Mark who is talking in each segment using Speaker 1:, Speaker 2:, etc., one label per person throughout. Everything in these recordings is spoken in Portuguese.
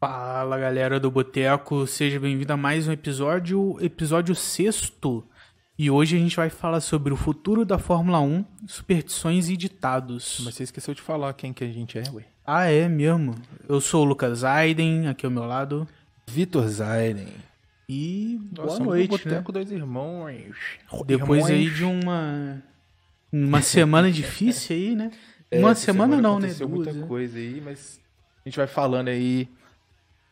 Speaker 1: Fala galera do Boteco, seja bem-vindo a mais um episódio, episódio sexto. E hoje a gente vai falar sobre o futuro da Fórmula 1, superstições e ditados.
Speaker 2: Mas você esqueceu de falar quem que a gente é, ué.
Speaker 1: Ah, é mesmo? Eu sou o Lucas Aiden, aqui ao meu lado.
Speaker 2: Vitor Zaiden.
Speaker 1: E boa
Speaker 2: Nós somos do
Speaker 1: noite, né?
Speaker 2: Boteco Dois Irmãos.
Speaker 1: Depois aí
Speaker 2: Irmãos.
Speaker 1: de um- uma uma semana difícil aí, né? uma
Speaker 2: É, essa
Speaker 1: semana, não, né?
Speaker 2: aconteceu
Speaker 1: Duas.
Speaker 2: muita
Speaker 1: né?
Speaker 2: coisa aí, mas a gente vai falando aí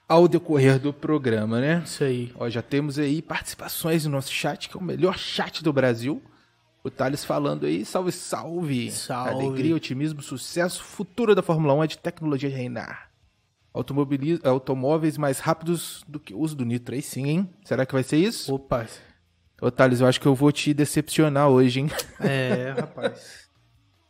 Speaker 2: ao decorrer do programa, né?
Speaker 1: Isso aí.
Speaker 2: Ó, já temos aí participações no nosso chat, que é o melhor chat do Brasil. O Thales falando aí, salve, salve.
Speaker 1: Salve.
Speaker 2: Alegria, otimismo, sucesso, futuro da Fórmula 1 é de tecnologia reinar. Automobili- Automóveis mais rápidos do que o uso do Nitro. Aí sim, hein? Será que vai ser isso?
Speaker 1: Opa.
Speaker 2: Ô, Thales, eu acho que eu vou te decepcionar hoje, hein?
Speaker 1: É, rapaz.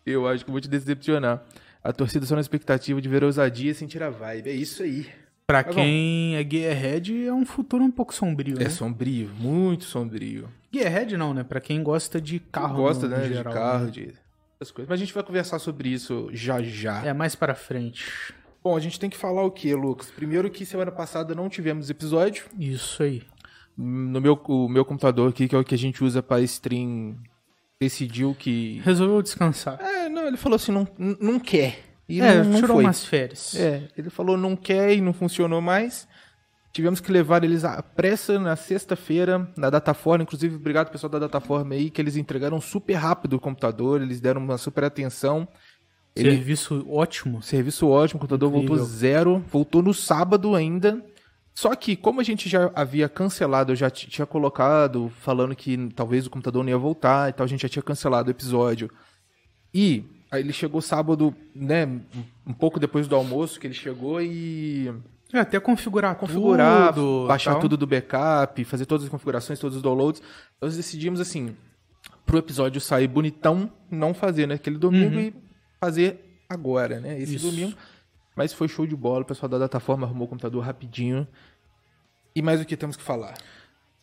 Speaker 2: Eu acho que eu vou te decepcionar. A torcida só na expectativa de ver a ousadia e sentir a vibe. É isso aí.
Speaker 1: Pra
Speaker 2: Mas
Speaker 1: quem é Gearhead, é um futuro um pouco sombrio, né?
Speaker 2: É sombrio, muito sombrio.
Speaker 1: Gearhead não, né? Pra quem gosta de carro.
Speaker 2: Quem gosta,
Speaker 1: no-
Speaker 2: né,
Speaker 1: no
Speaker 2: de
Speaker 1: geral,
Speaker 2: carro,
Speaker 1: né?
Speaker 2: de essas coisas. Mas a gente vai conversar sobre isso já já.
Speaker 1: É mais pra frente.
Speaker 2: Bom, a gente tem que falar o quê, Lucas? Primeiro que semana passada não tivemos episódio.
Speaker 1: Isso aí.
Speaker 2: No meu, o meu computador aqui, que é o que a gente usa pra stream, decidiu que...
Speaker 1: Resolveu descansar.
Speaker 2: É, não, ele falou assim, não, não quer. E
Speaker 1: é,
Speaker 2: não, não
Speaker 1: tirou
Speaker 2: foi.
Speaker 1: umas férias.
Speaker 2: É, ele falou não quer e não funcionou mais. Tivemos que levar eles à pressa na sexta-feira, na Dataform. Inclusive, obrigado pessoal da Dataform aí, que eles entregaram super rápido o computador, eles deram uma super atenção. Ele-
Speaker 1: Serviço ótimo.
Speaker 2: Serviço ótimo, o computador voltou
Speaker 1: Incrível.
Speaker 2: zero, voltou no sábado ainda. Só que, como a gente já havia cancelado, eu já t- tinha colocado, falando que talvez o computador não ia voltar e tal, a gente já tinha cancelado o episódio. E aí ele chegou sábado, né, um- um pouco depois do almoço que ele chegou e
Speaker 1: É, até configurar
Speaker 2: configurar,
Speaker 1: tudo,
Speaker 2: baixar
Speaker 1: tal.
Speaker 2: tudo do backup, fazer todas as configurações, todos os downloads. Nós decidimos assim, pro episódio sair bonitão, não fazer naquele domingo e fazer agora, né? Esse
Speaker 1: Isso.
Speaker 2: domingo. Mas foi show de bola, o pessoal da plataforma arrumou o computador rapidinho. E mais o que temos que falar?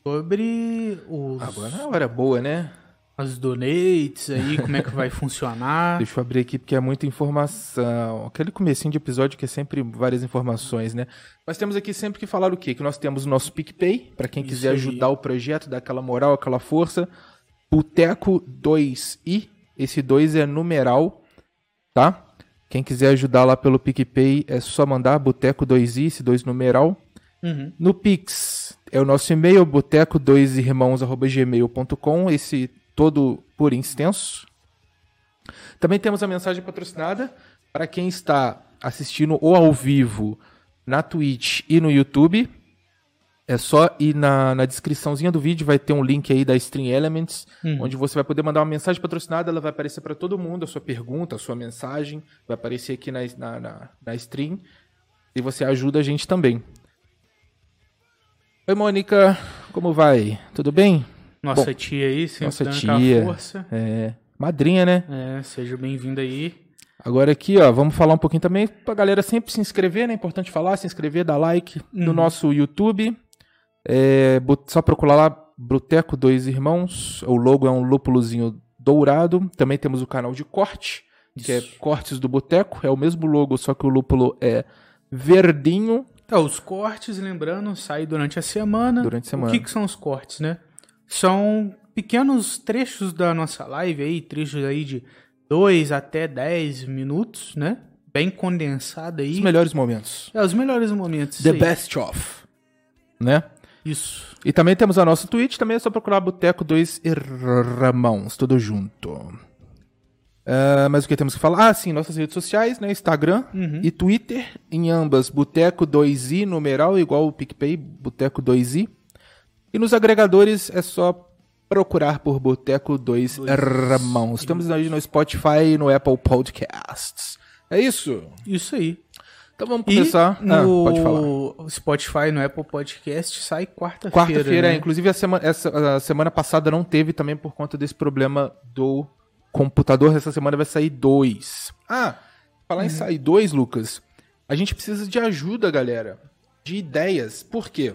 Speaker 1: Sobre os,
Speaker 2: Agora é a hora boa, né?
Speaker 1: as donates aí, como é que vai funcionar.
Speaker 2: Deixa eu abrir aqui porque é muita informação. Aquele comecinho de episódio que é sempre várias informações, né? Nós temos aqui sempre que falar o quê? Que nós temos o nosso PicPay, para quem
Speaker 1: Isso
Speaker 2: quiser
Speaker 1: aí.
Speaker 2: ajudar o projeto, dar aquela moral, aquela força. Boteco 2i, esse 2 é numeral, tá? Quem quiser ajudar lá pelo PicPay é só mandar Boteco 2i, esse 2 numeral.
Speaker 1: Uhum.
Speaker 2: No Pix é o nosso e-mail, boteco2irmãos.gmail.com, esse todo por extenso. Também temos a mensagem patrocinada para quem está assistindo ou ao vivo na Twitch e no YouTube. É só ir na, na descriçãozinha do vídeo, vai ter um link aí da Stream Elements,
Speaker 1: Uhum.
Speaker 2: onde você vai poder mandar uma mensagem patrocinada, ela vai aparecer para todo mundo, a sua pergunta, a sua mensagem, vai aparecer aqui na, na, na, na stream. E você ajuda a gente também. Oi, Mônica, como vai? Tudo bem?
Speaker 1: Nossa tia aí, sempre
Speaker 2: nossa
Speaker 1: dando aquela
Speaker 2: tia.
Speaker 1: força.
Speaker 2: É, madrinha, né?
Speaker 1: É, seja bem-vindo aí.
Speaker 2: Agora aqui, ó, vamos falar um pouquinho também pra galera sempre se inscrever, né? Importante falar, se inscrever, dar like no
Speaker 1: Uhum.
Speaker 2: nosso YouTube. É, bo- só procurar lá Bruteco Dois Irmãos. O logo é um lúpulozinho dourado. Também temos o canal de corte, que é
Speaker 1: Isso.
Speaker 2: Cortes do Boteco. É o mesmo logo, só que o lúpulo é verdinho.
Speaker 1: Tá, os cortes, lembrando, saem durante a semana.
Speaker 2: Durante a semana.
Speaker 1: O que, que são os cortes, né? São pequenos trechos da nossa live aí, trechos aí de 2 até 10 minutos, né? Bem condensado aí.
Speaker 2: Os melhores momentos.
Speaker 1: É, os melhores momentos.
Speaker 2: The
Speaker 1: isso aí.
Speaker 2: best of. Né?
Speaker 1: Isso.
Speaker 2: E também temos a nossa Twitch, também é só procurar Boteco 2 Ramãos, tudo junto. Ah, mas o que temos que falar? Ah, sim, nossas redes sociais, né? Instagram
Speaker 1: Uhum.
Speaker 2: e Twitter, em ambas, Boteco 2i, numeral, igual o PicPay, Boteco 2i. E nos agregadores é só procurar por Boteco 2 Ramãos. Estamos aí no Spotify e no Apple Podcasts. É isso?
Speaker 1: Isso aí.
Speaker 2: Então vamos começar.
Speaker 1: E
Speaker 2: Ah,
Speaker 1: no
Speaker 2: pode falar.
Speaker 1: Spotify, no Apple Podcast, sai quarta-feira.
Speaker 2: Quarta-feira,
Speaker 1: né?
Speaker 2: é. inclusive a semana, essa, a semana passada não teve também por conta desse problema do computador. Essa semana vai sair dois. Ah, falar em sair dois, Lucas, a gente precisa de ajuda, galera, de ideias. Por quê?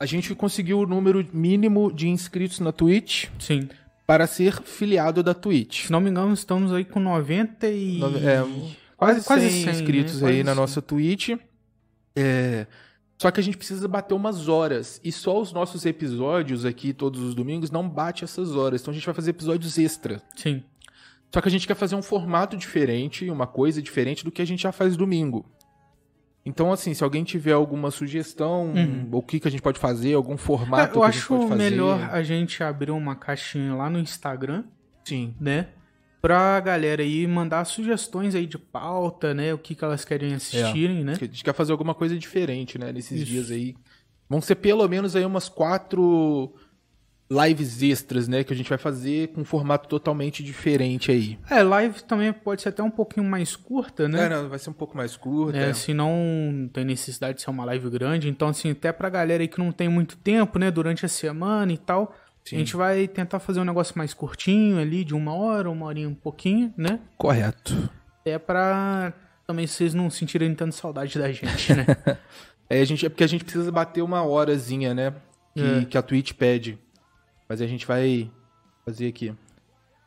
Speaker 2: A gente conseguiu o número mínimo de inscritos na Twitch
Speaker 1: Sim.
Speaker 2: para ser filiado da Twitch.
Speaker 1: Se não me engano, estamos aí com 90 e...
Speaker 2: Nove- é, Quase,
Speaker 1: Quase
Speaker 2: 100
Speaker 1: 100,
Speaker 2: inscritos
Speaker 1: né?
Speaker 2: aí
Speaker 1: Quase
Speaker 2: na
Speaker 1: 100.
Speaker 2: nossa Twitch. É, só que a gente precisa bater umas horas. E só os nossos episódios aqui, todos os domingos, não bate essas horas. Então a gente vai fazer episódios extra.
Speaker 1: Sim.
Speaker 2: Só que a gente quer fazer um formato diferente, uma coisa diferente do que a gente já faz domingo. Então, assim, se alguém tiver alguma sugestão,
Speaker 1: Uhum.
Speaker 2: ou o que, que a gente pode fazer, algum formato
Speaker 1: É, eu
Speaker 2: que a gente pode
Speaker 1: acho
Speaker 2: fazer.
Speaker 1: melhor a gente abrir uma caixinha lá no Instagram,
Speaker 2: Sim.
Speaker 1: né? Pra galera aí mandar sugestões aí de pauta, né? O que, que elas querem assistirem, né?
Speaker 2: A gente quer fazer alguma coisa diferente, né? Nesses
Speaker 1: Isso.
Speaker 2: dias aí. Vão ser pelo menos aí umas quatro lives extras, né? Que a gente vai fazer com um formato totalmente diferente aí.
Speaker 1: É, live também pode ser até um pouquinho mais curta, né?
Speaker 2: É, não, vai ser um pouco mais curta.
Speaker 1: É, se não tem necessidade de ser uma live grande, então assim, até pra galera aí que não tem muito tempo, né, durante a semana e tal,
Speaker 2: Sim.
Speaker 1: a gente vai tentar fazer um negócio mais curtinho ali, de uma hora, uma horinha um pouquinho, né?
Speaker 2: Correto.
Speaker 1: É pra também vocês não sentirem tanta saudade da gente, né?
Speaker 2: É, a gente, é porque a gente precisa bater uma horazinha, né? Que,
Speaker 1: É.
Speaker 2: que a Twitch pede. Mas a gente vai fazer aqui.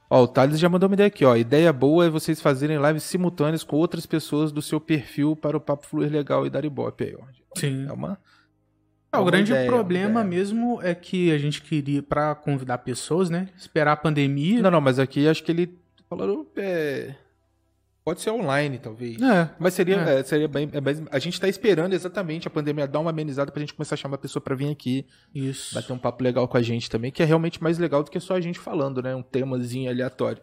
Speaker 2: Ó, o Thales já mandou uma ideia aqui, ó. Ideia boa é vocês fazerem lives simultâneas com outras pessoas do seu perfil para o papo fluir legal e dar ibope aí, ó.
Speaker 1: Sim.
Speaker 2: É uma.
Speaker 1: É, o
Speaker 2: uma
Speaker 1: grande
Speaker 2: ideia, uma
Speaker 1: problema
Speaker 2: ideia.
Speaker 1: mesmo é que a gente queria, pra convidar pessoas, né, esperar a pandemia.
Speaker 2: Não, não, mas aqui acho que ele falou. é, Pode ser online, talvez.
Speaker 1: É,
Speaker 2: Mas seria,
Speaker 1: É.
Speaker 2: é, seria bem. é, mas a gente tá esperando exatamente a pandemia dar uma amenizada pra gente começar a chamar a pessoa pra vir aqui.
Speaker 1: isso.
Speaker 2: bater um papo legal com a gente também, que é realmente mais legal do que só a gente falando, né? Um temazinho aleatório.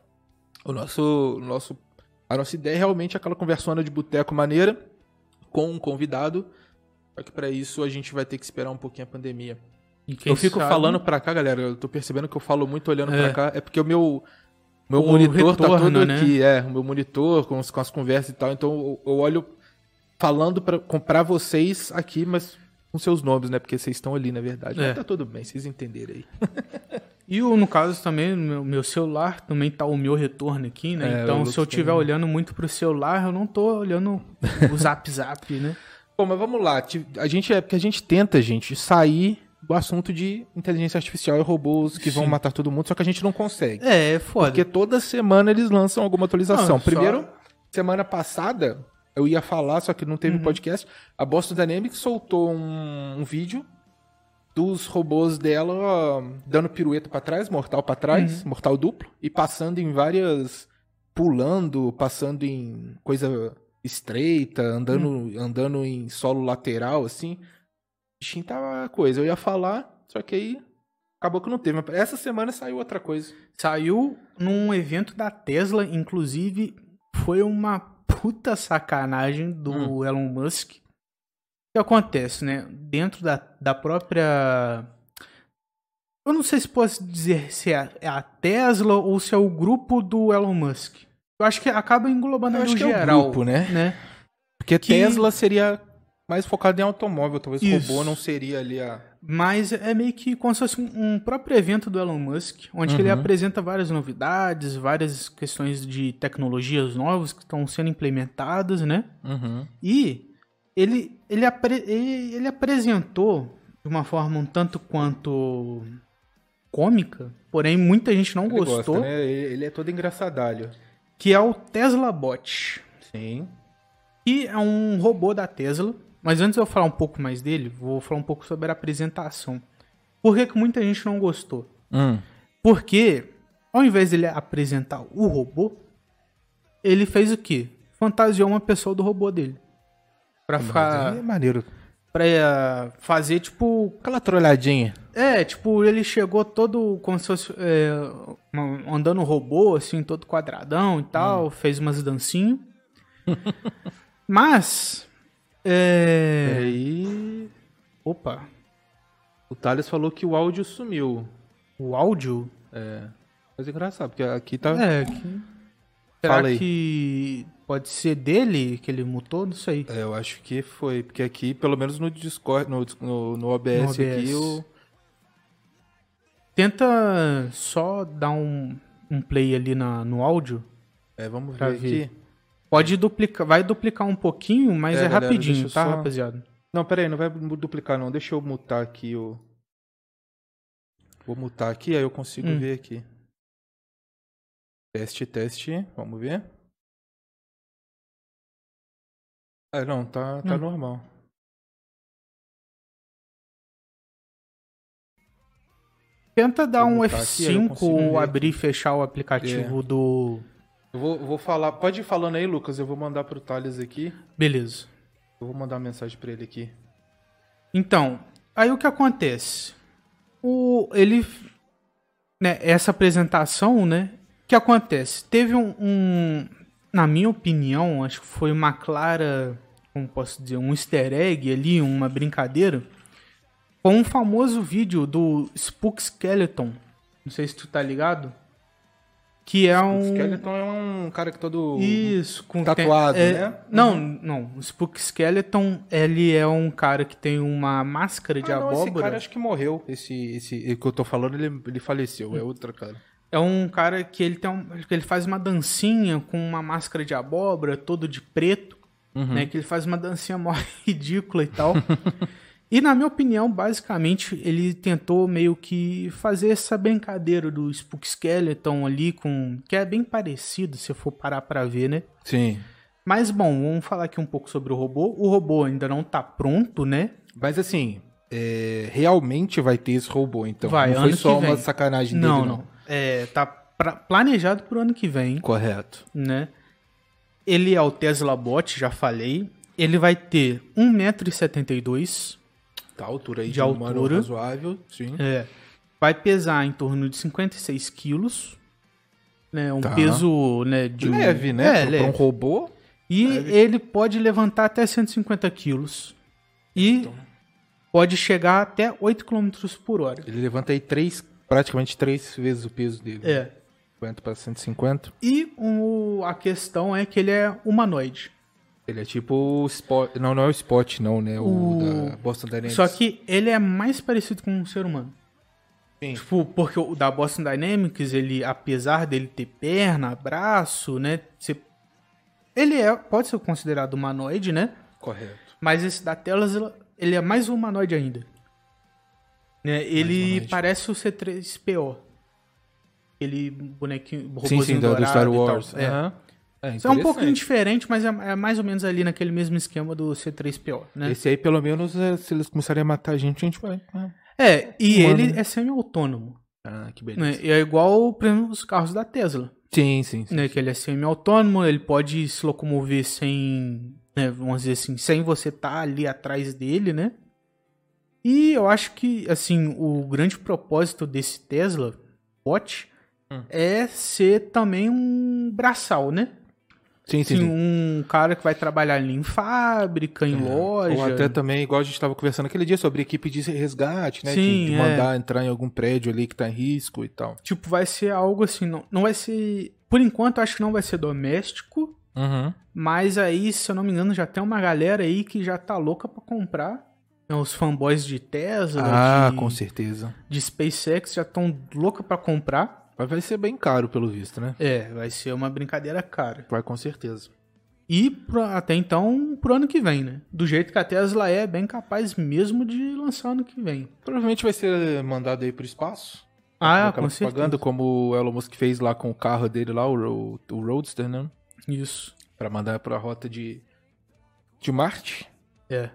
Speaker 2: O nosso, o nosso, a nossa ideia é realmente aquela conversona de boteco maneira com um convidado. Só que pra isso a gente vai ter que esperar um pouquinho a pandemia.
Speaker 1: E quem
Speaker 2: eu fico
Speaker 1: sabe-
Speaker 2: falando pra cá, galera. Eu tô percebendo que eu falo muito olhando
Speaker 1: É.
Speaker 2: pra cá. É porque o meu meu
Speaker 1: O
Speaker 2: monitor tá
Speaker 1: retorno,
Speaker 2: todo
Speaker 1: né?
Speaker 2: aqui, é, o meu monitor com, as- com as conversas e tal. Então eu, eu olho falando pra, com, pra vocês aqui, mas com seus nomes, né? Porque vocês estão ali, na verdade.
Speaker 1: É.
Speaker 2: Mas tá tudo bem, vocês entenderam aí.
Speaker 1: E o- no caso também, no meu, meu celular também tá o meu retorno aqui, né?
Speaker 2: É, o
Speaker 1: então,
Speaker 2: Lucas
Speaker 1: se eu estiver
Speaker 2: também.
Speaker 1: olhando muito pro celular, eu não tô olhando o zap zap, né?
Speaker 2: Bom, mas vamos lá. Ti- A gente é porque a gente tenta, gente, sair do assunto de inteligência artificial e robôs que vão
Speaker 1: Sim.
Speaker 2: matar todo mundo, só que a gente não consegue.
Speaker 1: É, é foda.
Speaker 2: Porque toda semana eles lançam alguma atualização.
Speaker 1: Não, só-
Speaker 2: Primeiro, semana passada, eu ia falar, só que não
Speaker 1: Uhum.
Speaker 2: teve podcast. A Boston Dynamics soltou um, um vídeo dos robôs dela ó, dando pirueta pra trás, mortal pra trás,
Speaker 1: Uhum.
Speaker 2: mortal duplo, e passando em várias. pulando, passando em coisa estreita, andando,
Speaker 1: Uhum.
Speaker 2: andando em solo lateral, assim. O bichinho tava coisa. Eu ia falar, só que aí. Acabou que não teve. Mas Essa semana saiu outra coisa.
Speaker 1: Saiu num evento da Tesla, inclusive, foi uma puta sacanagem do
Speaker 2: Hum.
Speaker 1: Elon Musk. O que acontece, né? Dentro da, da própria. Eu não sei se posso dizer se é a- é a Tesla ou se é o grupo do Elon Musk. Eu acho que acaba englobando
Speaker 2: Eu
Speaker 1: ali
Speaker 2: acho
Speaker 1: o
Speaker 2: que é o
Speaker 1: geral,
Speaker 2: grupo, né?
Speaker 1: né?
Speaker 2: Porque
Speaker 1: Que-
Speaker 2: Tesla seria mais focado em automóvel, talvez
Speaker 1: Isso.
Speaker 2: robô não seria ali a.
Speaker 1: Mas é meio que como se fosse um um próprio evento do Elon Musk, onde
Speaker 2: Uhum.
Speaker 1: ele apresenta várias novidades, várias questões de tecnologias novas que estão sendo implementadas, né? E ele, ele, apre- ele, ele apresentou de uma forma um tanto quanto cômica, porém muita gente não
Speaker 2: Ele
Speaker 1: gostou,
Speaker 2: gosta, né? Ele ele é todo engraçadalho.
Speaker 1: que é o Tesla Bot.
Speaker 2: Sim.
Speaker 1: E é um robô da Tesla. Mas antes de eu falar um pouco mais dele, vou falar um pouco sobre a apresentação. Por que, que muita gente não gostou? Porque, ao invés dele apresentar o robô, ele fez o quê? Fantasiou uma pessoa do robô dele. Pra ficar.
Speaker 2: Mas é maneiro.
Speaker 1: Pra eh, fazer, tipo.
Speaker 2: Aquela trolhadinha.
Speaker 1: É, tipo, ele chegou todo como se fosse. é, uma- andando um robô, assim, todo quadradão e tal. Fez umas dancinhas. Mas. É.
Speaker 2: Aí.
Speaker 1: Opa,
Speaker 2: O Thales falou que o áudio sumiu.
Speaker 1: o áudio?
Speaker 2: Mas é engraçado, porque aqui tá.
Speaker 1: É, que. Será
Speaker 2: Fala aí.
Speaker 1: que pode ser dele que ele mutou? Não sei.
Speaker 2: É, eu acho que foi. Porque aqui, pelo menos no Discord, no, no, no OBS,
Speaker 1: No OBS.
Speaker 2: aqui, o.
Speaker 1: Tenta só dar um, um play ali na, no áudio.
Speaker 2: É, vamos
Speaker 1: Pra
Speaker 2: ver,
Speaker 1: ver.
Speaker 2: aqui.
Speaker 1: Pode duplicar, vai duplicar um pouquinho, mas
Speaker 2: É,
Speaker 1: é,
Speaker 2: galera, deixa
Speaker 1: rapidinho,
Speaker 2: eu
Speaker 1: tá,
Speaker 2: só-
Speaker 1: rapaziada?
Speaker 2: Não, pera aí, não vai mu- duplicar não. Deixa eu mutar aqui o. Vou mutar aqui, aí eu consigo
Speaker 1: Hum.
Speaker 2: ver aqui. Teste, teste. Vamos ver. Ah, não, tá, tá
Speaker 1: Hum.
Speaker 2: normal.
Speaker 1: Tenta dar
Speaker 2: Vou
Speaker 1: um
Speaker 2: botar aqui, aí eu
Speaker 1: F5
Speaker 2: consigo
Speaker 1: ou
Speaker 2: ver É.
Speaker 1: abrir e fechar o aplicativo do.
Speaker 2: Eu vou, vou falar. Pode ir falando aí, Lucas. Eu vou mandar pro Thales aqui.
Speaker 1: Beleza.
Speaker 2: Eu vou mandar uma mensagem pra ele aqui.
Speaker 1: Então, aí o que acontece? O, ele. Né, essa apresentação, né? O que acontece? Teve um, um- Na minha opinião, acho que foi uma clara. Como posso dizer? Um easter egg ali, uma brincadeira. Com um famoso vídeo do Spook Skeleton. Não sei se tu tá ligado. Que é um.
Speaker 2: O Skeleton é um cara que todo.
Speaker 1: Isso, com
Speaker 2: Tatuado,
Speaker 1: tem-
Speaker 2: né?
Speaker 1: Não, não. O Spook Skeleton, ele é um cara que tem uma máscara de
Speaker 2: Ah, não, esse
Speaker 1: abóbora.
Speaker 2: cara acho que morreu. Esse, esse que eu tô falando, ele, ele faleceu. É outro cara.
Speaker 1: É um cara que ele tem um- que ele faz uma dancinha com uma máscara de abóbora, todo de preto,
Speaker 2: Uhum.
Speaker 1: né? Que ele faz uma dancinha mó ridícula e tal. e na minha opinião, basicamente, ele tentou meio que fazer essa brincadeira do Spook Skeleton ali com que é bem parecido, se eu for parar pra ver, né?
Speaker 2: Sim.
Speaker 1: Mas bom, vamos falar aqui um pouco sobre o robô. O robô ainda não tá pronto, né?
Speaker 2: Mas assim, é, realmente vai ter esse robô, então.
Speaker 1: Vai,
Speaker 2: não foi
Speaker 1: ano
Speaker 2: só
Speaker 1: que
Speaker 2: uma
Speaker 1: vem.
Speaker 2: sacanagem
Speaker 1: não,
Speaker 2: dele,
Speaker 1: não. É, tá pra- planejado pro ano que vem,
Speaker 2: Correto.
Speaker 1: né? Ele é o Tesla Bot, já falei. Ele vai ter 1,72m,
Speaker 2: Tá, a altura aí
Speaker 1: De
Speaker 2: de, um humano
Speaker 1: altura. É.
Speaker 2: razoável, sim.
Speaker 1: vai pesar em torno de 56 quilos. Né, um
Speaker 2: Tá.
Speaker 1: peso né, de um-
Speaker 2: Leve, né?
Speaker 1: É,
Speaker 2: pra,
Speaker 1: leve.
Speaker 2: pra um robô.
Speaker 1: E
Speaker 2: Leve.
Speaker 1: ele pode levantar até 150 quilos. E
Speaker 2: Então.
Speaker 1: pode chegar até 8 km por hora.
Speaker 2: Ele levanta aí três, praticamente três vezes o peso dele.
Speaker 1: É.
Speaker 2: 50 para 150.
Speaker 1: E um, o- a questão é que ele é humanoide.
Speaker 2: Ele é tipo o Spot. Não, não é o Spot, não, né? O,
Speaker 1: O-
Speaker 2: da Boston Dynamics.
Speaker 1: Só que ele é mais parecido com um ser humano.
Speaker 2: Sim.
Speaker 1: Tipo, porque o da Boston Dynamics, ele, apesar dele ter perna, braço, né? ser- Ele é, pode ser considerado humanoide, né?
Speaker 2: Correto.
Speaker 1: Mas esse da Tesla, ele é mais humanoide ainda. Né? Ele
Speaker 2: humanoide.
Speaker 1: parece o C3PO. Aquele bonequinho,
Speaker 2: Sim,
Speaker 1: robôzinho
Speaker 2: sim, do, do Star
Speaker 1: dourado e tal.
Speaker 2: Wars.
Speaker 1: É.
Speaker 2: Aham. É,
Speaker 1: Isso é um pouquinho
Speaker 2: interessante.
Speaker 1: diferente, mas é, é mais ou menos ali naquele mesmo esquema do C3PO, né?
Speaker 2: Esse aí, pelo menos, é, se eles começarem a matar a gente, a gente vai. Ah,
Speaker 1: É, e
Speaker 2: Humano,
Speaker 1: ele
Speaker 2: né?
Speaker 1: é semi-autônomo.
Speaker 2: Ah, que
Speaker 1: Né?
Speaker 2: beleza.
Speaker 1: E é igual, por exemplo, os carros da Tesla.
Speaker 2: Sim, sim, sim.
Speaker 1: Né? Que ele é semi-autônomo, ele pode se locomover sem. né, Vamos dizer assim, sem você estar ali atrás dele, né? E eu acho que, assim, o grande propósito desse Tesla Bot
Speaker 2: Hum.
Speaker 1: é ser também um braçal, né?
Speaker 2: Sim, sim.
Speaker 1: Assim,
Speaker 2: sim.
Speaker 1: um cara que vai trabalhar ali em fábrica, em loja.
Speaker 2: Né? Uhum. Ou até também, igual a gente estava conversando aquele dia sobre equipe de resgate, né? De-
Speaker 1: Sim,
Speaker 2: de,
Speaker 1: é.
Speaker 2: mandar entrar em algum prédio ali que tá em risco e tal.
Speaker 1: Tipo, vai ser algo assim, não, não vai ser. Por enquanto, eu acho que não vai ser doméstico,
Speaker 2: Uhum.
Speaker 1: mas aí, se eu não me engano, já tem uma galera aí que já tá louca pra comprar. Né, Os fanboys de Tesla,
Speaker 2: Ah,
Speaker 1: de,
Speaker 2: com certeza.
Speaker 1: de SpaceX já estão louca pra comprar.
Speaker 2: Mas vai ser bem caro, pelo visto, né?
Speaker 1: É, vai ser uma brincadeira cara.
Speaker 2: Vai com certeza.
Speaker 1: E pra- até então, pro ano que vem, né? Do jeito que a Tesla é, bem capaz mesmo de lançar ano que vem.
Speaker 2: Provavelmente vai ser mandado aí pro espaço.
Speaker 1: Ah,
Speaker 2: Aquela
Speaker 1: com certeza.
Speaker 2: como o Elon Musk fez lá com o carro dele lá, o, Ro- o Roadster, né?
Speaker 1: Isso.
Speaker 2: Pra mandar pra rota de, de Marte.
Speaker 1: É.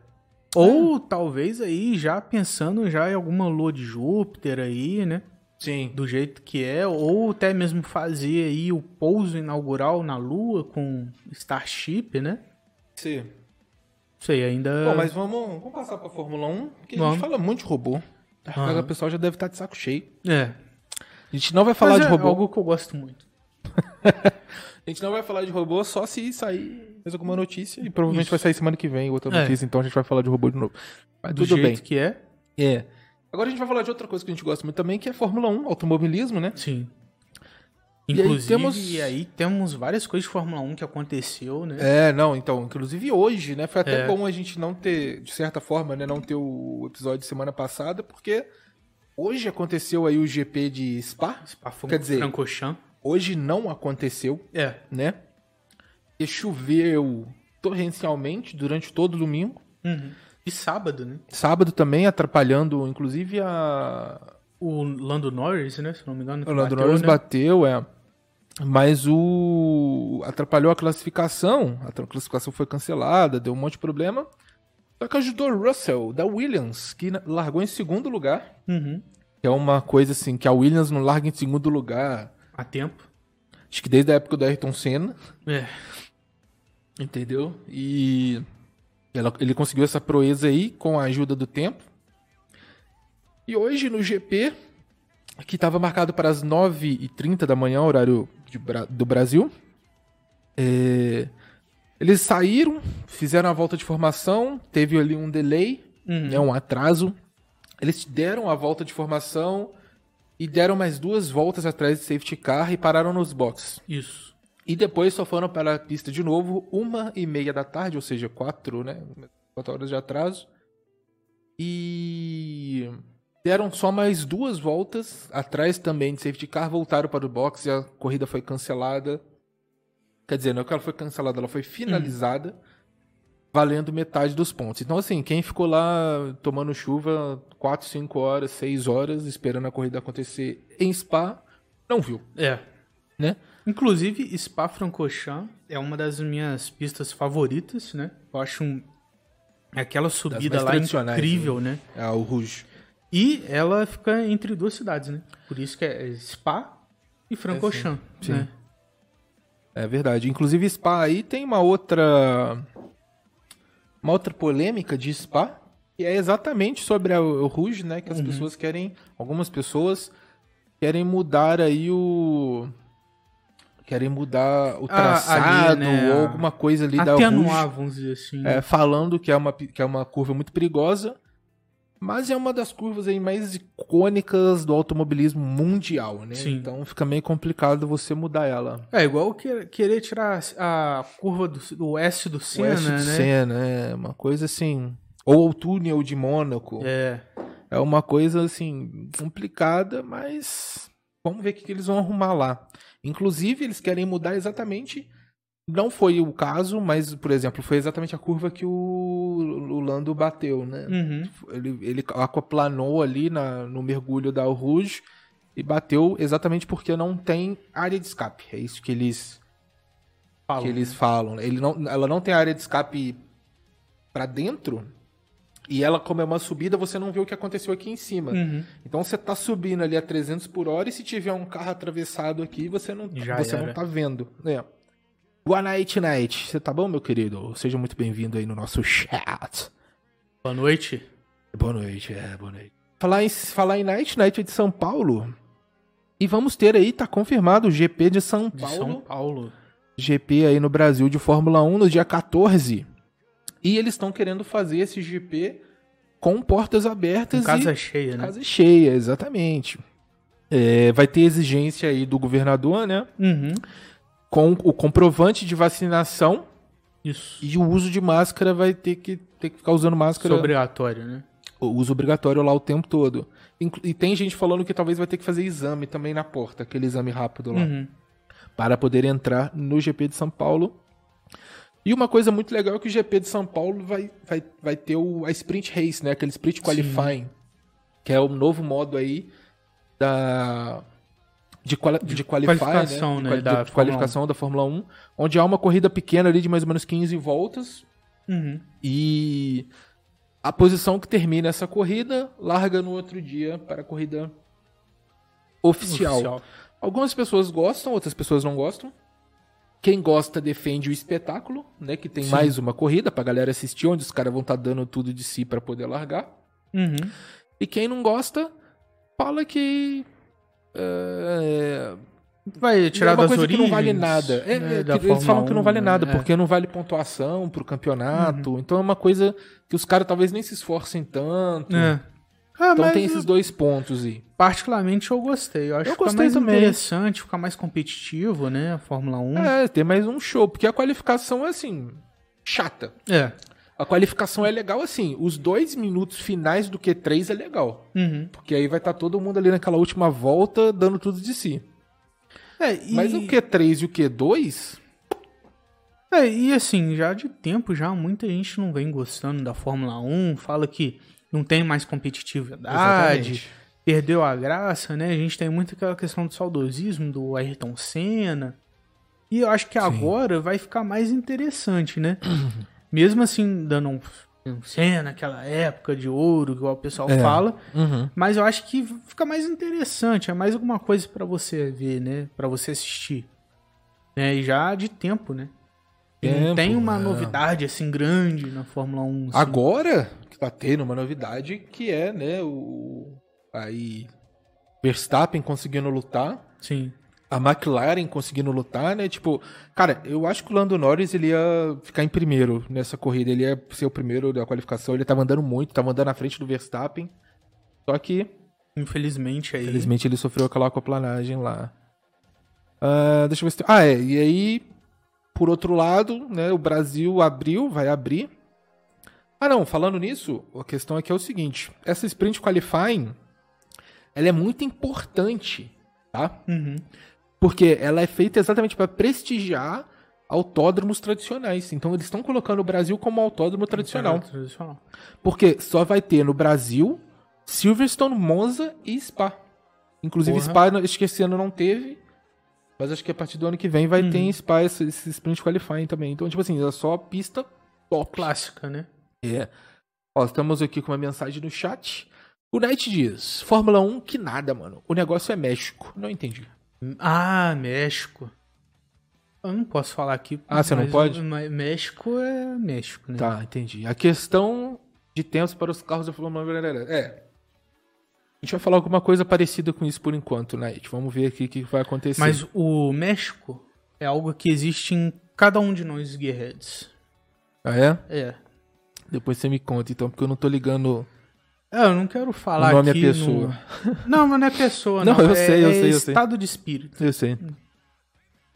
Speaker 1: Ou talvez aí já pensando já em alguma lua de Júpiter aí, né?
Speaker 2: Sim.
Speaker 1: Do jeito que é, ou até mesmo fazer aí o pouso inaugural na lua com Starship, né?
Speaker 2: Sim.
Speaker 1: Não sei, ainda.
Speaker 2: Bom, mas vamos, vamos passar pra Fórmula 1, que a
Speaker 1: É. Vamos.
Speaker 2: gente fala muito de robô.
Speaker 1: Aham.
Speaker 2: O pessoal já deve estar de saco cheio.
Speaker 1: É.
Speaker 2: A gente não vai falar
Speaker 1: Mas
Speaker 2: de
Speaker 1: é
Speaker 2: robô.
Speaker 1: algo que eu gosto muito.
Speaker 2: A gente não vai falar de robô só se sair mais alguma notícia. E provavelmente vai sair semana que vem outra
Speaker 1: É.
Speaker 2: notícia, então a gente vai falar de robô de novo. Mas
Speaker 1: Do
Speaker 2: tudo
Speaker 1: jeito
Speaker 2: bem.
Speaker 1: que é.
Speaker 2: É. Agora a gente vai falar de outra coisa que a gente gosta muito também, que é Fórmula 1, automobilismo, né?
Speaker 1: Sim.
Speaker 2: aí
Speaker 1: Inclusive, e aí
Speaker 2: temos-
Speaker 1: temos, várias coisas de Fórmula 1 que aconteceu, né?
Speaker 2: É, não, então, inclusive hoje, né? Foi até
Speaker 1: É.
Speaker 2: bom a gente não ter, de certa forma, né, não ter o episódio de semana passada, porque hoje aconteceu aí o GP de Spa. É. Quer dizer,
Speaker 1: Francochamp.
Speaker 2: Hoje não aconteceu,
Speaker 1: É.
Speaker 2: né? E choveu torrencialmente durante todo o domingo.
Speaker 1: Uhum. E sábado, né?
Speaker 2: Sábado também, atrapalhando, inclusive, a.
Speaker 1: O Lando Norris, né? Se não me engano. que
Speaker 2: O Lando
Speaker 1: bateu,
Speaker 2: Norris
Speaker 1: né?
Speaker 2: bateu, é. Mas o. atrapalhou a classificação. A tra- classificação foi cancelada, deu um monte de problema. Só que ajudou o Russell, da Williams, que na- largou em segundo lugar.
Speaker 1: Uhum.
Speaker 2: Que é uma coisa assim, que a Williams não larga em segundo lugar.
Speaker 1: Há tempo.
Speaker 2: Acho que desde a época do Ayrton Senna,
Speaker 1: É.
Speaker 2: entendeu? E ela- ele conseguiu essa proeza aí com a ajuda do tempo. E hoje no GP, que estava marcado para as 9h30 da manhã, horário de Bra- do Brasil, é, eles saíram, fizeram a volta de formação, teve ali um delay, né, um atraso. Eles deram a volta de formação e deram mais duas voltas atrás de safety car e pararam nos boxes.
Speaker 1: Isso.
Speaker 2: E depois só foram para a pista de novo, uma e meia da tarde, ou seja, quatro, né? Quatro horas de atraso. E deram só mais duas voltas atrás também de safety car, voltaram para o box e a corrida foi cancelada. Quer dizer, não é que ela foi cancelada, ela foi finalizada, valendo metade dos pontos. Então, assim, quem ficou lá tomando chuva 4, 5 horas, 6 horas, esperando a corrida acontecer em Spa, não viu,
Speaker 1: É.
Speaker 2: né?
Speaker 1: Inclusive, Spa-Francorchamps é uma das minhas pistas favoritas, né? Eu acho um... aquela subida
Speaker 2: mais
Speaker 1: lá
Speaker 2: tradicionais,
Speaker 1: incrível, né?
Speaker 2: É o Rouge.
Speaker 1: E ela fica entre duas cidades, né? Por isso que é Spa e Francorchamps,
Speaker 2: sim.
Speaker 1: né?
Speaker 2: É verdade. Inclusive, Spa aí tem uma outra. Uma outra polêmica de Spa, que é exatamente sobre a- o Rouge, né?
Speaker 1: Uhum.
Speaker 2: Que as pessoas querem. Algumas pessoas querem mudar aí o. Querem mudar o
Speaker 1: Ah, ali,
Speaker 2: traçado
Speaker 1: né,
Speaker 2: ou
Speaker 1: a-
Speaker 2: alguma coisa ali da
Speaker 1: Atenuar,
Speaker 2: Rouge.
Speaker 1: vamos dizer assim.
Speaker 2: é, falando que é, uma, pi- que é uma curva muito perigosa. Mas é uma das curvas aí mais icônicas do automobilismo mundial, né?
Speaker 1: Sim.
Speaker 2: Então fica meio complicado você mudar ela.
Speaker 1: É igual que- querer tirar a curva do, do S do
Speaker 2: o
Speaker 1: Senna,
Speaker 2: Oeste de
Speaker 1: né?
Speaker 2: Senna, é uma coisa assim. Ou o túnel de Mônaco. É.
Speaker 1: É,
Speaker 2: uma coisa assim, complicada, mas vamos ver o que, que eles vão arrumar lá. Inclusive, eles querem mudar exatamente. Não foi o caso, mas, por exemplo, foi exatamente a curva que o, o Lando bateu, né?
Speaker 1: uhum,
Speaker 2: Ele, ele aquaplanou ali na- no mergulho da Rouge e bateu exatamente porque não tem área de escape. É isso que eles
Speaker 1: fala.
Speaker 2: que eles falam. né? Ele não, ela não tem área de escape pra dentro. E ela, como é uma subida, você não vê o que aconteceu aqui em cima.
Speaker 1: Uhum.
Speaker 2: Então você tá subindo ali a 300 por hora e se tiver um carro atravessado aqui, você não,
Speaker 1: Já
Speaker 2: você
Speaker 1: era.
Speaker 2: não tá vendo. É. Boa night, night. Você tá bom, meu querido? Seja muito bem-vindo aí no nosso chat.
Speaker 1: Boa noite.
Speaker 2: Boa noite, é, boa noite. Falar em, falar em Night Night é de São Paulo. E vamos ter aí, tá confirmado, o GP de São
Speaker 1: De
Speaker 2: Paulo.
Speaker 1: São Paulo.
Speaker 2: GP aí no Brasil de Fórmula 1 no dia 14. E eles estão querendo fazer esse GP com portas abertas
Speaker 1: Com casa
Speaker 2: e
Speaker 1: cheia, né?
Speaker 2: casa cheia, exatamente. É, vai ter exigência aí do governador, né?
Speaker 1: Uhum.
Speaker 2: Com o comprovante de vacinação
Speaker 1: Isso.
Speaker 2: e o uso de máscara vai ter que ter que ficar usando máscara,
Speaker 1: Obrigatório, né?
Speaker 2: o uso obrigatório lá o tempo todo. Inclu- E tem gente falando que talvez vai ter que fazer exame também na porta, aquele exame rápido lá.
Speaker 1: Uhum.
Speaker 2: para poder entrar no GP de São Paulo. E uma coisa muito legal é que o GP de São Paulo vai, vai, vai ter o, a Sprint Race, né? Aquele Sprint Qualifying, que é o novo modo aí da, de, quali, de, qualify,
Speaker 1: qualificação,
Speaker 2: né?
Speaker 1: né,
Speaker 2: De quali-
Speaker 1: da
Speaker 2: de
Speaker 1: Fórmula
Speaker 2: qualificação da Fórmula 1, onde há uma corrida pequena ali de mais ou menos 15 voltas.
Speaker 1: Uhum.
Speaker 2: E a posição que termina essa corrida larga no outro dia para a corrida oficial. Algumas pessoas gostam, outras pessoas não gostam. Quem gosta defende o espetáculo, né? Que tem
Speaker 1: Sim.
Speaker 2: mais uma corrida pra galera assistir, onde os caras vão estar dando tudo de si pra poder largar.
Speaker 1: Uhum.
Speaker 2: E quem não gosta, fala que. é,
Speaker 1: Vai tirar
Speaker 2: é uma
Speaker 1: das
Speaker 2: coisa
Speaker 1: origens.
Speaker 2: que não vale nada. É,
Speaker 1: né,
Speaker 2: é,
Speaker 1: da
Speaker 2: que eles falam
Speaker 1: Fórmula
Speaker 2: que não vale
Speaker 1: 1,
Speaker 2: nada,
Speaker 1: né? Uhum.
Speaker 2: porque não vale pontuação pro campeonato. Então é uma coisa que os caras talvez nem se esforcem tanto.
Speaker 1: É. Ah,
Speaker 2: Então
Speaker 1: mas
Speaker 2: tem esses dois pontos aí.
Speaker 1: particularmente eu gostei. Eu acho
Speaker 2: Eu
Speaker 1: que fica
Speaker 2: gostei
Speaker 1: mais
Speaker 2: também.
Speaker 1: interessante, fica mais competitivo, né? A Fórmula 1.
Speaker 2: É, tem mais um show, porque a qualificação é assim. chata.
Speaker 1: É.
Speaker 2: A qualificação é legal assim. Os dois minutos finais do Q3 é legal.
Speaker 1: Uhum.
Speaker 2: Porque aí vai estar todo mundo ali naquela última volta dando tudo de si.
Speaker 1: É, e...
Speaker 2: Mas o Q3 e o Q2.
Speaker 1: É, e assim, já de tempo já muita gente não vem gostando da Fórmula 1, fala que não tem mais competitividade,
Speaker 2: Exatamente.
Speaker 1: perdeu a graça, né? A gente tem muito aquela questão do saudosismo do Ayrton Senna. E eu acho que agora vai ficar mais interessante, né? Mesmo assim, dando um Senna, aquela época de ouro, igual o pessoal fala.
Speaker 2: Uhum.
Speaker 1: Mas eu acho que fica mais interessante, é mais alguma coisa pra você ver, né? Pra você assistir. Né? E já de tempo, né? E não
Speaker 2: Tempo,
Speaker 1: tem uma
Speaker 2: é.
Speaker 1: novidade assim grande na Fórmula 1. assim.
Speaker 2: Agora que tá tendo uma novidade que é, né, o. Aí. Verstappen conseguindo lutar.
Speaker 1: Sim.
Speaker 2: A McLaren conseguindo lutar, né? Tipo, cara, eu acho que o Lando Norris ele ia ficar em primeiro nessa corrida. Ele ia ser o primeiro da qualificação. Ele tava andando muito, tava andando na frente do Verstappen. Só que,
Speaker 1: Infelizmente aí.
Speaker 2: infelizmente, ele sofreu aquela aquaplanagem lá. Ah, deixa eu ver se. tem- Ah, é. E aí, por outro lado, né? O Brasil abriu, vai abrir. Ah, não. Falando nisso, a questão aqui é o seguinte: essa sprint qualifying ela é muito importante, tá?
Speaker 1: Uhum.
Speaker 2: Porque ela é feita exatamente para prestigiar autódromos tradicionais. Então eles estão colocando o Brasil como autódromo tradicional.
Speaker 1: Tradicional.
Speaker 2: Porque só vai ter no Brasil Silverstone, Monza e Spa. Inclusive
Speaker 1: Porra.
Speaker 2: Spa, acho que esse ano não teve. Mas acho que a partir do ano que vem vai ter em Spa esse, esse Sprint Qualifying também. Então, tipo assim, é só pista top.
Speaker 1: Clássica, né?
Speaker 2: É. Ó, estamos aqui com uma mensagem no chat. O Knight diz, Fórmula 1 que nada, mano. O negócio é México. Não entendi.
Speaker 1: Ah, México. Eu não posso falar aqui.
Speaker 2: Ah, você não
Speaker 1: mas
Speaker 2: pode?
Speaker 1: o- mas México é México, né?
Speaker 2: Tá, entendi. A questão de tempos para os carros da Fórmula 1. É. A gente vai falar alguma coisa parecida com isso por enquanto, Night. Vamos ver aqui o que vai acontecer.
Speaker 1: Mas o México é algo que existe em cada um de nós gearheads.
Speaker 2: Ah, é?
Speaker 1: É.
Speaker 2: Depois você me conta, então, porque eu não tô ligando.
Speaker 1: É, eu não quero falar
Speaker 2: O nome é
Speaker 1: aqui
Speaker 2: pessoa.
Speaker 1: no- Não, mas não é pessoa, não.
Speaker 2: Não, eu
Speaker 1: É-
Speaker 2: sei, eu
Speaker 1: é
Speaker 2: sei, eu sei.
Speaker 1: estado de espírito.
Speaker 2: Eu sei.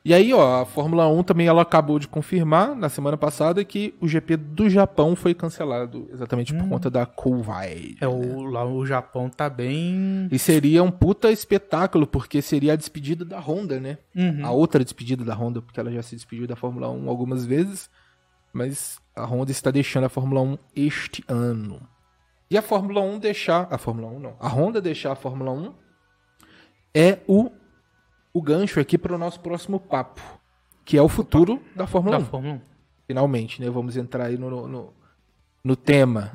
Speaker 2: E aí, ó, a Fórmula 1 também ela acabou de confirmar na semana passada que o GP do Japão foi cancelado, exatamente por conta da Covid.
Speaker 1: Hum. É, o, lá o Japão tá bem...
Speaker 2: E seria um puta espetáculo, porque seria a despedida da Honda, né?
Speaker 1: Uhum.
Speaker 2: A outra despedida da Honda, porque ela já se despediu da Fórmula 1 algumas vezes, mas a Honda está deixando a Fórmula 1 este ano. E a Fórmula 1 deixar. A Fórmula 1 não. A Honda deixar a Fórmula 1 é o, o gancho aqui para o nosso próximo papo, que é o futuro da Fórmula
Speaker 1: Da
Speaker 2: 1.
Speaker 1: Fórmula 1.
Speaker 2: Finalmente, né? Vamos entrar aí no, no, no tema.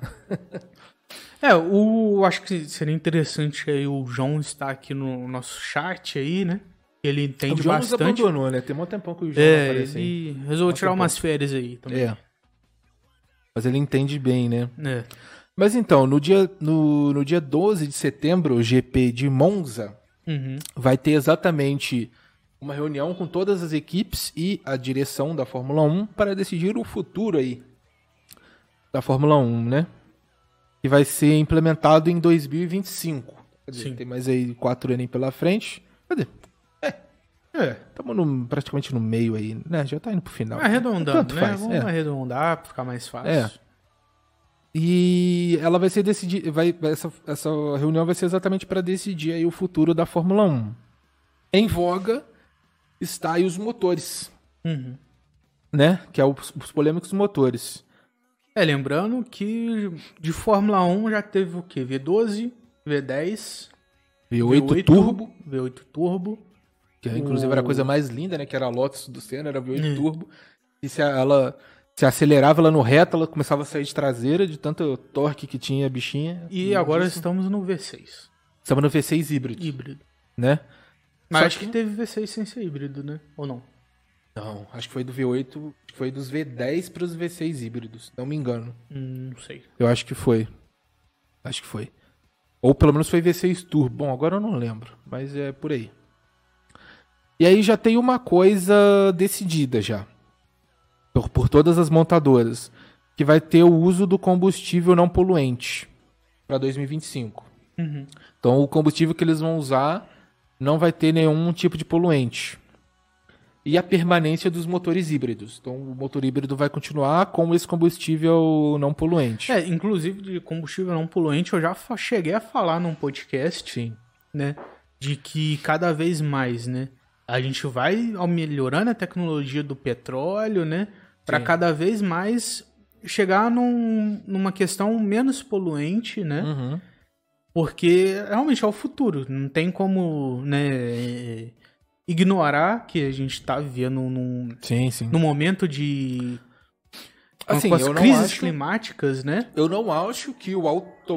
Speaker 1: É, o, acho que seria interessante aí o João estar aqui no nosso chat aí, né? Ele entende
Speaker 2: o João nos
Speaker 1: bastante.
Speaker 2: abandonou, né? Tem um tempão que o João não
Speaker 1: É,
Speaker 2: aparece aí.
Speaker 1: ele resolveu tirar umas férias aí também.
Speaker 2: É. Mas ele entende bem, né?
Speaker 1: É.
Speaker 2: Mas então, no dia, no, no dia 12 de setembro, o GP de Monza
Speaker 1: Uhum.
Speaker 2: vai ter exatamente uma reunião com todas as equipes e a direção da Fórmula 1 para decidir o futuro aí da Fórmula 1, né? Que vai ser implementado em 2025. Quer dizer,
Speaker 1: Sim.
Speaker 2: tem mais aí quatro anos aí pela frente. Quer dizer,
Speaker 1: É,
Speaker 2: estamos no- praticamente no meio aí, né? Já tá indo pro final.
Speaker 1: arredondando,
Speaker 2: Tanto
Speaker 1: né?
Speaker 2: faz,
Speaker 1: Vamos
Speaker 2: é.
Speaker 1: arredondar pra ficar mais fácil.
Speaker 2: É. E ela vai ser decidir, vai essa, essa reunião vai ser exatamente para decidir aí o futuro da Fórmula 1. Em voga está aí os motores,
Speaker 1: Uhum.
Speaker 2: né? Que é os, os polêmicos motores.
Speaker 1: É, lembrando que de Fórmula 1 já teve o quê? V12, V10,
Speaker 2: V8, turbo,
Speaker 1: V8 Turbo.
Speaker 2: que é, inclusive era a coisa mais linda, né? Que era a Lotus do Senna, era V8 turbo. E se ela se acelerava ela no reto, ela começava a sair de traseira de tanto torque que tinha a bichinha.
Speaker 1: E agora estamos no V6,
Speaker 2: estamos no V6 híbrido,
Speaker 1: híbrido.
Speaker 2: né?
Speaker 1: Mas
Speaker 2: Só
Speaker 1: acho que... teve V6 sem ser híbrido, né? Ou não?
Speaker 2: Não, acho que foi do V8, acho que foi dos V10 para os V6 híbridos, se não me engano.
Speaker 1: Hum, não sei.
Speaker 2: Eu acho que foi. Acho que foi. Ou pelo menos foi V6 Turbo. Bom, agora eu não lembro, mas é por aí. E aí já tem uma coisa decidida já. Por, por todas as montadoras. Que vai ter o uso do combustível não poluente para 2025.
Speaker 1: Uhum.
Speaker 2: Então o combustível que eles vão usar não vai ter nenhum tipo de poluente. E a permanência dos motores híbridos. Então o motor híbrido vai continuar com esse combustível não poluente.
Speaker 1: É, inclusive de combustível não poluente, eu já fa- cheguei a falar num podcast,
Speaker 2: Sim.
Speaker 1: né? De que cada vez mais, né? A gente vai ao- melhorando a tecnologia do petróleo, né? Para
Speaker 2: Sim.
Speaker 1: cada vez mais chegar num- numa questão menos poluente, né?
Speaker 2: Uhum.
Speaker 1: Porque realmente é o futuro. Não tem como, né? Ignorar que a gente tá vivendo num,
Speaker 2: Sim, sim.
Speaker 1: num momento de
Speaker 2: Assim,
Speaker 1: com as
Speaker 2: eu não
Speaker 1: crises
Speaker 2: acho-
Speaker 1: climáticas, né?
Speaker 2: Eu não acho que o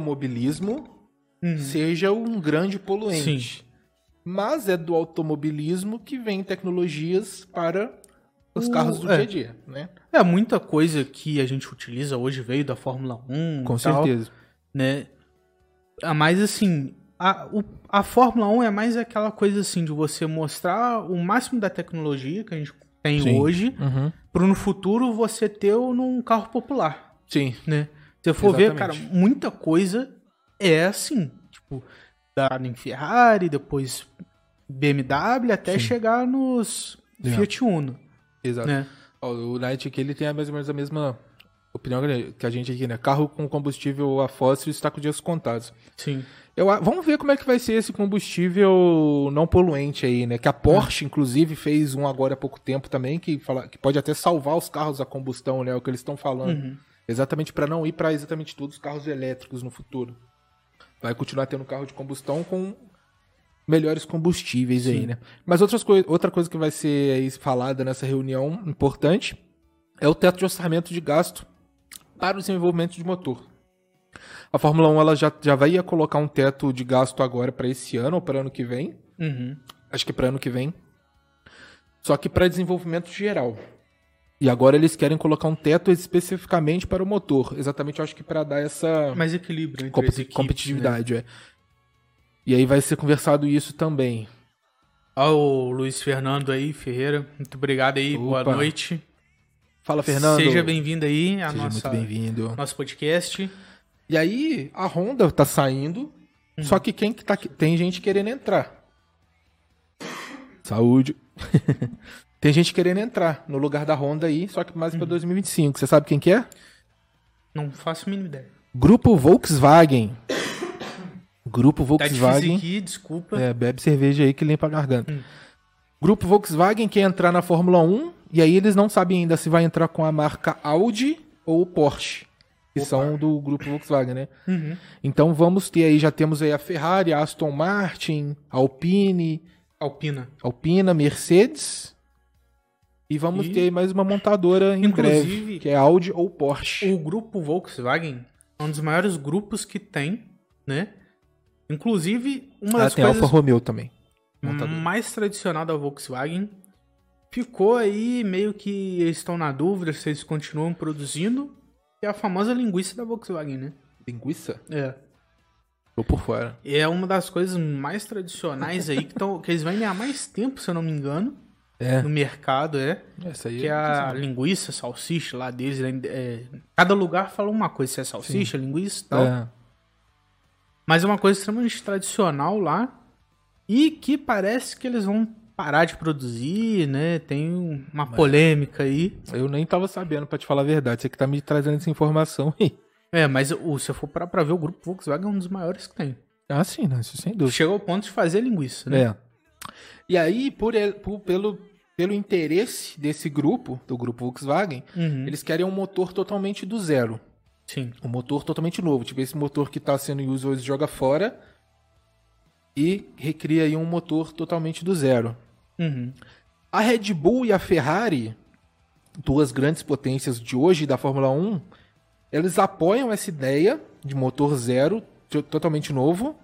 Speaker 2: automobilismo
Speaker 1: Uhum.
Speaker 2: seja um grande poluente.
Speaker 1: Sim.
Speaker 2: Mas é do automobilismo que vem tecnologias para os
Speaker 1: O-
Speaker 2: carros do
Speaker 1: é.
Speaker 2: dia a dia, né?
Speaker 1: É, muita coisa que a gente utiliza hoje veio da Fórmula 1.
Speaker 2: Então,
Speaker 1: e tal, né? Ah, Mas assim, a, o- a Fórmula 1 é mais aquela coisa assim de você mostrar o máximo da tecnologia que a gente tem
Speaker 2: Sim.
Speaker 1: hoje
Speaker 2: Uhum.
Speaker 1: para no futuro você ter o num carro popular,
Speaker 2: Sim.
Speaker 1: né? Se eu for ver, cara,
Speaker 2: Exatamente.
Speaker 1: muita coisa é assim, tipo, da em Ferrari, depois BMW até
Speaker 2: Sim.
Speaker 1: chegar nos
Speaker 2: É.
Speaker 1: Fiat Uno,
Speaker 2: Exato.
Speaker 1: né?
Speaker 2: Ó, O Knight aqui ele tem a mais ou menos a mesma opinião que a gente aqui, né? Carro com combustível a fóssil está com dias contados.
Speaker 1: Sim.
Speaker 2: Eu, a- vamos ver como é que vai ser esse combustível não poluente aí, né? Que a Porsche, inclusive, fez um agora há pouco tempo também, que, fala, que pode até salvar os carros a combustão, né? É o que eles estão falando.
Speaker 1: Uhum.
Speaker 2: Exatamente para não ir para exatamente todos os carros elétricos no futuro. Vai continuar tendo carro de combustão com melhores combustíveis aí,
Speaker 1: Sim.
Speaker 2: né? Mas outras coi outra coisa que vai ser aí falada nessa reunião importante é o teto de orçamento de gasto para o desenvolvimento de motor. A Fórmula 1 ela já, já vai ia colocar um teto de gasto agora para esse ano ou para ano que vem.
Speaker 1: Uhum.
Speaker 2: Acho que para ano que vem. Só que para desenvolvimento geral. E agora eles querem colocar um teto especificamente para o motor. Exatamente, eu acho que para dar essa
Speaker 1: Mais equilíbrio entre
Speaker 2: compe-
Speaker 1: as equipes, né?
Speaker 2: Então. competitividade. É. E aí vai ser conversado isso também.
Speaker 1: Ao Luiz Fernando aí, Ferreira, muito obrigado aí,
Speaker 2: Opa.
Speaker 1: boa noite.
Speaker 2: Fala, Fernando.
Speaker 1: Seja bem-vindo aí a
Speaker 2: Seja
Speaker 1: nossa,
Speaker 2: muito bem-vindo.
Speaker 1: nosso podcast.
Speaker 2: E aí a Honda tá saindo,
Speaker 1: Uhum.
Speaker 2: só que quem que tá tem gente querendo entrar. Saúde. tem gente querendo entrar no lugar da Honda aí, só que
Speaker 1: Uhum.
Speaker 2: mais para 2025. Você sabe quem que é?
Speaker 1: Não faço a mínima ideia.
Speaker 2: Grupo Volkswagen. Grupo
Speaker 1: Tá difícil
Speaker 2: Volkswagen.
Speaker 1: aqui, desculpa.
Speaker 2: É, bebe cerveja aí que limpa a garganta.
Speaker 1: Hum.
Speaker 2: Grupo Volkswagen quer entrar na Fórmula 1 e aí eles não sabem ainda se vai entrar com a marca Audi ou Porsche, que
Speaker 1: Opa.
Speaker 2: são do grupo Volkswagen, né?
Speaker 1: Uhum.
Speaker 2: Então vamos ter aí, já temos aí a Ferrari, a Aston Martin, a Alpine,
Speaker 1: Alpina.
Speaker 2: Alpina, Mercedes. E vamos
Speaker 1: E-
Speaker 2: ter aí mais uma montadora em
Speaker 1: Inclusive-
Speaker 2: breve, que é Audi ou Porsche.
Speaker 1: O grupo Volkswagen é um dos maiores grupos que tem, né? Inclusive, uma
Speaker 2: Ah,
Speaker 1: das
Speaker 2: tem
Speaker 1: coisas Hum.
Speaker 2: Alfa Romeo tá também. montadora.
Speaker 1: mais tradicional da Volkswagen ficou aí meio que eles estão na dúvida se eles continuam produzindo. que É a famosa linguiça da Volkswagen, né?
Speaker 2: Linguiça?
Speaker 1: É.
Speaker 2: Tô por fora.
Speaker 1: E É uma das coisas mais tradicionais aí que, tão, que eles vendem há mais tempo, se eu não me engano,
Speaker 2: É,
Speaker 1: no mercado, é.
Speaker 2: essa aí.
Speaker 1: Que
Speaker 2: eu não
Speaker 1: a
Speaker 2: sei.
Speaker 1: linguiça, salsicha lá deles, né, é, cada lugar fala uma coisa, se é salsicha, linguiça e tal.
Speaker 2: É.
Speaker 1: Mas é uma coisa extremamente tradicional lá e que parece que eles vão parar de produzir, né? Tem uma polêmica aí.
Speaker 2: É, Eu nem tava sabendo, pra te falar a verdade. Você que tá me trazendo essa informação aí.
Speaker 1: É, mas o, se eu for parar pra ver, o grupo Volkswagen é um dos maiores que tem.
Speaker 2: Ah, sim, não, isso sem dúvida.
Speaker 1: Chega ao ponto de fazer linguiça, né?
Speaker 2: É. E aí, por, el- por- pelo, pelo interesse desse grupo, do grupo Volkswagen,
Speaker 1: Uhum,
Speaker 2: eles querem um motor totalmente do zero.
Speaker 1: Sim.
Speaker 2: Um motor totalmente novo. Tipo, esse motor que tá sendo em uso hoje joga fora e recria aí um motor totalmente do zero.
Speaker 1: Uhum,
Speaker 2: A Red Bull e a Ferrari, duas grandes potências de hoje da Fórmula 1, eles apoiam essa ideia de motor zero, to- totalmente novo,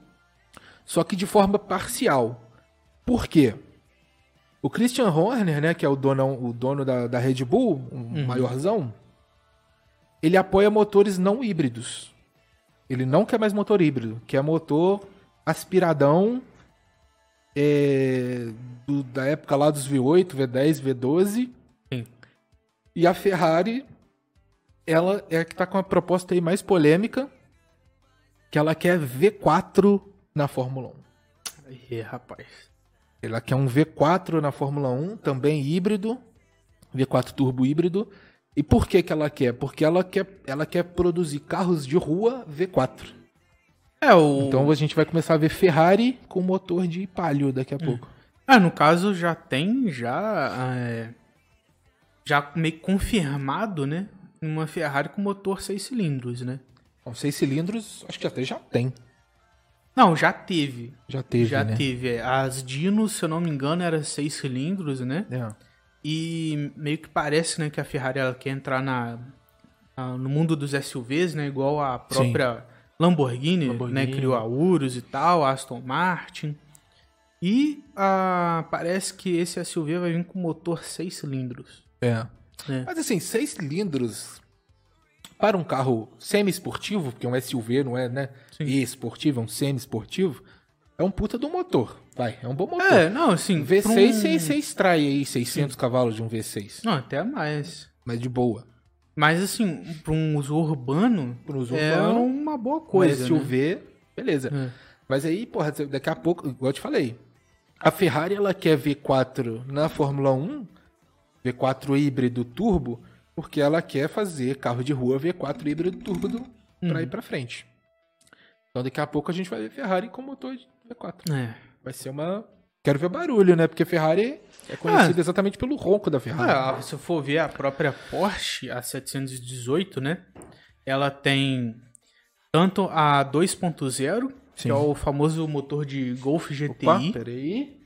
Speaker 2: só que de forma parcial. Por quê? O Christian Horner, né, que é o dono, o dono da, da Red Bull, um maiorzão, ele apoia motores não híbridos. Ele não quer mais motor híbrido, quer motor aspiradão é, do- da época lá dos V8, V10, V12.
Speaker 1: Sim.
Speaker 2: E a Ferrari, ela é a que tá com a proposta aí mais polêmica, que ela quer V4 na Fórmula 1.
Speaker 1: Ih, rapaz.
Speaker 2: Ela quer um V4 na Fórmula 1, também híbrido, V4 turbo híbrido. E por que que ela quer? Porque ela quer, ela quer produzir carros de rua V4.
Speaker 1: É, o...
Speaker 2: Então a gente vai começar a ver Ferrari com motor de Palio daqui a pouco.
Speaker 1: Ah, no caso já tem, já. é, já meio que confirmado, né? Uma Ferrari com motor 6 cilindros, né?
Speaker 2: Bom, seis cilindros, acho que até já tem.
Speaker 1: Não, já teve.
Speaker 2: Já teve,
Speaker 1: já
Speaker 2: né?
Speaker 1: teve. é. As Dino, se eu não me engano, era 6 cilindros, né?
Speaker 2: É.
Speaker 1: E meio que parece, né, que a Ferrari ela quer entrar na ah, no mundo dos SUVs, né? Igual a própria Lamborghini, né?
Speaker 3: Lamborghini.
Speaker 1: Criou a Urus e tal, a Aston Martin. E ah, parece que esse SUV vai vir com motor 6 cilindros.
Speaker 2: É.
Speaker 1: É.
Speaker 2: Mas assim, seis cilindros para um carro semi-esportivo, porque um SUV não é, né?
Speaker 1: Sim.
Speaker 2: E esportivo, é um semi-esportivo, é um puta do motor. Vai, é um bom motor.
Speaker 1: É, não, assim.
Speaker 2: Um
Speaker 1: pra
Speaker 2: V6,
Speaker 1: um-
Speaker 2: você você extrai aí 600 cavalos de um V6.
Speaker 1: Não, até mais.
Speaker 2: Mas de boa.
Speaker 1: Mas assim, para um uso urbano,
Speaker 2: Para uso
Speaker 1: é
Speaker 2: urbano,
Speaker 1: uma boa
Speaker 2: com
Speaker 1: coisa. né?
Speaker 2: SUV, beleza.
Speaker 1: É.
Speaker 2: Mas aí, porra, você- daqui a pouco, igual eu te falei, a Ferrari ela quer V4 na Fórmula 1, V4 híbrido turbo, porque ela quer fazer carro de rua V4 híbrido turbo do,
Speaker 1: Uhum.
Speaker 2: pra ir pra frente. Então daqui a pouco a gente vai ver Ferrari com motor de V4.
Speaker 1: É.
Speaker 2: Vai ser uma. Quero ver barulho, né? Porque Ferrari é conhecida exatamente pelo ronco da Ferrari.
Speaker 1: Ah, se eu for ver a própria Porsche, a 718, né? Ela tem tanto a 2.0, que
Speaker 2: Sim.
Speaker 1: é o famoso motor de Golf GTI.
Speaker 2: Opa, peraí.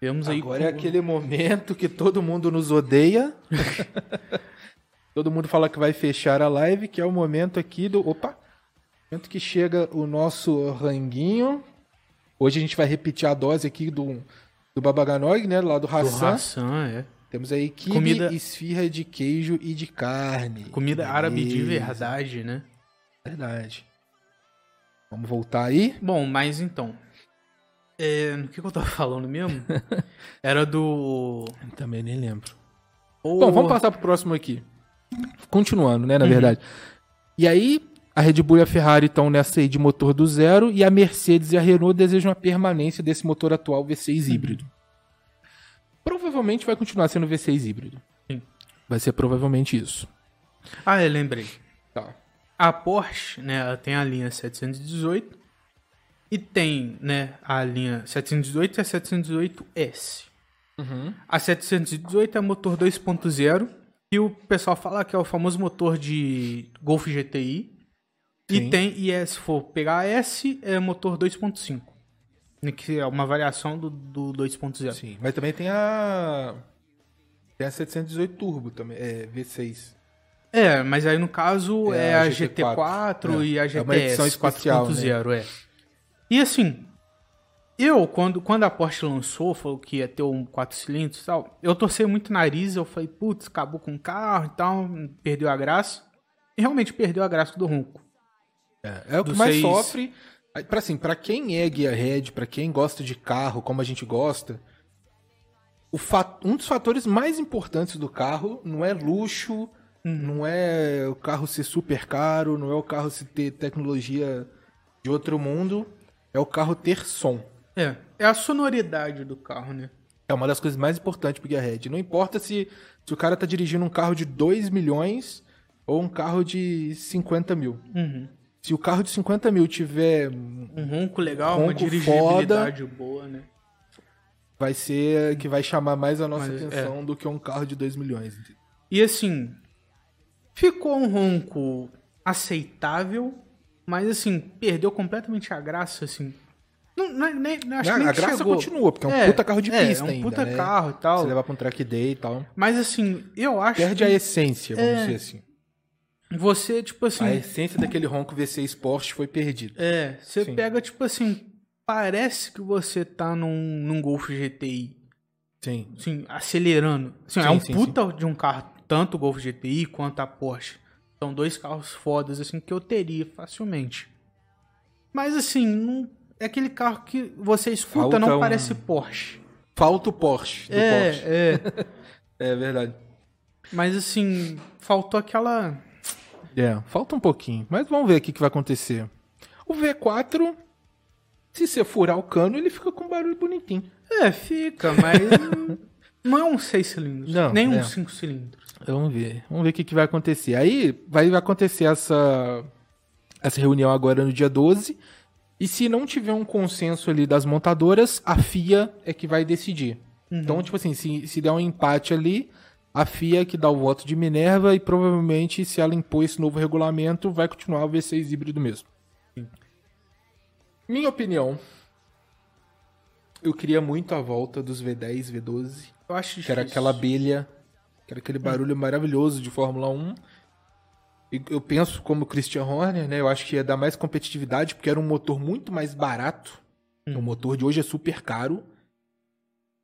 Speaker 1: Temos aí
Speaker 2: Agora é aquele momento que todo mundo nos odeia. todo mundo fala que vai fechar a live, que é o momento aqui do. Opa! Momento que chega o nosso ranguinho. Hoje a gente vai repetir a dose aqui do, do Babaganog, né? Lá do
Speaker 1: do
Speaker 2: Hassan.
Speaker 1: Hassan, é.
Speaker 2: Temos aí kibe,
Speaker 1: Comida-
Speaker 2: esfirra de queijo e de carne.
Speaker 1: Comida
Speaker 2: Beleza.
Speaker 1: árabe de verdade, né?
Speaker 2: Verdade. Vamos voltar aí.
Speaker 1: Bom, mas então. É, no que, que eu tava falando mesmo? Era do.
Speaker 2: Também nem lembro.
Speaker 1: o- Uhum.
Speaker 2: Bom, vamos passar pro próximo aqui. Continuando, né, na verdade. E aí, a Red Bull e a Ferrari estão nessa aí de motor do zero e a Mercedes e a Renault desejam a permanência desse motor atual V6
Speaker 1: Uhum.
Speaker 2: híbrido. Provavelmente vai continuar sendo V6 híbrido.
Speaker 1: Sim.
Speaker 2: Vai ser provavelmente isso.
Speaker 1: Ah, eu lembrei.
Speaker 2: Tá.
Speaker 1: A Porsche, né, ela tem a linha 718 e tem, né, a linha 718 e a 718S. A 718 é motor 2.0 e o pessoal fala que é o famoso motor de Golf GTI.
Speaker 2: Sim.
Speaker 1: E tem, e é, se for pegar a S, é motor 2.5, né, que é uma variação do, do 2.0.
Speaker 2: Sim. Mas também tem a. Tem a 718 Turbo também. É, V6.
Speaker 1: É, mas aí no caso é,
Speaker 2: É a
Speaker 1: a
Speaker 2: GT4,
Speaker 1: GT4
Speaker 2: é.
Speaker 1: e a
Speaker 2: É uma edição
Speaker 1: GTS
Speaker 2: especial,
Speaker 1: 4.0, é. E assim, eu, quando, quando a Porsche lançou, falou que ia ter um 4 cilindros e tal, eu torci muito o nariz, eu falei, putz, acabou com o carro e tal, perdeu a graça. E realmente perdeu a graça do ronco.
Speaker 2: É, é o que
Speaker 1: Do
Speaker 2: mais
Speaker 1: seis.
Speaker 2: sofre. Aí, Pra, assim, pra quem é Gearhead, pra quem gosta de carro, como a gente gosta, o fa- um dos fatores mais importantes do carro não é luxo,
Speaker 1: Uhum.
Speaker 2: não é o carro ser super caro, não é o carro se ter tecnologia de outro mundo, é o carro ter som.
Speaker 1: É, é a sonoridade do carro, né?
Speaker 2: É uma das coisas mais importantes pro Gearhead. Não importa se, se o cara tá dirigindo um carro de 2 milhões ou um carro de 50 mil.
Speaker 1: Uhum.
Speaker 2: Se o carro de 50 mil tiver
Speaker 1: Um ronco legal, uma
Speaker 2: Ronco
Speaker 1: dirigibilidade boa, né?
Speaker 2: vai ser que vai chamar mais a nossa
Speaker 1: Mas, é.
Speaker 2: atenção do que um carro de 2 milhões.
Speaker 1: E assim, ficou um ronco aceitável, mas assim, perdeu completamente a graça, assim. Não, não, é- nem, não- acho
Speaker 2: Não,
Speaker 1: que nem
Speaker 2: a
Speaker 1: que
Speaker 2: graça
Speaker 1: chegou.
Speaker 2: continua, porque é um puta carro de pista
Speaker 1: é um
Speaker 2: ainda,
Speaker 1: puta
Speaker 2: né?
Speaker 1: carro e tal.
Speaker 2: Você levar pra um track day e tal.
Speaker 1: Mas assim, eu acho
Speaker 2: Perde
Speaker 1: que é,
Speaker 2: a essência, vamos dizer assim.
Speaker 1: você, tipo assim,
Speaker 2: A essência daquele ronco V6 Porsche foi perdida.
Speaker 1: é, você
Speaker 2: Sim.
Speaker 1: pega, tipo assim, parece que você tá num, num Golf GTI,
Speaker 2: Sim.
Speaker 1: assim, acelerando. Assim,
Speaker 2: Sim,
Speaker 1: é um
Speaker 2: sim,
Speaker 1: puta de um carro, tanto o Golf GTI quanto a Porsche. São dois carros fodas, assim, que eu teria facilmente. Mas, assim, não- é aquele carro que você escuta,
Speaker 2: Falta
Speaker 1: não
Speaker 2: um-
Speaker 1: parece Porsche.
Speaker 2: Falta o Porsche do
Speaker 1: é,
Speaker 2: Porsche.
Speaker 1: é.
Speaker 2: É verdade.
Speaker 1: Mas, assim, faltou aquela...
Speaker 2: É, falta um pouquinho. Mas vamos ver o que, que vai acontecer. O V4, se você furar o cano, ele fica com um barulho bonitinho.
Speaker 1: É, fica, mas... não é um seis cilindros,
Speaker 2: Não,
Speaker 1: nem
Speaker 2: é.
Speaker 1: um cinco cilindros.
Speaker 2: Vamos ver. Vamos ver o que, que vai acontecer. Aí vai acontecer essa, essa reunião agora no dia 12. E se não tiver um consenso ali das montadoras, a FIA é que vai decidir. Então, tipo assim, se, se der um empate ali, a FIA é que dá o voto de Minerva e provavelmente, se ela impor esse novo regulamento, vai continuar o V6 híbrido mesmo. Minha opinião. Eu queria muito a volta dos V10, V12,
Speaker 1: Eu acho
Speaker 2: que era
Speaker 1: difícil.
Speaker 2: aquela abelha, que era aquele barulho maravilhoso de Fórmula 1. E eu penso como Christian Horner, né? Eu acho que ia dar mais competitividade, porque era um motor muito mais barato.
Speaker 1: Uhum.
Speaker 2: O motor de hoje é super caro.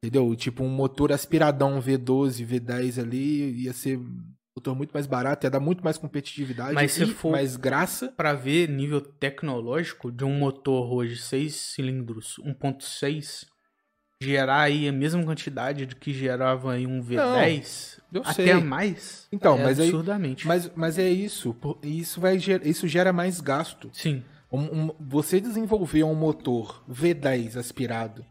Speaker 2: Entendeu? Tipo, um motor aspiradão V12, V10 ali ia ser um motor muito mais barato, ia dar muito mais competitividade,
Speaker 1: Mas se
Speaker 2: e
Speaker 1: for-
Speaker 2: mais graça.
Speaker 1: Pra ver nível tecnológico de um motor hoje 6 cilindros, 1.6, gerar aí a mesma quantidade do que gerava aí um V10,
Speaker 2: eu
Speaker 1: até
Speaker 2: sei.
Speaker 1: mais.
Speaker 2: Então,
Speaker 1: é
Speaker 2: mas aí-
Speaker 1: absurdamente.
Speaker 2: Mas, mas é isso. por- Isso, vai, ger- isso gera mais gasto.
Speaker 1: Sim.
Speaker 2: Um- um- você desenvolver um motor V10 aspirado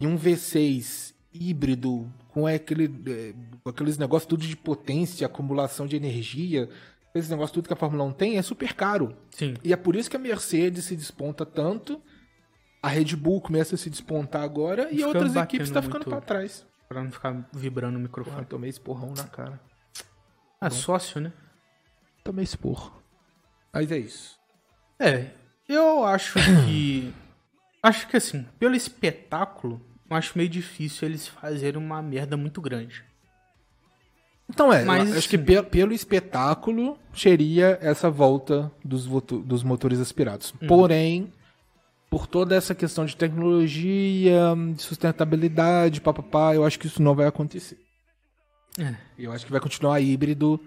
Speaker 2: e um V6 híbrido com aquele, eh, com aqueles negócios tudo de potência, acumulação de energia, esses negócios tudo que a Fórmula 1 tem, é super caro.
Speaker 1: Sim.
Speaker 2: E é por isso que a Mercedes se desponta tanto, a Red Bull começa a se despontar agora e
Speaker 1: Ficando
Speaker 2: outras
Speaker 1: batendo
Speaker 2: equipes estão ficando
Speaker 1: muito.
Speaker 2: pra trás.
Speaker 1: Pra não ficar vibrando o
Speaker 2: Porra,
Speaker 1: microfone.
Speaker 2: tomei esporrão na cara.
Speaker 1: Ah, sócio, né?
Speaker 2: Tomei esporro. Mas é isso.
Speaker 1: É, eu acho que. acho que assim, pelo espetáculo, eu acho meio difícil eles fazerem uma merda muito grande.
Speaker 2: Então é,
Speaker 1: Mas,
Speaker 2: eu acho
Speaker 1: assim-
Speaker 2: que pe- pelo espetáculo seria essa volta dos, voto- dos motores aspirados.
Speaker 1: Uhum.
Speaker 2: Porém, por toda essa questão de tecnologia, de sustentabilidade, papapá, eu acho que isso não vai acontecer.
Speaker 1: É.
Speaker 2: Eu acho que vai continuar híbrido,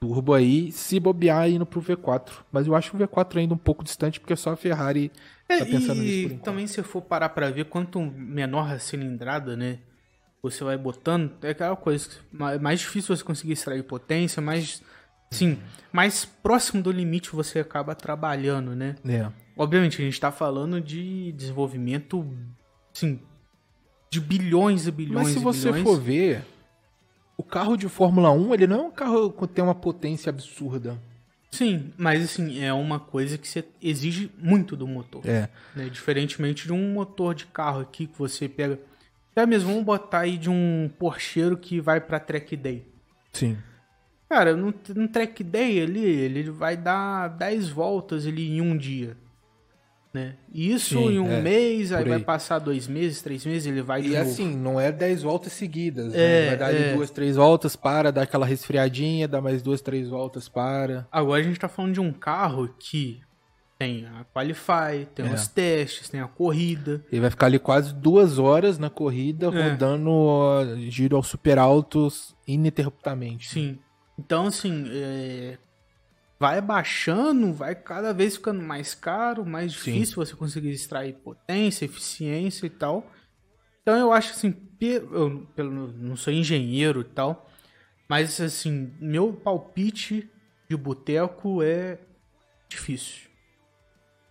Speaker 2: turbo aí, se bobear indo pro V4. Mas eu acho o V4 ainda um pouco distante, porque só a Ferrari tá pensando nisso por
Speaker 1: É, e
Speaker 2: enquanto.
Speaker 1: também se eu for parar pra ver quanto menor a cilindrada, né? Você vai botando, é aquela coisa que ma- é mais difícil você conseguir extrair potência, mais sim, mais próximo do limite você acaba trabalhando, né?
Speaker 2: É.
Speaker 1: Obviamente a gente tá falando de desenvolvimento sim, de bilhões e bilhões
Speaker 2: Mas se
Speaker 1: e
Speaker 2: você
Speaker 1: bilhões.
Speaker 2: for ver, o carro de Fórmula 1, ele não é um carro que tem uma potência absurda.
Speaker 1: Sim, mas assim, é uma coisa que você exige muito do motor.
Speaker 2: É.
Speaker 1: né? Diferentemente de um motor de carro aqui que você pega. Até mesmo vamos botar aí de um porcheiro que vai pra track day.
Speaker 2: Sim.
Speaker 1: Cara, no, no track day ali, ele vai dar 10 voltas ali em um dia. Né? E Isso
Speaker 2: Sim,
Speaker 1: em um
Speaker 2: é,
Speaker 1: mês, aí
Speaker 2: por
Speaker 1: vai
Speaker 2: aí.
Speaker 1: passar dois meses, três meses, ele vai de
Speaker 2: E
Speaker 1: novo.
Speaker 2: assim, não é 10 voltas seguidas.
Speaker 1: É,
Speaker 2: né? Vai dar ali
Speaker 1: é.
Speaker 2: duas, três voltas, para, dá aquela resfriadinha, dá mais duas, três voltas, para.
Speaker 1: Agora a gente tá falando de um carro que tem a Qualify, tem
Speaker 2: É.
Speaker 1: os testes, tem a corrida.
Speaker 2: Ele vai ficar ali quase duas horas na corrida,
Speaker 1: É.
Speaker 2: rodando ó, giro ao super altos ininterruptamente.
Speaker 1: Sim. Então, assim, é, vai baixando, vai cada vez ficando mais caro, mais
Speaker 2: Sim.
Speaker 1: difícil você conseguir extrair potência, eficiência e tal. Então, eu acho assim, pe- eu pelo- não sou engenheiro e tal, mas, assim, meu palpite de boteco é difícil.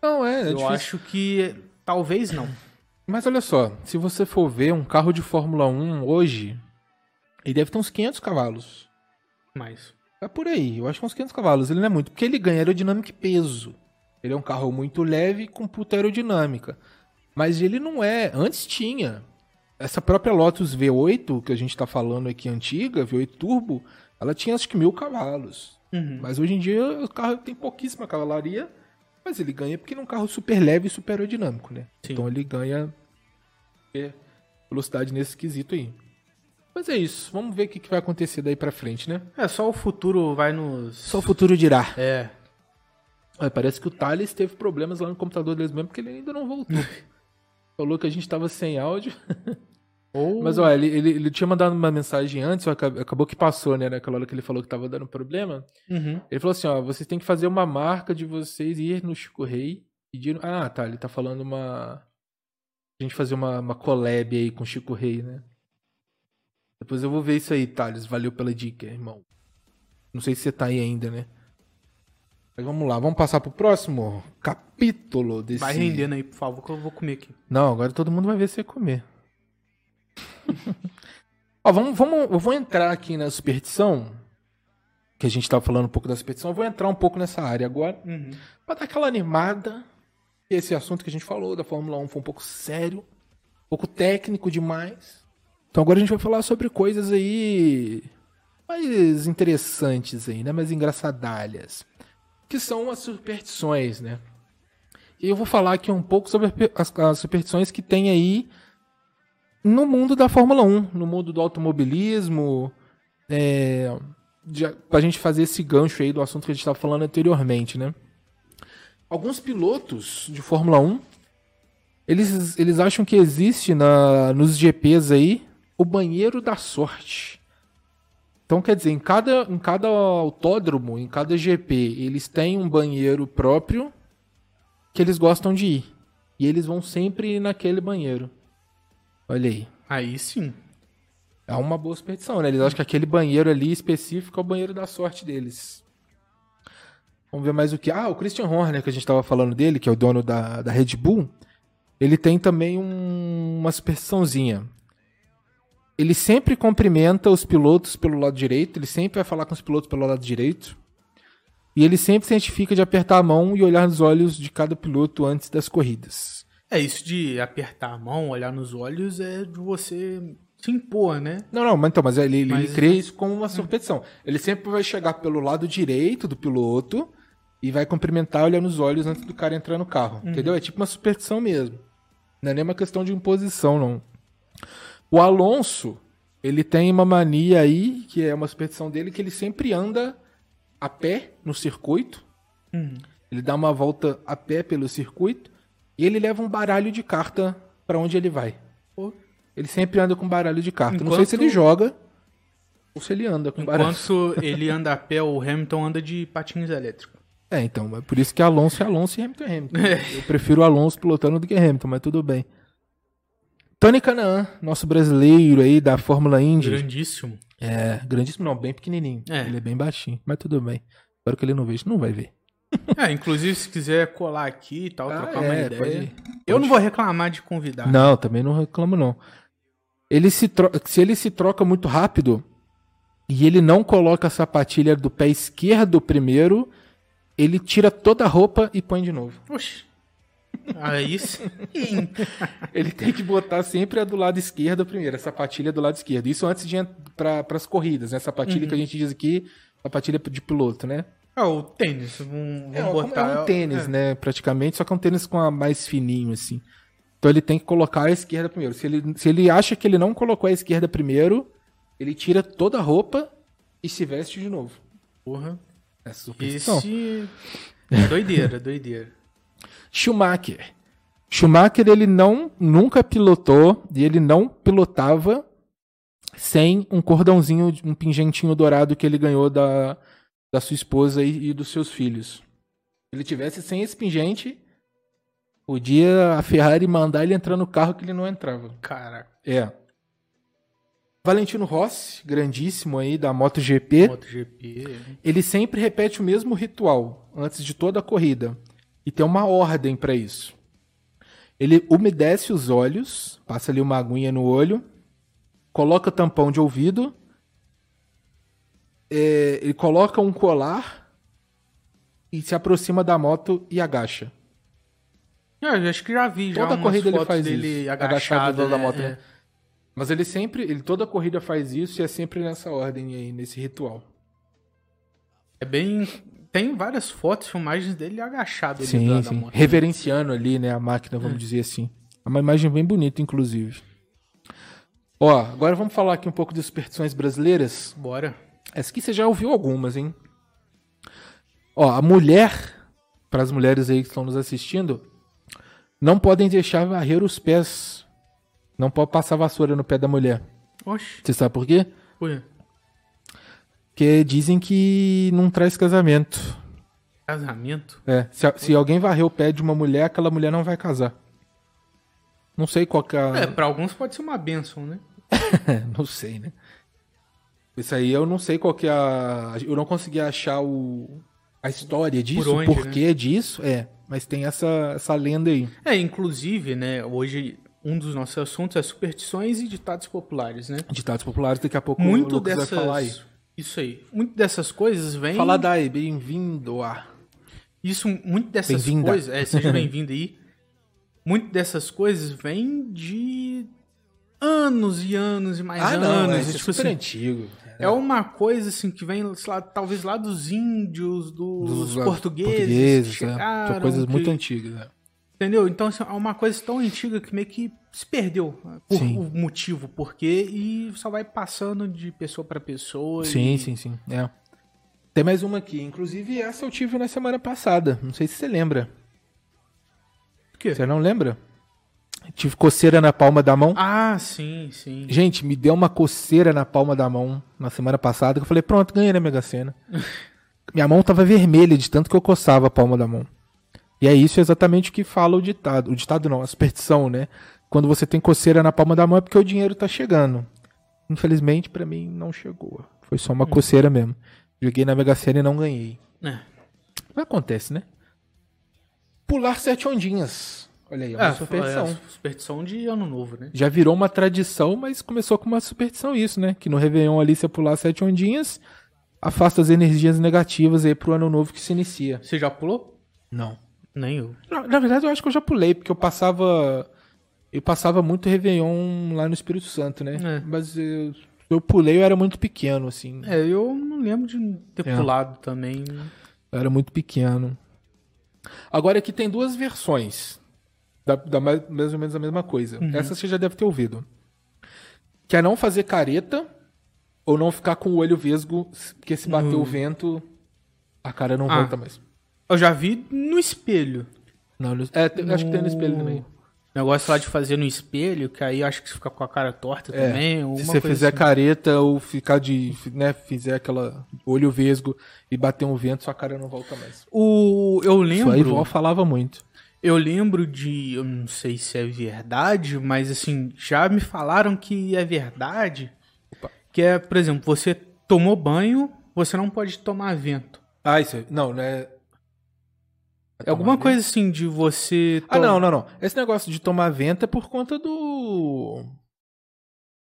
Speaker 2: Não, é, é
Speaker 1: eu
Speaker 2: difícil.
Speaker 1: acho que talvez não.
Speaker 2: Mas olha só, se você for ver um carro de Fórmula 1 hoje, ele deve ter uns 500 cavalos.
Speaker 1: Mas,
Speaker 2: É por aí, eu acho que uns 500 cavalos. Ele não é muito, porque ele ganha aerodinâmica e peso. Ele é um carro muito leve com puta aerodinâmica. Mas ele não é. Antes tinha. Essa própria Lotus V8, que a gente tá falando aqui, antiga, V8 Turbo, ela tinha acho que mil cavalos.
Speaker 1: uhum.
Speaker 2: Mas hoje em dia o carro tem pouquíssima cavalaria, mas ele ganha porque ele é um carro super leve e super aerodinâmico, né?
Speaker 1: Sim.
Speaker 2: Então ele ganha é, velocidade nesse quesito aí. Mas é isso, vamos ver o que que vai acontecer daí pra frente, né?
Speaker 1: é só o futuro vai nos...
Speaker 2: Só o futuro dirá.
Speaker 1: É,
Speaker 2: Olha, parece que o Thales teve problemas lá no computador deles mesmo, porque ele ainda não voltou. Falou que a gente tava sem áudio.
Speaker 1: ou...
Speaker 2: Mas olha, ele, ele- ele tinha mandado uma mensagem antes, aca- acabou que passou, né? Naquela hora que ele falou que tava dando problema.
Speaker 1: Uhum.
Speaker 2: Ele falou assim: ó, vocês têm que fazer uma marca de vocês ir no Chico Rei pedir. Ah, tá, ele tá falando uma. A gente fazer uma, uma collab aí com o Chico Rei, né? Depois eu vou ver isso aí, Thales. Valeu pela dica, irmão. Não sei se você tá aí ainda, né? Mas vamos lá, vamos passar pro próximo capítulo desse.
Speaker 1: Vai rendendo aí, por favor, que eu vou comer aqui.
Speaker 2: Não, agora todo mundo vai ver você comer. Ó, vamos, vamos, eu vou entrar aqui na superstição, que a gente tava falando um pouco da superstição, eu vou entrar um pouco nessa área agora,
Speaker 1: Uhum.
Speaker 2: pra dar aquela animada. Esse assunto que a gente falou da Fórmula 1 foi um pouco sério, um pouco técnico demais. Então agora a gente vai falar sobre coisas aí mais interessantes aí, né, mais engraçadalhas, que são as superstições, né? E eu vou falar aqui um pouco sobre as, as superstições que tem um, aí no mundo da Fórmula 1, no mundo do automobilismo, É, já, pra gente fazer esse gancho aí do assunto que a gente estava falando anteriormente, né? Alguns pilotos de Fórmula 1, eles, eles acham que existe na, nos GPs aí o banheiro da sorte. Então, quer dizer, em cada, em cada autódromo, em cada GP, eles têm um banheiro próprio que eles gostam de ir. E eles vão sempre naquele banheiro. Olha aí.
Speaker 1: Aí sim.
Speaker 2: É uma boa superstição, né? Eles acham que aquele banheiro ali específico é o banheiro da sorte deles. Vamos ver mais o que. Ah, o Christian Horner, que a gente tava falando dele, que é o dono da, da Red Bull, ele tem também um, uma superstiçãozinha. Ele sempre cumprimenta os pilotos pelo lado direito, ele sempre vai falar com os pilotos pelo lado direito. E ele sempre se identifica de apertar a mão e olhar nos olhos de cada piloto antes das corridas.
Speaker 1: É, isso de apertar a mão, olhar nos olhos, é de você se impor, né?
Speaker 2: Não, não, mas então, mas ele, mas... ele cria isso como uma superstição. Ele sempre vai chegar pelo lado direito do piloto e vai cumprimentar olhar nos olhos antes do cara entrar no carro. Uhum. Entendeu? É tipo uma superstição mesmo. Não é nem uma questão de imposição, não. O Alonso, ele tem uma mania aí, que é uma superstição dele, que ele sempre anda a pé no circuito.
Speaker 1: Uhum.
Speaker 2: Ele dá uma volta a pé pelo circuito e ele leva um baralho de carta para onde ele vai.
Speaker 1: Pô.
Speaker 2: Ele sempre anda com baralho de carta. Enquanto... Não sei se ele joga ou se ele anda com
Speaker 1: Enquanto
Speaker 2: baralho.
Speaker 1: Enquanto ele anda a pé, o Hamilton anda de patins elétricos.
Speaker 2: É, então, é por isso que Alonso é Alonso e Hamilton é Hamilton. É. Eu prefiro Alonso pilotando do que Hamilton, mas tudo bem. Tony Canaan, nosso brasileiro aí da Fórmula Indy.
Speaker 1: Grandíssimo.
Speaker 2: É, grandíssimo não, bem pequenininho.
Speaker 1: É.
Speaker 2: Ele é bem baixinho, mas tudo bem. Espero que ele não veja, não vai ver.
Speaker 1: É, inclusive se quiser colar aqui e tal,
Speaker 2: Ah,
Speaker 1: trocar uma
Speaker 2: é,
Speaker 1: ideia.
Speaker 2: pode-
Speaker 1: Eu não vou reclamar de convidar.
Speaker 2: Não, também não reclamo não. Ele se, tro- se ele se troca muito rápido e ele não coloca a sapatilha do pé esquerdo primeiro, ele tira toda a roupa e põe de novo.
Speaker 1: Oxi. Aí sim.
Speaker 2: Ele tem que botar sempre a do lado esquerdo primeiro, a sapatilha do lado esquerdo. Isso antes de para as corridas, né? Sapatilha que a gente diz aqui, sapatilha de piloto, né?
Speaker 1: É o tênis. Vamos,
Speaker 2: É,
Speaker 1: vamos
Speaker 2: como
Speaker 1: botar.
Speaker 2: é um tênis,
Speaker 1: é.
Speaker 2: né? Praticamente, só que é um tênis com a mais fininho, assim. Então ele tem que colocar a esquerda primeiro. Se ele, se ele acha que ele não colocou a esquerda primeiro, ele tira toda a roupa e se veste de novo.
Speaker 1: Porra.
Speaker 2: É superstição.
Speaker 1: Esse. Doideira, doideira.
Speaker 2: Schumacher. Schumacher, ele não, nunca pilotou e ele não pilotava sem um cordãozinho, um pingentinho dourado que ele ganhou da, da sua esposa e, e dos seus filhos. Se ele tivesse sem esse pingente, podia a Ferrari mandar ele entrar no carro que ele não entrava.
Speaker 1: Caraca.
Speaker 2: É. Valentino Rossi, grandíssimo aí da MotoGP.
Speaker 1: MotoGP.
Speaker 2: Ele sempre repete o mesmo ritual antes de toda a corrida e tem uma ordem para isso. Ele umedece os olhos, passa ali uma aguinha no olho, coloca tampão de ouvido, é, ele coloca um colar e se aproxima da moto e agacha.
Speaker 1: Ah, Eu acho que já vi já
Speaker 2: Toda
Speaker 1: umas
Speaker 2: corrida ele
Speaker 1: fotos
Speaker 2: faz
Speaker 1: dele
Speaker 2: isso,
Speaker 1: agachado,
Speaker 2: do lado da
Speaker 1: né?
Speaker 2: moto.
Speaker 1: É.
Speaker 2: né? Mas ele sempre, ele toda corrida faz isso e é sempre nessa ordem aí, nesse ritual.
Speaker 1: É bem. Tem várias fotos, filmagens dele agachado ali do
Speaker 2: Sim,
Speaker 1: lado da
Speaker 2: sim.
Speaker 1: moto.
Speaker 2: Reverenciando ali, né, a máquina, vamos dizer assim. É uma imagem bem bonita, inclusive. Ó, agora vamos falar aqui um pouco de superstições brasileiras.
Speaker 1: Bora.
Speaker 2: Essa aqui você já ouviu algumas, hein? Ó, a mulher, para as mulheres aí que estão nos assistindo, não podem deixar varrer os pés. Não pode passar vassoura no pé da mulher.
Speaker 1: Oxi.
Speaker 2: Você sabe por quê?
Speaker 1: Ué.
Speaker 2: Porque dizem que não traz casamento.
Speaker 1: Casamento?
Speaker 2: É, se, a- se alguém varrer o pé de uma mulher, aquela mulher não vai casar. Não sei qual que é. a-
Speaker 1: É, pra alguns pode ser uma benção, né?
Speaker 2: não sei, né? Isso aí eu não sei qual que é a. Eu não consegui achar o... a história disso,
Speaker 1: Por onde, né?
Speaker 2: o porquê disso. É, mas tem essa, essa lenda aí.
Speaker 1: É, inclusive, né, hoje um dos nossos assuntos é superstições e ditados populares, né?
Speaker 2: Ditados populares, daqui a pouco o
Speaker 1: Muito
Speaker 2: Lucas
Speaker 1: dessas.
Speaker 2: vai falar aí.
Speaker 1: Isso aí. Muito dessas coisas vem.
Speaker 2: Fala daí, bem-vindo a.
Speaker 1: Isso, muito dessas
Speaker 2: Bem-vinda.
Speaker 1: coisas. É, seja bem-vindo aí. Muito dessas coisas vem de anos e anos e mais anos.
Speaker 2: é, né?
Speaker 1: e,
Speaker 2: isso é
Speaker 1: tipo
Speaker 2: super
Speaker 1: assim,
Speaker 2: antigo.
Speaker 1: é uma coisa assim que vem, sei lá, talvez lá dos índios, dos,
Speaker 2: ah,
Speaker 1: portugueses. que
Speaker 2: portugueses, né?
Speaker 1: chegaram,
Speaker 2: São coisas
Speaker 1: que-
Speaker 2: muito antigas, né?
Speaker 1: Entendeu? Então assim, é uma coisa tão antiga que meio que se perdeu né, por
Speaker 2: Sim.
Speaker 1: o motivo, por quê, e só vai passando de pessoa pra pessoa.
Speaker 2: Sim,
Speaker 1: e-
Speaker 2: sim, sim. É. Tem mais uma aqui. Inclusive, essa eu tive na semana passada. Não sei se você lembra.
Speaker 1: Por quê?
Speaker 2: Você não lembra? Tive coceira na palma da mão.
Speaker 1: Ah, sim, sim.
Speaker 2: Gente, me deu uma coceira na palma da mão na semana passada. Que eu falei, pronto, ganhei na Mega Sena. Minha mão tava vermelha de tanto que eu coçava a palma da mão. E é isso exatamente o que fala o ditado. O ditado não, a superstição, né? Quando você tem coceira na palma da mão é porque o dinheiro tá chegando. Infelizmente, pra mim, não chegou. Foi só uma coceira mesmo. Joguei na Mega Sena e não ganhei.
Speaker 1: É.
Speaker 2: Mas acontece, né? Pular sete ondinhas. Olha aí, é uma
Speaker 1: É,
Speaker 2: superstição.
Speaker 1: é, superstição de ano novo, né?
Speaker 2: Já virou uma tradição, mas começou com uma superstição isso, né? Que no Réveillon ali você pular sete ondinhas, afasta as energias negativas aí pro ano novo que se inicia.
Speaker 1: Você já pulou?
Speaker 2: Não.
Speaker 1: Nem eu.
Speaker 2: Na, na verdade, eu acho que eu já pulei, porque eu passava. Eu passava muito Réveillon lá no Espírito Santo, né?
Speaker 1: É.
Speaker 2: Mas eu, eu pulei, eu era muito pequeno, assim.
Speaker 1: É, eu não lembro de ter
Speaker 2: É.
Speaker 1: pulado também.
Speaker 2: Eu era muito pequeno. Agora aqui tem duas versões. Da, da mais, mais ou menos a mesma coisa.
Speaker 1: Uhum.
Speaker 2: Essa você já deve ter ouvido. Que é não fazer careta ou não ficar com o olho vesgo, s- porque se bater o vento, a cara não
Speaker 1: Hum. Ah.
Speaker 2: volta mais.
Speaker 1: Eu já vi no espelho.
Speaker 2: Não, no- é, tem- acho que tem no espelho também.
Speaker 1: Negócio lá de fazer no espelho, que aí eu acho que você fica com a cara torta também.
Speaker 2: É. Se
Speaker 1: alguma
Speaker 2: você
Speaker 1: coisa
Speaker 2: fizer
Speaker 1: assim.
Speaker 2: careta ou ficar de. fi- né, fizer aquela olho vesgo e bater um vento, sua cara não volta mais.
Speaker 1: O, eu
Speaker 2: Isso aí vó
Speaker 1: lembro.
Speaker 2: falava muito.
Speaker 1: Eu lembro de. Eu não sei se é verdade, mas assim, já me falaram que é verdade.
Speaker 2: Opa.
Speaker 1: Que é, por exemplo, você tomou banho, você não pode tomar vento.
Speaker 2: Ah, isso aí. Não, né?
Speaker 1: É alguma coisa assim de você.
Speaker 2: Ah,
Speaker 1: to-
Speaker 2: não, não, não. Esse negócio de tomar vento é por conta do.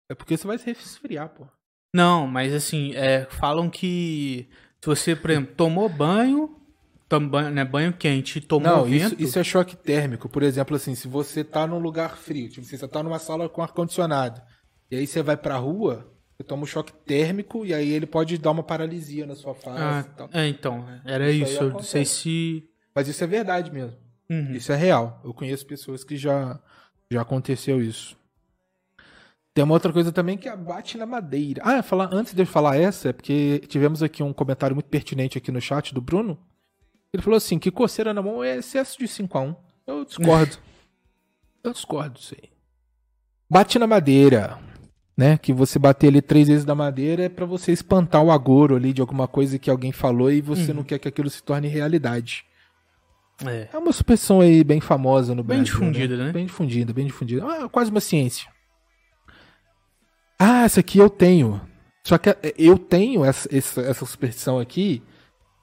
Speaker 2: É porque você vai se resfriar, pô.
Speaker 1: Não, mas assim, é, falam que se você, por exemplo, tomou banho, tom, banho, né, banho quente e tomou
Speaker 2: não, isso,
Speaker 1: vento.
Speaker 2: isso é choque térmico. Por exemplo, assim, se você tá num lugar frio, tipo, você tá numa sala com ar-condicionado, e aí você vai pra rua, você toma um choque térmico, e aí ele pode dar uma paralisia na sua face
Speaker 1: Ah,
Speaker 2: e tal.
Speaker 1: é, então, era
Speaker 2: Isso
Speaker 1: isso.
Speaker 2: aí
Speaker 1: eu não sei
Speaker 2: acontece.
Speaker 1: se.
Speaker 2: Mas isso é verdade mesmo.
Speaker 1: Uhum.
Speaker 2: Isso é real. Eu conheço pessoas que já, já aconteceu isso. Tem uma outra coisa também que abate na madeira. Ah, falar, antes de eu falar essa, é porque tivemos aqui um comentário muito pertinente aqui no chat do Bruno. Ele falou assim: que coceira na mão é excesso de 5 a 1 Eu discordo. eu discordo disso aí. Bate na madeira. Né? Que você bater ali três vezes na madeira é pra você espantar o agouro ali de alguma coisa que alguém falou e você não quer que aquilo se torne realidade.
Speaker 1: É.
Speaker 2: É uma superstição aí bem famosa no
Speaker 1: Bem
Speaker 2: Brasil.
Speaker 1: difundida, né?
Speaker 2: Bem difundida, bem difundida. Ah, quase uma ciência. Ah, essa aqui eu tenho. Só que eh, eu tenho essa, essa, essa superstição aqui,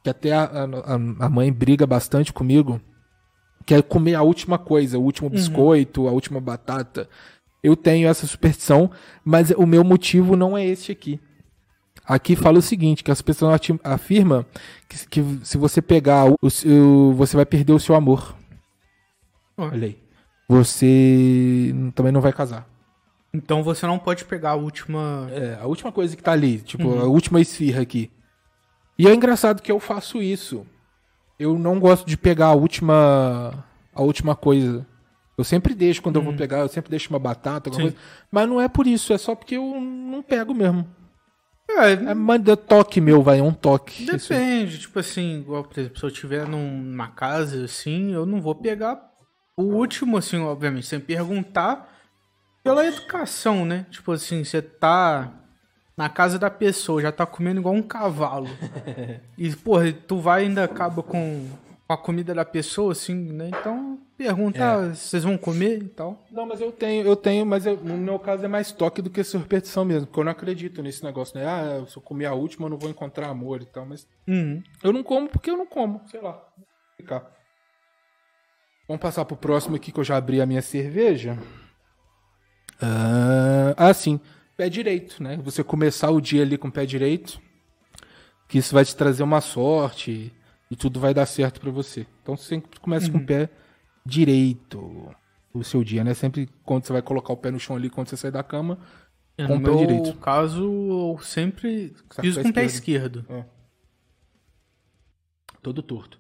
Speaker 2: que até a, a- a- a mãe briga bastante comigo, que é comer a última coisa, o último
Speaker 1: Uhum.
Speaker 2: biscoito, a última batata. Eu tenho essa superstição, mas o meu motivo não é esse aqui. Aqui fala o seguinte, que as pessoas ati- afirma que, que se você pegar o seu, você vai perder o seu amor.
Speaker 1: Ó.
Speaker 2: Olha aí. Você n- também não vai casar.
Speaker 1: Então você não pode pegar a última.
Speaker 2: É, a última coisa que tá ali, tipo, a última esfirra aqui. E é engraçado que eu faço isso. Eu não gosto de pegar a última a última coisa. Eu sempre deixo quando eu vou pegar, eu sempre deixo uma batata, alguma
Speaker 1: Sim.
Speaker 2: coisa. Mas não é por isso, é só porque eu não pego mesmo.
Speaker 1: É,
Speaker 2: É manda toque meu, vai, é um toque. Isso
Speaker 1: Depende, tipo assim, igual, por exemplo, se eu tiver num- numa casa assim, eu não vou pegar o último, assim, obviamente, sem perguntar pela educação, né? Tipo assim, você tá na casa da pessoa, já tá comendo igual um cavalo. e, porra, tu vai e ainda acaba com, com a comida da pessoa, assim, né? Então, pergunta,
Speaker 2: É.
Speaker 1: ah, vocês vão comer e tal.
Speaker 2: Não, mas eu tenho, eu tenho, mas eu- no meu caso é mais toque do que superstição mesmo, porque eu não acredito nesse negócio, né? Ah, se eu comer a última, eu não vou encontrar amor e tal, mas
Speaker 1: Uhum.
Speaker 2: eu não como porque eu não como, sei lá. Vou explicar. Vamos passar pro próximo aqui que eu já abri a minha cerveja. Ah, ah, sim. Pé direito, né? Você começar o dia ali com o pé direito, que isso vai te trazer uma sorte e tudo vai dar certo pra você. Então você sempre começa com o pé direito o seu dia, né? Sempre quando você vai colocar o pé no chão ali, quando você sai da cama.
Speaker 1: É,
Speaker 2: Com
Speaker 1: no
Speaker 2: o pé
Speaker 1: meu
Speaker 2: direito.
Speaker 1: caso, eu sempre
Speaker 2: Tá
Speaker 1: piso
Speaker 2: com
Speaker 1: com
Speaker 2: o
Speaker 1: o pé
Speaker 2: esquerdo.
Speaker 1: esquerdo.
Speaker 2: Todo torto.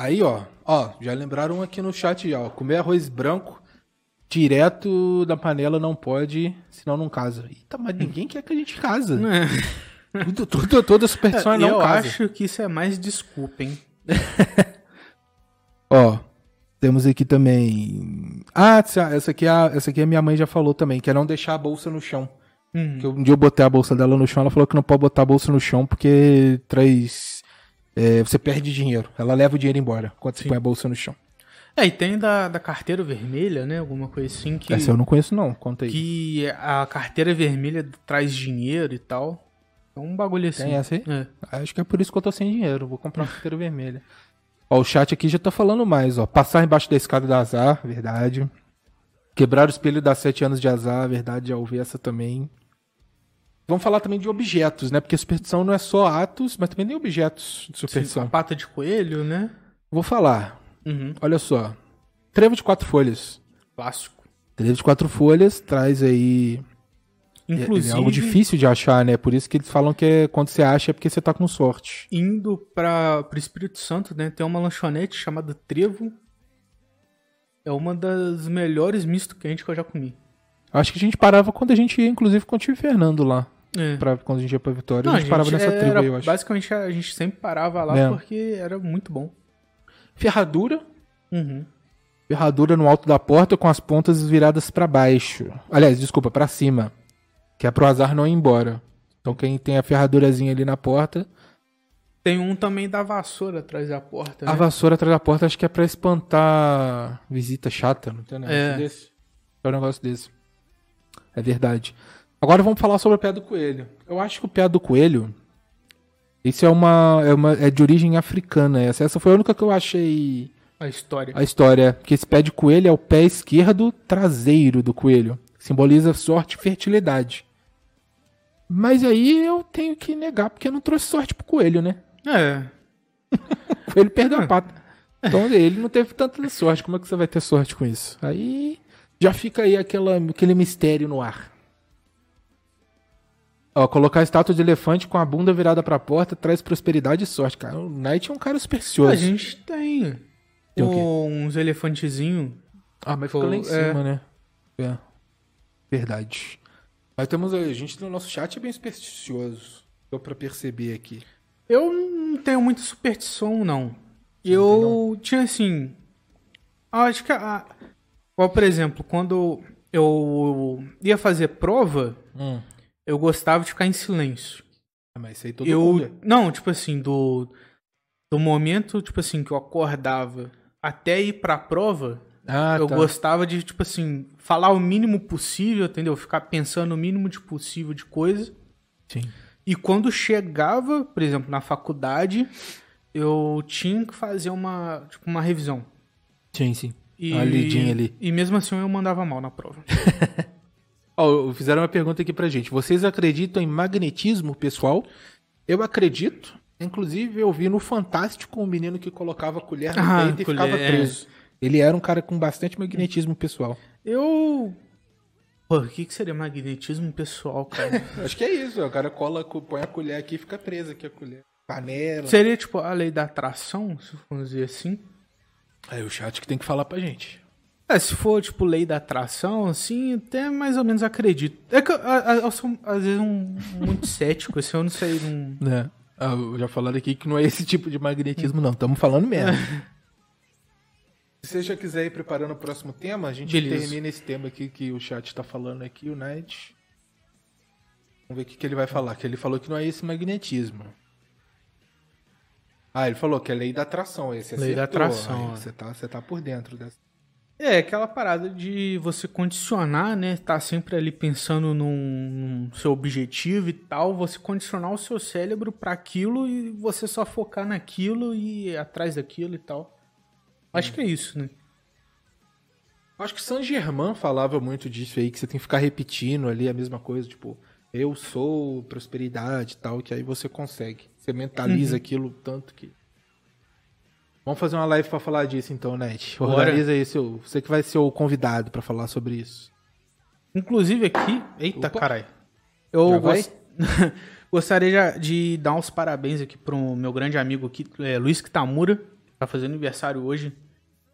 Speaker 2: Aí, ó, ó, já lembraram aqui no chat, ó, comer arroz branco direto da panela não pode, senão não casa. Eita, mas ninguém quer que a gente casa. Tudo, tudo, toda superstição é
Speaker 1: Eu
Speaker 2: não casa.
Speaker 1: acho que isso é mais desculpa, hein?
Speaker 2: Ó, temos aqui também. Ah, essa essa aqui, é a, essa aqui a minha mãe já falou também, que é não deixar a bolsa no chão.
Speaker 1: Hum.
Speaker 2: Que um dia eu botei a bolsa dela no chão, ela falou que não pode botar a bolsa no chão porque traz. é, você perde dinheiro. Ela leva o dinheiro embora quando você
Speaker 1: Sim.
Speaker 2: põe a bolsa no chão.
Speaker 1: É, e tem da, da carteira vermelha, né? Alguma coisa assim que,
Speaker 2: Essa eu não conheço, não. Conta aí.
Speaker 1: que a carteira vermelha traz dinheiro e tal. É um bagulho assim.
Speaker 2: Tem essa aí?
Speaker 1: É.
Speaker 2: Acho que é por isso que eu tô sem dinheiro. Vou comprar uma carteira vermelha. Ó, o chat aqui já tá falando mais, ó. Passar embaixo da escada da azar, verdade. Quebrar o espelho dá sete anos de azar, verdade, já ouvi essa também. Vamos falar também de objetos, né? Porque superstição não é só atos, mas também tem objetos de superstição.
Speaker 1: Pata de coelho, né?
Speaker 2: Vou falar.
Speaker 1: Uhum.
Speaker 2: Olha só. Trevo de quatro folhas.
Speaker 1: Clássico.
Speaker 2: Trevo de quatro folhas traz aí. é-
Speaker 1: Inclusive,
Speaker 2: É algo difícil de achar, né? Por isso que eles falam que é- quando você acha é porque você tá com sorte.
Speaker 1: indo para pro Espírito Santo, né? Tem uma lanchonete chamada Trevo. É uma das melhores misto quente que eu já comi.
Speaker 2: Acho que a gente parava quando a gente ia, inclusive, com o tio Fernando lá.
Speaker 1: É.
Speaker 2: Pra, quando a gente ia pra Vitória,
Speaker 1: Não,
Speaker 2: a gente, parava nessa
Speaker 1: era-
Speaker 2: tribo aí, eu acho.
Speaker 1: Basicamente, a gente sempre parava lá
Speaker 2: É.
Speaker 1: porque era muito bom.
Speaker 2: Ferradura?
Speaker 1: Uhum.
Speaker 2: Ferradura no alto da porta com as pontas viradas pra baixo. Aliás, desculpa, pra cima. Que é pro azar não ir embora. Então quem tem a ferradurazinha ali na porta,
Speaker 1: Tem um também da vassoura atrás da porta, né?
Speaker 2: a vassoura atrás da porta acho que é pra espantar visita chata, não tem um negócio
Speaker 1: É.
Speaker 2: desse? É um negócio desse. É verdade. Agora vamos falar sobre o pé do coelho. Eu acho que o pé do coelho. Isso é uma. É, uma, é de origem africana. Essa, essa foi a única que eu achei
Speaker 1: A história.
Speaker 2: a história. Porque esse pé de coelho é o pé esquerdo traseiro do coelho. Simboliza sorte e fertilidade. Mas aí eu tenho que negar, porque eu não trouxe sorte pro coelho, né?
Speaker 1: É.
Speaker 2: Ele
Speaker 1: Ah.
Speaker 2: perdeu a pata. Então ele não teve tanta sorte. Como é que você vai ter sorte com isso? Aí já fica aí aquela, aquele mistério no ar. Ó, colocar a estátua de elefante com a bunda virada pra porta traz prosperidade e sorte, cara. O Knight é um cara
Speaker 1: A
Speaker 2: supersticioso.
Speaker 1: gente tem,
Speaker 2: Tem o quê?
Speaker 1: uns elefantezinhos.
Speaker 2: Ah, mas ficou
Speaker 1: Pô,
Speaker 2: lá em
Speaker 1: é.
Speaker 2: cima, né? É. Verdade. Mas temos aí, a gente no nosso chat é bem supersticioso. Deu pra perceber aqui.
Speaker 1: Eu não tenho muita superstição, não. Eu tinha assim. Acho que. A, igual, por exemplo, quando eu ia fazer prova, eu gostava de ficar em silêncio.
Speaker 2: Ah, mas isso aí todo mundo é.
Speaker 1: eu. Não, tipo assim, do. Do momento, tipo assim, que eu acordava até ir pra prova,
Speaker 2: Ah,
Speaker 1: eu
Speaker 2: tá.
Speaker 1: gostava de, tipo assim, falar o mínimo possível, entendeu? Ficar pensando o mínimo de possível de coisa.
Speaker 2: Sim.
Speaker 1: E quando chegava, por exemplo, na faculdade, eu tinha que fazer uma, tipo, uma revisão.
Speaker 2: Sim, sim.
Speaker 1: E,
Speaker 2: Uma lidinha ali.
Speaker 1: E mesmo assim eu mandava mal na prova.
Speaker 2: Ó, fizeram uma pergunta aqui pra gente. Vocês acreditam em magnetismo, pessoal? Eu acredito. Inclusive, eu vi no Fantástico um menino que colocava a colher no
Speaker 1: Ah,
Speaker 2: peito e ficava
Speaker 1: colher.
Speaker 2: preso. Ele era um cara com bastante magnetismo pessoal.
Speaker 1: Eu. Pô, o que, que seria magnetismo pessoal, cara?
Speaker 2: Acho que é isso. ó. O cara cola, co- põe a colher aqui e fica preso aqui a colher. Panela.
Speaker 1: seria tipo a lei da atração, se vamos dizer assim?
Speaker 2: Aí É, o chat que tem que falar pra gente.
Speaker 1: É, se for tipo lei da atração, assim, até mais ou menos acredito. É que eu, a- a- eu sou, às vezes, um, muito cético, assim, eu não sei. Não...
Speaker 2: Né? Ah, eu já falaram aqui que não é esse tipo de magnetismo, não. Estamos falando mesmo. Se você já quiser ir preparando o próximo tema, a gente
Speaker 1: Beleza.
Speaker 2: termina esse tema aqui que o chat tá falando aqui, o Night. Vamos ver o que, que ele vai falar. Que ele falou que não é esse magnetismo. Ah, ele falou que é lei da atração. Esse
Speaker 1: Lei da
Speaker 2: acertou.
Speaker 1: atração,
Speaker 2: Aí
Speaker 1: é.
Speaker 2: Você tá, você tá por dentro dessa.
Speaker 1: É, aquela parada de você condicionar, né? Tá sempre ali pensando num, num seu objetivo e tal, você condicionar o seu cérebro pra aquilo e você só focar naquilo e ir atrás daquilo e tal. Acho que é isso, né?
Speaker 2: Acho que San Germain falava muito disso aí, que você tem que ficar repetindo ali a mesma coisa, tipo, eu sou prosperidade e tal, que aí você consegue. Você mentaliza
Speaker 1: Uhum.
Speaker 2: aquilo tanto que. Vamos fazer uma live pra falar disso então, Net.
Speaker 1: Bora.
Speaker 2: Organiza aí, seu, você que vai ser o convidado pra falar sobre isso.
Speaker 1: Inclusive aqui. Eita,
Speaker 2: Opa.
Speaker 1: caralho. Eu
Speaker 2: Já vai?
Speaker 1: gos- gostaria já de dar uns parabéns aqui pro meu grande amigo aqui, é, Luiz Kitamura, Tá fazendo aniversário hoje.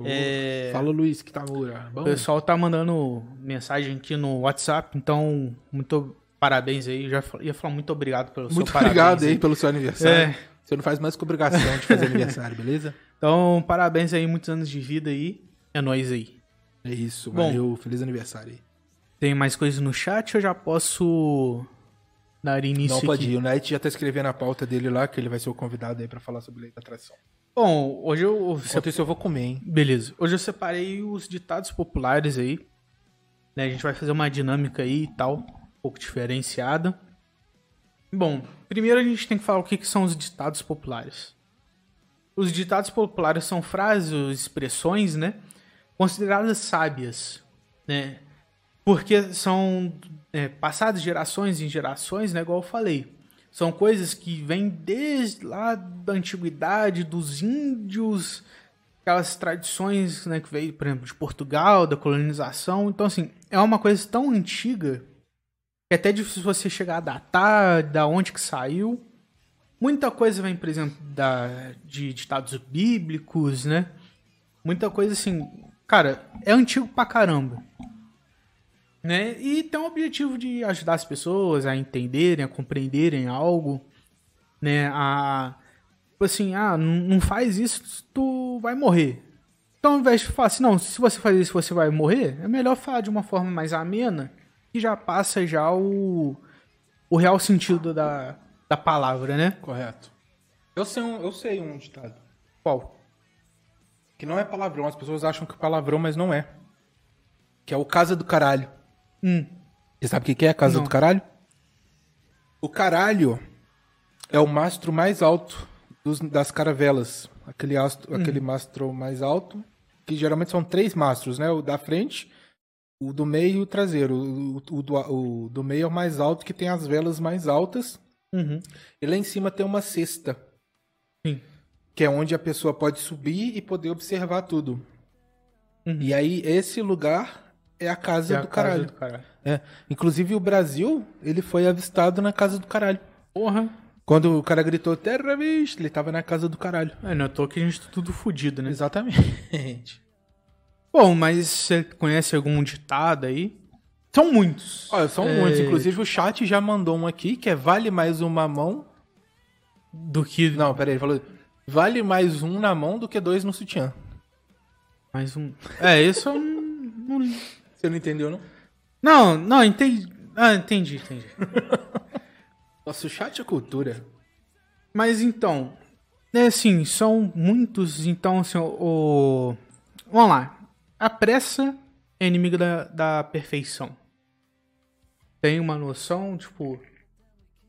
Speaker 1: É,
Speaker 2: Fala, Luiz Kitamura.
Speaker 1: O
Speaker 2: Bom,
Speaker 1: pessoal tá mandando mensagem aqui no WhatsApp, então muito parabéns aí. Já fa- ia falar muito obrigado pelo seu
Speaker 2: muito
Speaker 1: parabéns.
Speaker 2: obrigado aí
Speaker 1: aí.
Speaker 2: pelo seu aniversário.
Speaker 1: É.
Speaker 2: Você não faz mais que obrigação de fazer aniversário, beleza?
Speaker 1: Então, parabéns aí, muitos anos de vida aí. É nóis aí.
Speaker 2: É isso,
Speaker 1: Bom.
Speaker 2: valeu, feliz aniversário aí.
Speaker 1: Tem mais coisas no chat ou já posso dar início
Speaker 2: Não pode
Speaker 1: aqui?
Speaker 2: ir, o Knight já tá escrevendo a pauta dele lá, que ele vai ser o convidado aí pra falar sobre lei da atração.
Speaker 1: Bom, hoje eu... você-
Speaker 2: Enquanto isso eu vou comer, hein?
Speaker 1: Beleza. Hoje eu separei os ditados populares aí. né? A gente vai fazer uma dinâmica aí e tal, um pouco diferenciada. Bom, primeiro a gente tem que falar o que, que são os ditados populares. Os ditados populares são frases, ou expressões, né? Consideradas sábias, né? Porque são é, passadas gerações em gerações, né? Igual eu falei. São coisas que vêm desde lá da antiguidade, dos índios, aquelas tradições né, que veio, por exemplo, de Portugal, da colonização. Então, assim, é uma coisa tão antiga que é até difícil você chegar a datar da onde que saiu. Muita coisa vem, por exemplo, da, de ditados bíblicos, né? Muita coisa assim. Cara, é antigo pra caramba. Né? E tem o objetivo de ajudar as pessoas a entenderem, a compreenderem algo, né? A. Tipo assim, ah, n- não faz isso, tu vai morrer. Então, ao invés de falar assim, não, se você fazer isso, você vai morrer, é melhor falar de uma forma mais amena que já passa já o, o real sentido da, da palavra, né?
Speaker 2: Correto. Eu sei, um, eu sei um ditado.
Speaker 1: Qual?
Speaker 2: Que não é palavrão, as pessoas acham que é palavrão, mas não é. Que é o casa do caralho.
Speaker 1: Hum,
Speaker 2: Você sabe o que que é a casa
Speaker 1: Não.
Speaker 2: do caralho? O caralho é o mastro mais alto dos- das caravelas. Aquele, astro-
Speaker 1: Hum.
Speaker 2: aquele mastro mais alto, que geralmente são três mastros, né? O da frente, o do meio e o traseiro. O, o- o do, a- o do meio é o mais alto, que tem as velas mais altas.
Speaker 1: uhum,
Speaker 2: E lá em cima tem uma cesta.
Speaker 1: Sim.
Speaker 2: Que é onde a pessoa pode subir e poder observar tudo.
Speaker 1: Uhum.
Speaker 2: E aí, esse lugar é a casa
Speaker 1: é a
Speaker 2: do
Speaker 1: casa
Speaker 2: caralho.
Speaker 1: do caralho.
Speaker 2: É. Inclusive o Brasil, ele foi avistado na casa do caralho.
Speaker 1: Porra,
Speaker 2: Quando o cara gritou Terra Vista, ele tava na casa do caralho.
Speaker 1: é, não, eu tô aqui, a gente tá tudo fudido, né?
Speaker 2: Exatamente.
Speaker 1: Bom, mas você conhece algum ditado aí? São muitos.
Speaker 2: Olha, são
Speaker 1: É,
Speaker 2: muitos. Inclusive o chat já mandou um aqui que é vale mais um na mão.
Speaker 1: Do que...
Speaker 2: Não, peraí, ele falou. Vale mais um na mão do que dois no sutiã.
Speaker 1: Mais um... É, esse eu não- não
Speaker 2: Você não entendeu, não?
Speaker 1: Não, não, entendi. Ah, entendi, entendi.
Speaker 2: Nossa, o chat é cultura.
Speaker 1: Mas então, né, assim, são muitos, então, assim, o. o- Vamos lá. A pressa é inimiga da, da perfeição. Tem uma noção, tipo.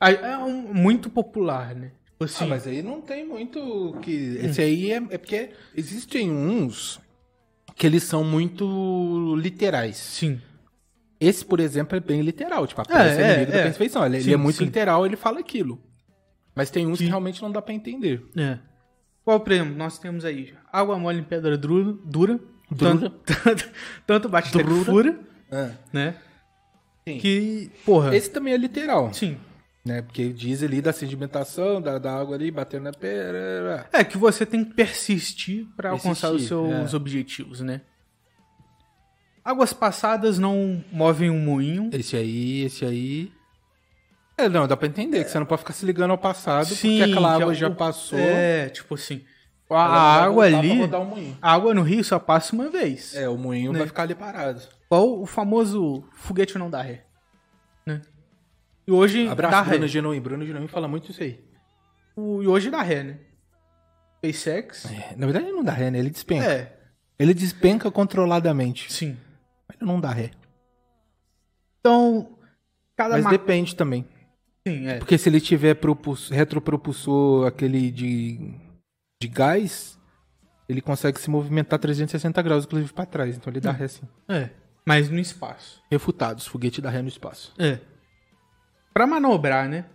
Speaker 1: a- É um- muito popular, né? Tipo assim.
Speaker 2: Ah, mas aí não tem muito o que. Esse aí é, é porque existem uns que eles são muito literais.
Speaker 1: Sim.
Speaker 2: Esse, por exemplo, é bem literal. Tipo, a pressa é,
Speaker 1: é,
Speaker 2: inimigo da
Speaker 1: é.
Speaker 2: perfeição. Ele, ele
Speaker 1: Sim,
Speaker 2: é muito
Speaker 1: sim.
Speaker 2: literal, ele fala aquilo. Mas tem uns que
Speaker 1: Sim.
Speaker 2: realmente não dá pra entender.
Speaker 1: É. Qual prêmio? Nós temos aí água mole em pedra dura. Dura. Tanto,
Speaker 2: Dura.
Speaker 1: tanto, tanto bate até que
Speaker 2: Dura.
Speaker 1: fura,
Speaker 2: É.
Speaker 1: né?
Speaker 2: Sim.
Speaker 1: Que, porra.
Speaker 2: Esse também é literal,
Speaker 1: Sim.
Speaker 2: né? Porque diz ali da sedimentação, da, da água ali, batendo na pedra.
Speaker 1: É que você tem que persistir pra alcançar os
Speaker 2: Persistir, é.
Speaker 1: seus objetivos, né? Águas passadas não movem um moinho.
Speaker 2: Esse aí, esse aí... É, não, dá pra entender que você não pode ficar se ligando ao passado,
Speaker 1: Sim,
Speaker 2: porque aquela água
Speaker 1: o-
Speaker 2: já passou.
Speaker 1: É, tipo assim. A
Speaker 2: ela não vai
Speaker 1: água
Speaker 2: voltar pra
Speaker 1: ali.
Speaker 2: rodar o moinho.
Speaker 1: A água no rio só passa uma vez.
Speaker 2: É, o moinho vai ficar ali parado.
Speaker 1: Qual o famoso foguete não dá ré. Né? E hoje dá
Speaker 2: Abraço,
Speaker 1: ré.
Speaker 2: Bruno Genoim. Bruno Genoim fala muito isso aí.
Speaker 1: O- E hoje dá ré, né? SpaceX.
Speaker 2: É, na verdade, ele não dá ré, né? Ele despenca.
Speaker 1: É,
Speaker 2: Ele despenca controladamente.
Speaker 1: sim.
Speaker 2: Mas não dá ré.
Speaker 1: Então, cada
Speaker 2: Mas
Speaker 1: ma-
Speaker 2: depende também.
Speaker 1: Sim, é.
Speaker 2: Porque se ele tiver propulso- retropropulsor aquele de, de gás, ele consegue se movimentar 360 graus, inclusive pra trás. Então ele dá ré assim.
Speaker 1: é. Mas no espaço.
Speaker 2: Refutados, foguete dá ré no espaço.
Speaker 1: É. Pra manobrar, né?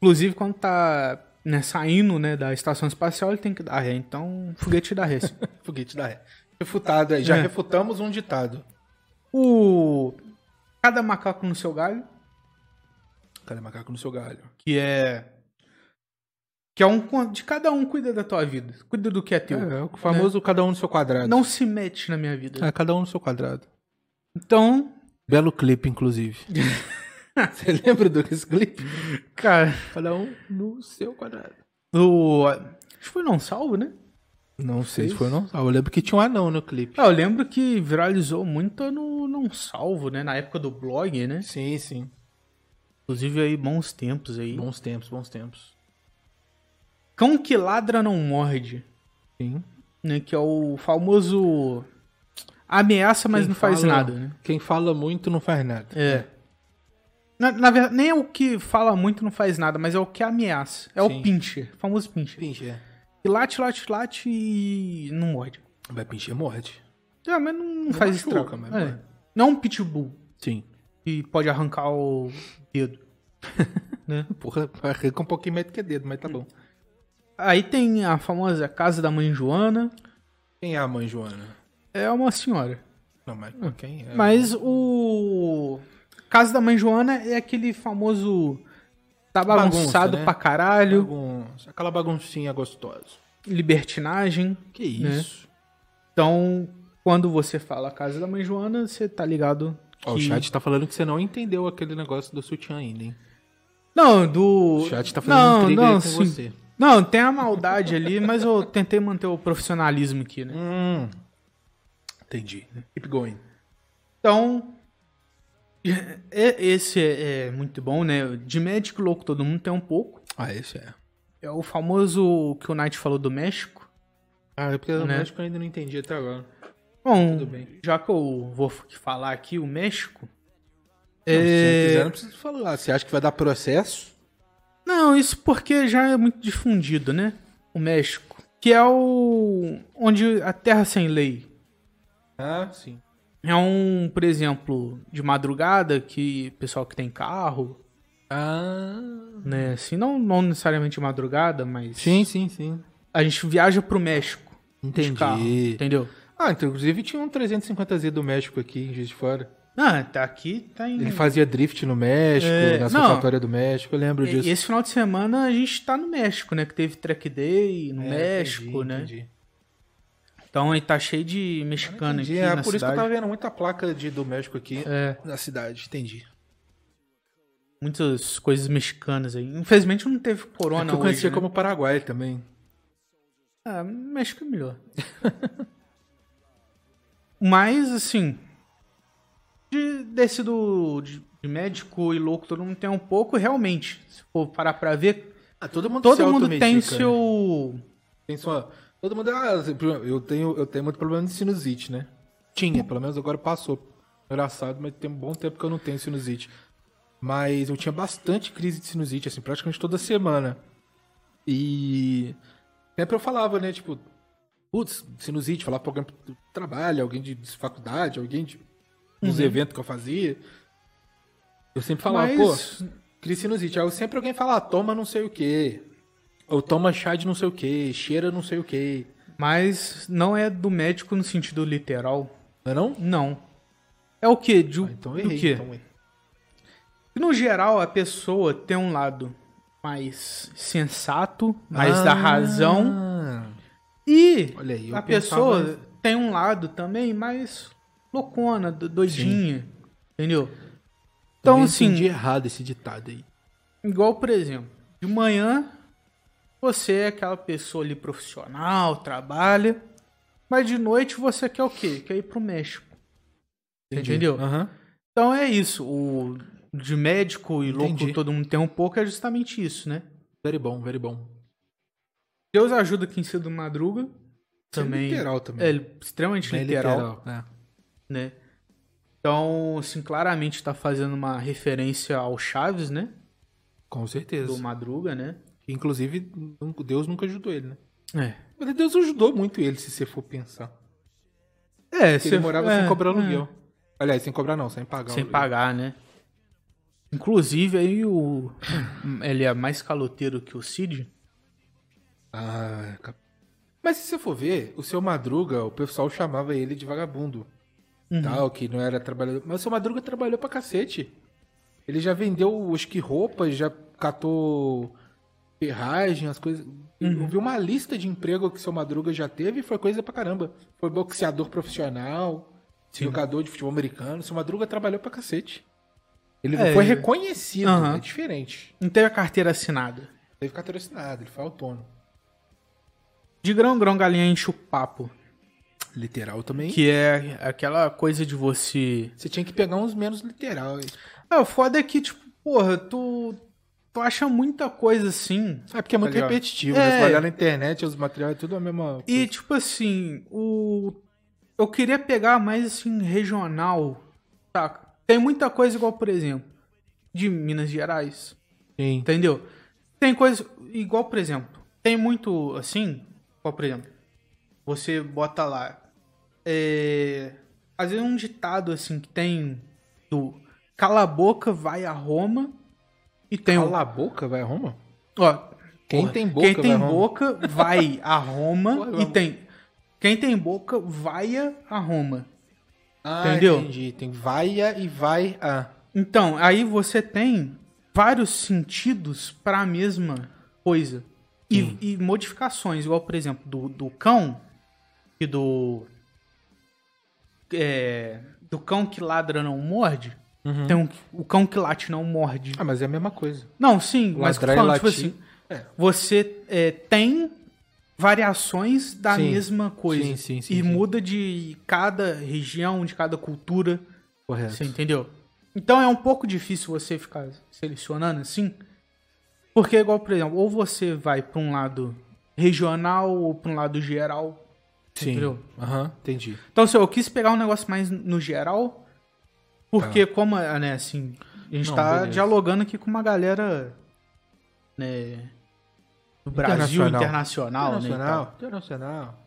Speaker 1: Inclusive, quando tá né, saindo né, da estação espacial, ele tem que dar ré. Então, foguete dá ré. sim.
Speaker 2: Foguete dá ré. Refutado aí. Já
Speaker 1: É.
Speaker 2: refutamos um ditado.
Speaker 1: o... Cada macaco no seu galho,
Speaker 2: Cadê macaco no seu galho?
Speaker 1: que é... Que é um de cada um cuida da tua vida, cuida do que é teu. Né?
Speaker 2: É, é o famoso cada um no seu quadrado.
Speaker 1: Não se mete na minha vida.
Speaker 2: É, cada um no seu quadrado.
Speaker 1: Então,
Speaker 2: Belo clipe, inclusive. Você lembra desse clipe?
Speaker 1: cara,
Speaker 2: Cada um no seu quadrado.
Speaker 1: o acho que foi não salvo, né?
Speaker 2: Não sei se
Speaker 1: Fez?
Speaker 2: foi não. Ah, eu lembro que tinha um anão no clipe.
Speaker 1: Ah, eu lembro que viralizou muito no não salvo, né, na época do blog, né?
Speaker 2: Sim, sim.
Speaker 1: Inclusive aí bons tempos aí.
Speaker 2: Bons tempos, bons tempos.
Speaker 1: Cão que ladra não morde,
Speaker 2: Sim.
Speaker 1: né, que é o famoso ameaça, mas
Speaker 2: Quem
Speaker 1: não faz
Speaker 2: fala-
Speaker 1: nada, né?
Speaker 2: Quem fala muito não faz nada.
Speaker 1: É. Na, na verdade, nem é o que fala muito não faz nada, mas é o que ameaça. É
Speaker 2: Sim.
Speaker 1: o pincher, famoso pincher.
Speaker 2: Pinche, é.
Speaker 1: Que late, late, late e não morde.
Speaker 2: Vai pincher morde.
Speaker 1: É, mas não, faz
Speaker 2: machuca,
Speaker 1: estrago.
Speaker 2: mas
Speaker 1: É.
Speaker 2: morde.
Speaker 1: Não é um pitbull
Speaker 2: Sim.
Speaker 1: que pode arrancar o dedo.
Speaker 2: Porra, arranca um pouquinho mais do que dedo, mas tá bom.
Speaker 1: Aí tem a famosa casa da mãe Joana.
Speaker 2: Quem é a mãe Joana?
Speaker 1: É uma senhora.
Speaker 2: Não, mas quem é?
Speaker 1: Mas o. Casa da mãe Joana é aquele famoso. Tá
Speaker 2: Bagunça,
Speaker 1: bagunçado
Speaker 2: né?
Speaker 1: pra caralho.
Speaker 2: Bagunça, aquela baguncinha gostosa.
Speaker 1: Libertinagem.
Speaker 2: Que isso?
Speaker 1: Então, quando você fala Casa da Mãe Joana, você tá ligado que...
Speaker 2: Ó, o chat tá falando que você não entendeu aquele negócio do sutiã ainda, hein?
Speaker 1: Não, do...
Speaker 2: O chat tá fazendo
Speaker 1: não,
Speaker 2: intriga
Speaker 1: não,
Speaker 2: aí com
Speaker 1: sim.
Speaker 2: você.
Speaker 1: Não, tem a maldade ali, mas eu tentei manter o profissionalismo aqui, né?
Speaker 2: Hum. Entendi. Keep going.
Speaker 1: Então, é- esse é, é muito bom, né? De médico louco todo mundo tem um pouco.
Speaker 2: Ah, esse é.
Speaker 1: É o famoso que o Knight falou do México.
Speaker 2: Ah, é porque o
Speaker 1: Né?
Speaker 2: médico eu ainda não entendi até agora.
Speaker 1: Bom,
Speaker 2: Tudo bem.
Speaker 1: já que eu vou f- falar aqui o México...
Speaker 2: Não, se
Speaker 1: é-
Speaker 2: você quiser, não precisa falar. Você acha que vai dar processo?
Speaker 1: Não, isso porque já é muito difundido, né? O México. Que é o. onde a terra sem lei.
Speaker 2: Ah, sim.
Speaker 1: É um, por exemplo, de madrugada, que pessoal que tem carro,
Speaker 2: Ah.
Speaker 1: né? Assim, não, não necessariamente de madrugada, mas.
Speaker 2: Sim, sim, sim.
Speaker 1: A gente viaja pro México. De carro,
Speaker 2: Entendi.
Speaker 1: entendeu?
Speaker 2: Ah, inclusive tinha um 350Z do México aqui, em Juiz de Fora.
Speaker 1: Ah, tá aqui, tá em.
Speaker 2: Ele fazia drift no México,
Speaker 1: É,
Speaker 2: na
Speaker 1: não.
Speaker 2: safatória do México, eu lembro disso.
Speaker 1: E- Esse final de semana a gente tá no México, né? Que teve track day no
Speaker 2: É,
Speaker 1: México,
Speaker 2: entendi,
Speaker 1: né?
Speaker 2: entendi.
Speaker 1: Então aí tá cheio de mexicano aqui.
Speaker 2: Entendi,
Speaker 1: na
Speaker 2: é, por isso que eu
Speaker 1: cidade.
Speaker 2: tava vendo muita placa de, do México aqui
Speaker 1: É.
Speaker 2: na cidade, entendi.
Speaker 1: muitas coisas mexicanas aí. Infelizmente não teve
Speaker 2: É que
Speaker 1: corona
Speaker 2: eu
Speaker 1: hoje,
Speaker 2: conhecia
Speaker 1: né?
Speaker 2: como Paraguai também.
Speaker 1: Ah, México é melhor. Mas, assim, de, desse do de, de médico e louco, todo mundo tem um pouco, realmente. Se for parar pra ver,
Speaker 2: Ah, todo mundo, se
Speaker 1: todo mundo
Speaker 2: automedica,
Speaker 1: tem
Speaker 2: né?
Speaker 1: seu...
Speaker 2: Tem sua... Todo mundo... Ah, eu tenho, eu tenho muito problema de sinusite, né? Tinha, pelo menos agora passou. Engraçado, mas tem um bom tempo que eu não tenho sinusite. Mas eu tinha bastante crise de sinusite, assim, praticamente toda semana. E... Sempre eu falava, né, tipo... Putz, sinusite, falar pra alguém do trabalho, alguém de de faculdade, alguém de... Uns eventos que eu fazia. Eu sempre falava, pô...
Speaker 1: mas,
Speaker 2: Crise sinusite. Aí eu sempre alguém fala, ah, toma não sei o quê. Ou toma chá de não sei o quê, cheira não sei o quê.
Speaker 1: mas não é do médico no sentido literal,
Speaker 2: Não é não?
Speaker 1: não. É o quê? De,
Speaker 2: Ah, então eu
Speaker 1: do
Speaker 2: errei.
Speaker 1: quê?
Speaker 2: então eu errei.
Speaker 1: No geral, a pessoa tem um lado mais sensato, mais da
Speaker 2: Ah,
Speaker 1: razão, E
Speaker 2: Olha aí, eu
Speaker 1: a
Speaker 2: pensava-
Speaker 1: pessoa tem um lado também mais loucona, do- doidinha. Entendeu? Então,
Speaker 2: eu
Speaker 1: assim,
Speaker 2: entendi errado esse ditado aí.
Speaker 1: igual, por exemplo, de manhã você é aquela pessoa ali profissional, trabalha, mas de noite você quer o quê? Quer ir pro México.
Speaker 2: Entendi.
Speaker 1: Entendeu?
Speaker 2: Aham.
Speaker 1: Então é isso. O de médico e
Speaker 2: Entendi.
Speaker 1: louco todo mundo tem um pouco é justamente isso, né?
Speaker 2: Very bom, very bom.
Speaker 1: Deus ajuda quem cedo madruga.
Speaker 2: Isso é
Speaker 1: Também.
Speaker 2: literal também.
Speaker 1: É extremamente
Speaker 2: Bem
Speaker 1: literal.
Speaker 2: né?
Speaker 1: né? Então, assim, claramente tá fazendo uma referência ao Chaves, né?
Speaker 2: Com certeza.
Speaker 1: Do Madruga, né?
Speaker 2: Inclusive, nunca- Deus nunca ajudou ele, né?
Speaker 1: É.
Speaker 2: Mas Deus ajudou muito ele, se você for pensar.
Speaker 1: É,
Speaker 2: Porque ele morava assim, sem cobrar
Speaker 1: é,
Speaker 2: aluguel. Aliás, sem cobrar não, sem pagar
Speaker 1: sem
Speaker 2: aluguel.
Speaker 1: pagar, né? Inclusive, aí o. Ele é mais caloteiro que o Cid.
Speaker 2: Ah, cap- mas se você for ver, o seu Madruga, o pessoal chamava ele de vagabundo.
Speaker 1: Uhum.
Speaker 2: Tal, que não era trabalhador. Mas o seu Madruga trabalhou pra cacete. Ele já vendeu, acho que roupas, já catou ferragem, as coisas.
Speaker 1: Uhum.
Speaker 2: Eu vi uma lista de emprego que seu Madruga já teve e foi coisa pra caramba. Foi boxeador profissional,
Speaker 1: Sim.
Speaker 2: jogador de futebol americano. Seu Madruga trabalhou pra cacete. Ele
Speaker 1: É,
Speaker 2: não foi
Speaker 1: ele-
Speaker 2: reconhecido,
Speaker 1: Aham.
Speaker 2: é diferente.
Speaker 1: Não teve a carteira assinada.
Speaker 2: Teve patrocinado, ele foi autônomo.
Speaker 1: De grão em grão, galinha enche o papo.
Speaker 2: Literal também.
Speaker 1: Que é aquela coisa de você.
Speaker 2: Você tinha que pegar uns menos literal.
Speaker 1: Ah, o foda é que, tipo, porra, tu. Tu acha muita coisa assim.
Speaker 2: É porque é muito
Speaker 1: Tá ligado?
Speaker 2: repetitivo,
Speaker 1: É.
Speaker 2: né? Você vai olhar na internet, os materiais, tudo a mesma.
Speaker 1: E, tipo assim, o. Eu queria pegar mais assim, regional. Saca? Tem muita coisa igual, por exemplo, de Minas Gerais.
Speaker 2: Sim.
Speaker 1: Entendeu? Tem coisa. Igual, por exemplo, tem muito assim. Igual, por exemplo, você bota lá. É, às vezes um ditado assim que tem do cala a boca, vai a Roma. E tem o.
Speaker 2: Cala a boca, vai, Roma?
Speaker 1: Ó,
Speaker 2: Quem
Speaker 1: porra,
Speaker 2: tem boca,
Speaker 1: quem tem
Speaker 2: vai a Roma.
Speaker 1: boca vai a Roma
Speaker 2: Porra,
Speaker 1: e
Speaker 2: vamos.
Speaker 1: tem quem tem boca vai a Roma.
Speaker 2: Ah,
Speaker 1: Entendeu?
Speaker 2: entendi. Tem vaia e vai a.
Speaker 1: Então, aí você tem vários sentidos para a mesma coisa. E, e modificações, igual, por exemplo, do, do cão e do. é, do cão que ladra não morde.
Speaker 2: Uhum.
Speaker 1: Tem um- o cão que late não morde.
Speaker 2: Ah, mas é a mesma coisa.
Speaker 1: Não, sim, mas
Speaker 2: Ladrar e
Speaker 1: falando, tipo
Speaker 2: latir.
Speaker 1: assim,
Speaker 2: É.
Speaker 1: você é, tem variações da
Speaker 2: Sim.
Speaker 1: mesma coisa.
Speaker 2: Sim, sim, sim,
Speaker 1: e
Speaker 2: sim.
Speaker 1: muda de cada região, de cada cultura.
Speaker 2: Correto.
Speaker 1: Você entendeu? Então é um pouco difícil você ficar selecionando assim. Porque, igual, por exemplo, ou você vai pra um lado regional ou pra um lado geral.
Speaker 2: Sim.
Speaker 1: Entendeu?
Speaker 2: Aham, entendi.
Speaker 1: Então, assim, eu quis pegar um negócio mais no geral. Porque, como, ah, né, assim, a gente
Speaker 2: Tá. Não,
Speaker 1: tá
Speaker 2: beleza.
Speaker 1: dialogando aqui com uma galera. Né, do Brasil,
Speaker 2: Ah,
Speaker 1: internacional, né? e tal.
Speaker 2: Internacional. Internacional.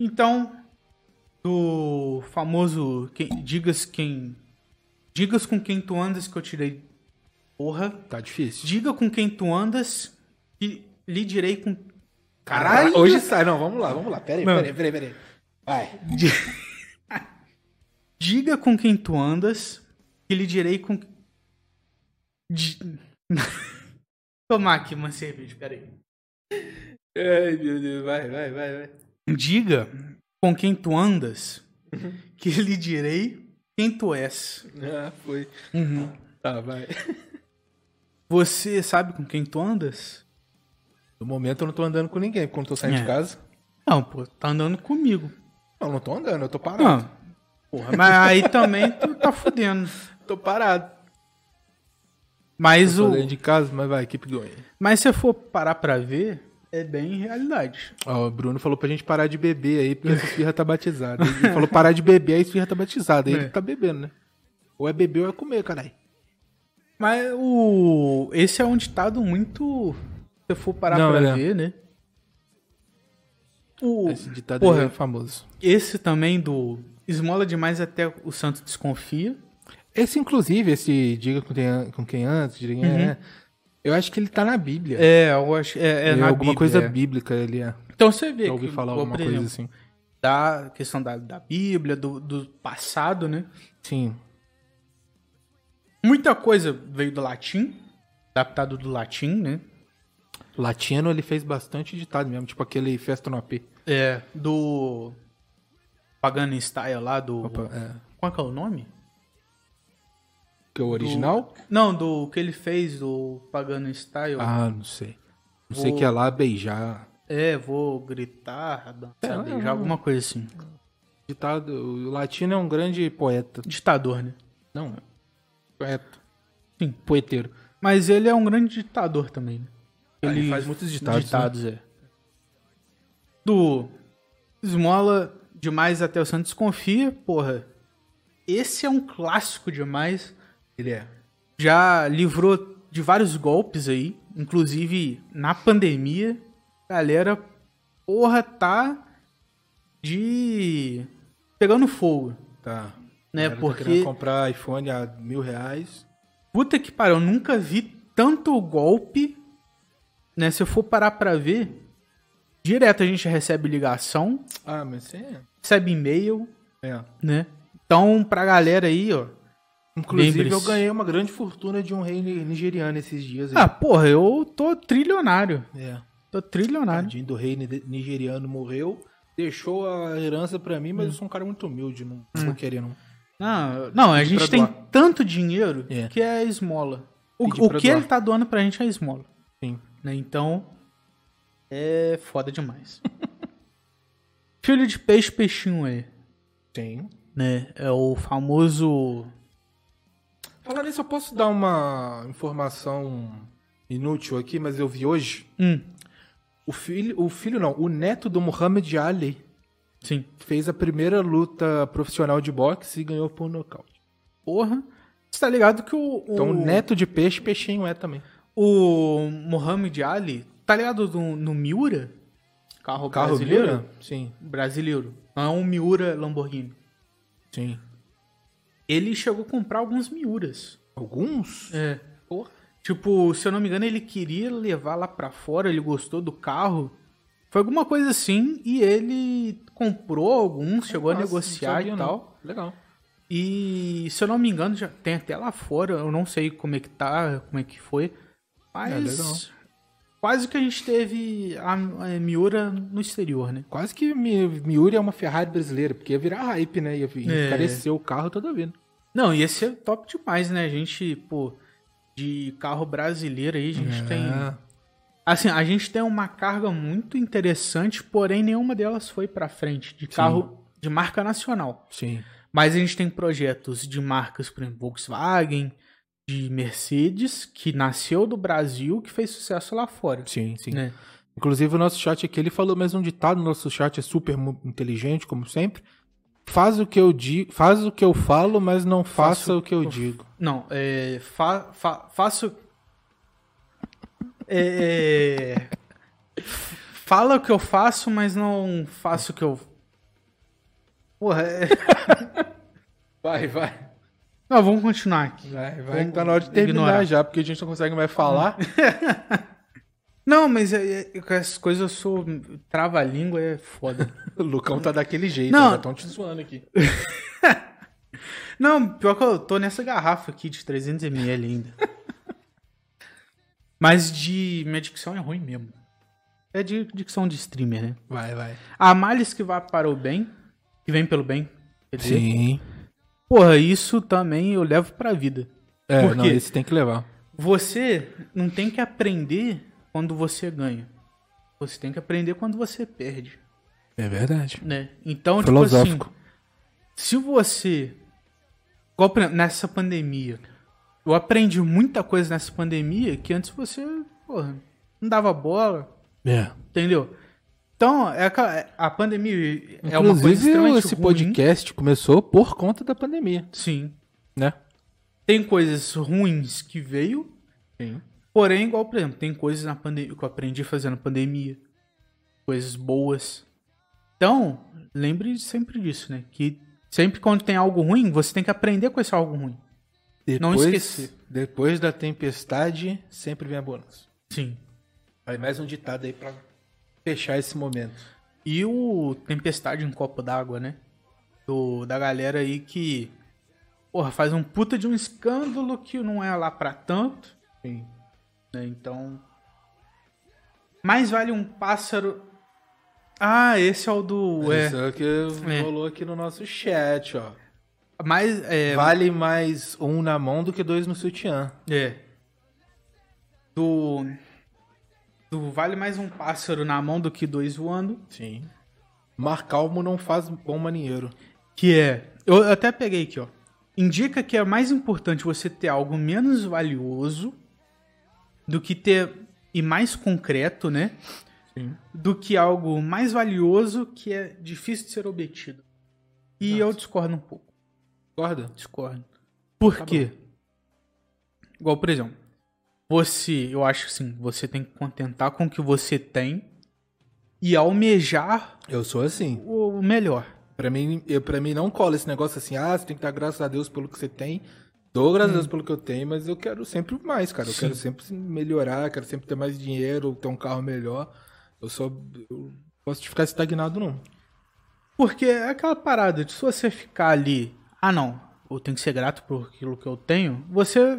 Speaker 1: Então, do famoso quem- digas quem digas com quem tu andas que eu tirei porra,
Speaker 2: Tá difícil.
Speaker 1: diga com quem tu andas e lhe direi com
Speaker 2: Caralho! Hoje sai. Não, vamos lá, vamos lá. Pera aí,
Speaker 1: Mano.
Speaker 2: pera aí, pera aí, pera aí. Vai.
Speaker 1: diga com quem tu andas e lhe direi com Di... Tomar aqui uma cerveja, peraí.
Speaker 2: Ai, meu Deus. Vai, vai, vai, vai.
Speaker 1: Diga com quem tu andas que lhe direi quem tu és.
Speaker 2: Ah, foi.
Speaker 1: Uhum.
Speaker 2: Tá, vai.
Speaker 1: Você sabe com quem tu andas?
Speaker 2: No momento eu não tô andando com ninguém, porque eu não tô saindo
Speaker 1: É.
Speaker 2: de casa.
Speaker 1: Não, pô, tá andando comigo.
Speaker 2: Não, eu não tô andando, eu tô parado.
Speaker 1: Não. Porra, mas aí também tu tá fudendo.
Speaker 2: Tô parado.
Speaker 1: Mas
Speaker 2: Tô
Speaker 1: o.
Speaker 2: dentro de casa, mas vai, keep going.
Speaker 1: Mas se eu for parar pra ver, é bem realidade.
Speaker 2: Ó, o Bruno falou pra gente parar de beber aí, porque essa esfirra tá batizada. Ele falou parar de beber, aí a esfirra tá batizada. Aí
Speaker 1: É.
Speaker 2: ele tá bebendo, né? Ou é beber ou é comer, caralho.
Speaker 1: Mas o. Esse é um ditado muito. Se eu for parar
Speaker 2: Não,
Speaker 1: pra
Speaker 2: é.
Speaker 1: ver, né? O...
Speaker 2: Esse ditado
Speaker 1: Porra.
Speaker 2: aí é famoso.
Speaker 1: Esse também do. Esmola demais até o santo desconfia.
Speaker 2: Esse, inclusive, esse diga com quem, com quem antes, diga quem é, eu acho que ele tá na Bíblia.
Speaker 1: É, eu acho. Uhum. É, é
Speaker 2: Ele
Speaker 1: na
Speaker 2: alguma
Speaker 1: Bíblia,
Speaker 2: coisa
Speaker 1: é.
Speaker 2: bíblica ele é.
Speaker 1: Então você vê
Speaker 2: Eu ouvi
Speaker 1: que,
Speaker 2: falar
Speaker 1: por
Speaker 2: alguma
Speaker 1: exemplo,
Speaker 2: coisa assim.
Speaker 1: Da questão da, da Bíblia, do, do passado, né?
Speaker 2: Sim.
Speaker 1: Muita coisa veio do latim, adaptado do latim, né?
Speaker 2: Latino, ele fez bastante ditado mesmo, tipo aquele Festa no AP.
Speaker 1: É, do Pagan Style lá do
Speaker 2: Opa, é.
Speaker 1: Qual que é o nome?
Speaker 2: Que é o original?
Speaker 1: Não, do que ele fez do Pagan Style.
Speaker 2: Ah, não sei. Não sei
Speaker 1: Vou-
Speaker 2: que é lá beijar.
Speaker 1: É, vou gritar, dançar,
Speaker 2: É,
Speaker 1: beijar,
Speaker 2: é,
Speaker 1: alguma coisa assim.
Speaker 2: Ditado, o latino é um grande poeta.
Speaker 1: Ditador, né?
Speaker 2: Não. Poeta.
Speaker 1: Sim.
Speaker 2: Poeteiro.
Speaker 1: Mas ele é um grande ditador também. né?
Speaker 2: Ah, ele faz muitos ditados,
Speaker 1: Ditados, é. Do Esmola demais até o Santos desconfia, porra. Esse é um clássico demais.
Speaker 2: Ele é.
Speaker 1: já livrou de vários golpes aí, inclusive na pandemia. Galera, porra, tá de. pegando fogo.
Speaker 2: Tá.
Speaker 1: Né,
Speaker 2: O cara tá
Speaker 1: porque-
Speaker 2: querendo comprar iPhone a mil reais.
Speaker 1: Puta que pariu, eu nunca vi tanto golpe, né? Se eu for parar pra ver, direto a gente recebe ligação,
Speaker 2: Ah, mas você é.
Speaker 1: recebe e-mail,
Speaker 2: É.
Speaker 1: né? Então, pra galera aí, ó,
Speaker 2: Inclusive,
Speaker 1: Lembre-se.
Speaker 2: eu ganhei uma grande fortuna de um rei ni- nigeriano esses dias. aí.
Speaker 1: Ah, porra, eu tô trilionário.
Speaker 2: é.
Speaker 1: Tô trilionário.
Speaker 2: Tadinho do rei ni- nigeriano morreu, deixou a herança pra mim, mas
Speaker 1: Hum.
Speaker 2: eu sou um cara muito humilde, não vou querer, não.
Speaker 1: Não, não, a gente
Speaker 2: pra
Speaker 1: tem
Speaker 2: doar.
Speaker 1: tanto dinheiro
Speaker 2: É.
Speaker 1: que é esmola. O,
Speaker 2: Pedir
Speaker 1: o
Speaker 2: pra
Speaker 1: que
Speaker 2: doar.
Speaker 1: ele tá doando pra gente é esmola.
Speaker 2: Sim.
Speaker 1: né? Então, é foda demais. Filho de peixe, peixinho aí.
Speaker 2: Sim.
Speaker 1: Né? É o famoso.
Speaker 2: Falar nisso, eu posso dar uma informação inútil aqui, mas eu vi hoje.
Speaker 1: Hum,
Speaker 2: O filho, o filho não, o neto do Muhammad Ali
Speaker 1: sim.
Speaker 2: fez a primeira luta profissional de boxe e ganhou por nocaute.
Speaker 1: Porra. Você tá ligado que o. o
Speaker 2: Então, neto de peixe, peixinho é também.
Speaker 1: O Mohamed Ali, tá ligado do- no Miura? Carro,
Speaker 2: Carro né?
Speaker 1: brasileiro?
Speaker 2: Miura? Sim,
Speaker 1: Brasileiro. Não é um Miura Lamborghini.
Speaker 2: sim.
Speaker 1: Ele chegou a comprar alguns Miuras.
Speaker 2: Alguns?
Speaker 1: É. Tipo, se eu não me engano, ele queria levar lá pra fora, ele gostou do carro. Foi alguma coisa assim, e ele comprou alguns, chegou
Speaker 2: Nossa,
Speaker 1: a
Speaker 2: É, não
Speaker 1: negociar
Speaker 2: sabia,
Speaker 1: e
Speaker 2: não.
Speaker 1: tal.
Speaker 2: Legal.
Speaker 1: E se eu não me engano, já tem até lá fora, eu não sei como é que tá, como é que foi.
Speaker 2: É, legal.
Speaker 1: Mas quase que a gente teve a, a Miura no exterior, né?
Speaker 2: Quase que Mi- Miura é uma Ferrari brasileira, porque ia virar hype, né? Ia vir-
Speaker 1: É.
Speaker 2: encarecer o carro toda vez.
Speaker 1: Não, ia ser top demais, né? A gente, pô, de carro brasileiro
Speaker 2: É,
Speaker 1: aí, a gente tem. Assim, a gente tem uma carga muito interessante, porém nenhuma delas foi pra frente, de carro de marca nacional.
Speaker 2: Sim.
Speaker 1: Mas a gente tem projetos de marcas, por exemplo, Volkswagen, de Mercedes, que nasceu do Brasil, que fez sucesso lá fora.
Speaker 2: Sim, sim.
Speaker 1: Né?
Speaker 2: Inclusive, o nosso chat aqui, ele falou mesmo um ditado, o nosso chat é super mu- inteligente, como sempre. Faz o que eu digo, faz o que eu falo, mas não faça
Speaker 1: Faço-
Speaker 2: o que eu digo.
Speaker 1: Não, é, fa, fa- faço. É, é, fala o que eu faço, mas não faço o que eu. Porra, é...
Speaker 2: Vai, vai.
Speaker 1: Não, vamos continuar aqui.
Speaker 2: Vai,
Speaker 1: Vamos
Speaker 2: Tá na hora de terminar
Speaker 1: ignorar.
Speaker 2: já, porque a gente não consegue mais falar.
Speaker 1: Não, mas é, é, com essas coisas eu sou. Trava-língua é foda.
Speaker 2: o Lucão tá daquele jeito,
Speaker 1: Não.
Speaker 2: já estão te zoando aqui.
Speaker 1: Não, pior que eu tô nessa garrafa aqui de 300ml ainda. Mas de. Minha dicção é ruim mesmo. É de dicção de streamer, né?
Speaker 2: Vai, vai.
Speaker 1: Há males que vá para o bem, que vem pelo bem. Quer dizer,
Speaker 2: Sim.
Speaker 1: porra, isso também eu levo pra vida.
Speaker 2: É,
Speaker 1: Por
Speaker 2: não,
Speaker 1: quê?
Speaker 2: esse tem que levar.
Speaker 1: Você não tem que aprender quando você ganha. Você tem que aprender quando você perde,
Speaker 2: É verdade.
Speaker 1: né? Então, tipo assim,
Speaker 2: Filosófico.
Speaker 1: se você. igual, por exemplo, nessa pandemia. Eu aprendi muita coisa nessa pandemia que antes você, porra, não dava bola,
Speaker 2: É.
Speaker 1: entendeu? Então, é aquela- a pandemia é uma coisa
Speaker 2: Inclusive,
Speaker 1: extremamente
Speaker 2: esse
Speaker 1: ruim.
Speaker 2: podcast começou por conta da pandemia,
Speaker 1: Sim.
Speaker 2: né?
Speaker 1: Tem coisas ruins que veio,
Speaker 2: Sim.
Speaker 1: porém, igual, por exemplo, tem coisas na pandemia que eu aprendi fazendo a pandemia. Coisas boas. Então, lembre sempre disso, né? Que sempre quando tem algo ruim, você tem que aprender com esse algo ruim. Não esquecer.
Speaker 2: Depois da tempestade, sempre vem a bonança.
Speaker 1: Sim.
Speaker 2: Vai mais um ditado aí pra fechar esse momento.
Speaker 1: E o Tempestade em Copo d'Água, né? Do, da galera aí que. Porra, faz um puta de um escândalo que não é lá pra tanto.
Speaker 2: Sim.
Speaker 1: né? Então. Mais vale um pássaro. Ah, esse é o do. É,
Speaker 2: Isso é o que
Speaker 1: É.
Speaker 2: rolou aqui no nosso chat, ó.
Speaker 1: mais. É,
Speaker 2: Vale mais um na mão do que dois no sutiã.
Speaker 1: é. Do. Do vale mais um pássaro na mão do que dois voando.
Speaker 2: Sim. Mar calmo não faz bom marinheiro.
Speaker 1: Que é. Eu até peguei aqui, ó. Indica que é mais importante você ter algo menos valioso do que ter. e mais concreto, né?
Speaker 2: Sim.
Speaker 1: Do que algo mais valioso que é difícil de ser obtido. E eu discordo um pouco.
Speaker 2: Concorda?
Speaker 1: Discordo. Por
Speaker 2: Tá
Speaker 1: quê? Igual, por exemplo, você, eu acho que sim, você tem que contentar com o que você tem e almejar
Speaker 2: Eu sou assim.
Speaker 1: o melhor.
Speaker 2: Pra mim, eu, pra mim não cola esse negócio assim, ah, você tem que dar graças a Deus pelo que você tem. Dou graças a Deus pelo que eu tenho, mas eu quero sempre mais, cara. Eu
Speaker 1: Hum. Sim.
Speaker 2: quero sempre melhorar, quero sempre ter mais dinheiro, ter um carro melhor. Eu só. Eu não posso de ficar estagnado, não.
Speaker 1: Porque é aquela parada de se você ficar ali, ah não, eu tenho que ser grato por aquilo que eu tenho, você.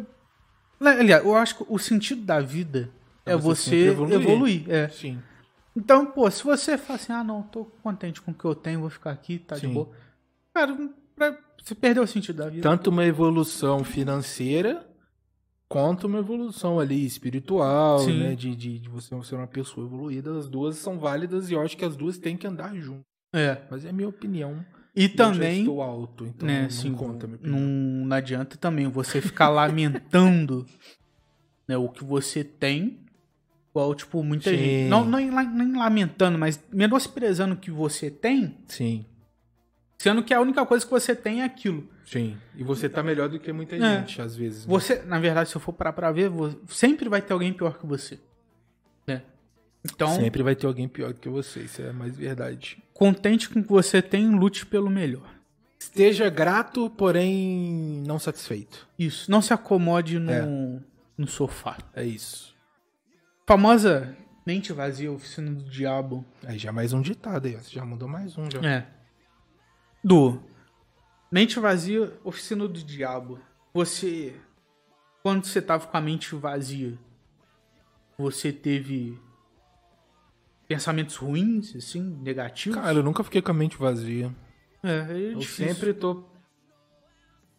Speaker 1: né, Aliás, eu acho que o sentido da vida é você,
Speaker 2: sempre
Speaker 1: evoluir.
Speaker 2: evoluir.
Speaker 1: é.
Speaker 2: Sim.
Speaker 1: Então, pô, se você fala assim, ah, não, tô contente com o que eu tenho, vou ficar aqui, tá de
Speaker 2: Sim.
Speaker 1: boa. Cara, pra- você perdeu o sentido da vida.
Speaker 2: Tanto uma evolução financeira quanto uma evolução ali espiritual,
Speaker 1: Sim.
Speaker 2: né? De, de, de você ser uma pessoa evoluída. As duas são válidas e eu acho que as duas têm que andar junto.
Speaker 1: É.
Speaker 2: Mas é a minha opinião.
Speaker 1: E
Speaker 2: Eu já
Speaker 1: também,
Speaker 2: estou alto, então
Speaker 1: né,
Speaker 2: não
Speaker 1: assim,
Speaker 2: conta minha
Speaker 1: não,
Speaker 2: opinião.
Speaker 1: não adianta também você ficar lamentando né, o que você tem. Igual, tipo, muita
Speaker 2: Sim.
Speaker 1: gente. Não, não em la- nem lamentando, mas menosprezando o que você tem,
Speaker 2: Sim,
Speaker 1: sendo que a única coisa que você tem é aquilo.
Speaker 2: sim. E você tá melhor do que muita
Speaker 1: É.
Speaker 2: gente, às vezes. né?
Speaker 1: Você, na verdade, se eu for parar pra ver, vo- sempre vai ter alguém pior que você. Né? Então,
Speaker 2: Sempre vai ter alguém pior do que você, isso é mais verdade.
Speaker 1: contente com o que você tem, lute pelo melhor.
Speaker 2: Esteja grato, porém não satisfeito.
Speaker 1: Isso. Não se acomode no,
Speaker 2: É.
Speaker 1: no sofá.
Speaker 2: É isso.
Speaker 1: Famosa mente vazia, oficina do diabo.
Speaker 2: Aí já mais um ditado aí, ó. Você já mandou mais um já.
Speaker 1: É. Du. Mente vazia, oficina do diabo. Você. Quando você tava com a mente vazia, você teve pensamentos ruins, assim, negativos?
Speaker 2: Cara, eu nunca fiquei com a mente vazia.
Speaker 1: é, é
Speaker 2: Eu
Speaker 1: difícil.
Speaker 2: sempre tô.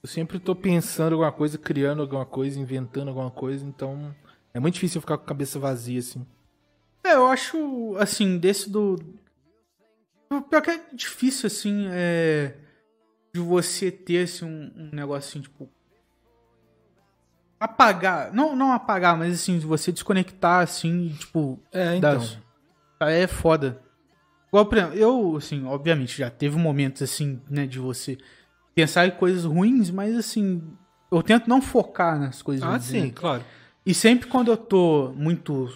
Speaker 2: Eu sempre tô pensando alguma coisa, criando alguma coisa, inventando alguma coisa, então. É muito difícil eu ficar com a cabeça vazia, assim.
Speaker 1: É, eu acho, assim, desse do. Pior que é difícil, assim, é. De você ter, assim, um, um negócio assim, tipo. Apagar. Não, não apagar, mas, assim, de você desconectar, assim, e, tipo.
Speaker 2: É, então.
Speaker 1: das- É foda. Igual, por exemplo, eu, assim, obviamente, já teve momentos, assim, né, de você pensar em coisas ruins, mas, assim. Eu tento não focar nas coisas
Speaker 2: Ah,
Speaker 1: ruins. né?
Speaker 2: sim, claro.
Speaker 1: E sempre quando eu tô muito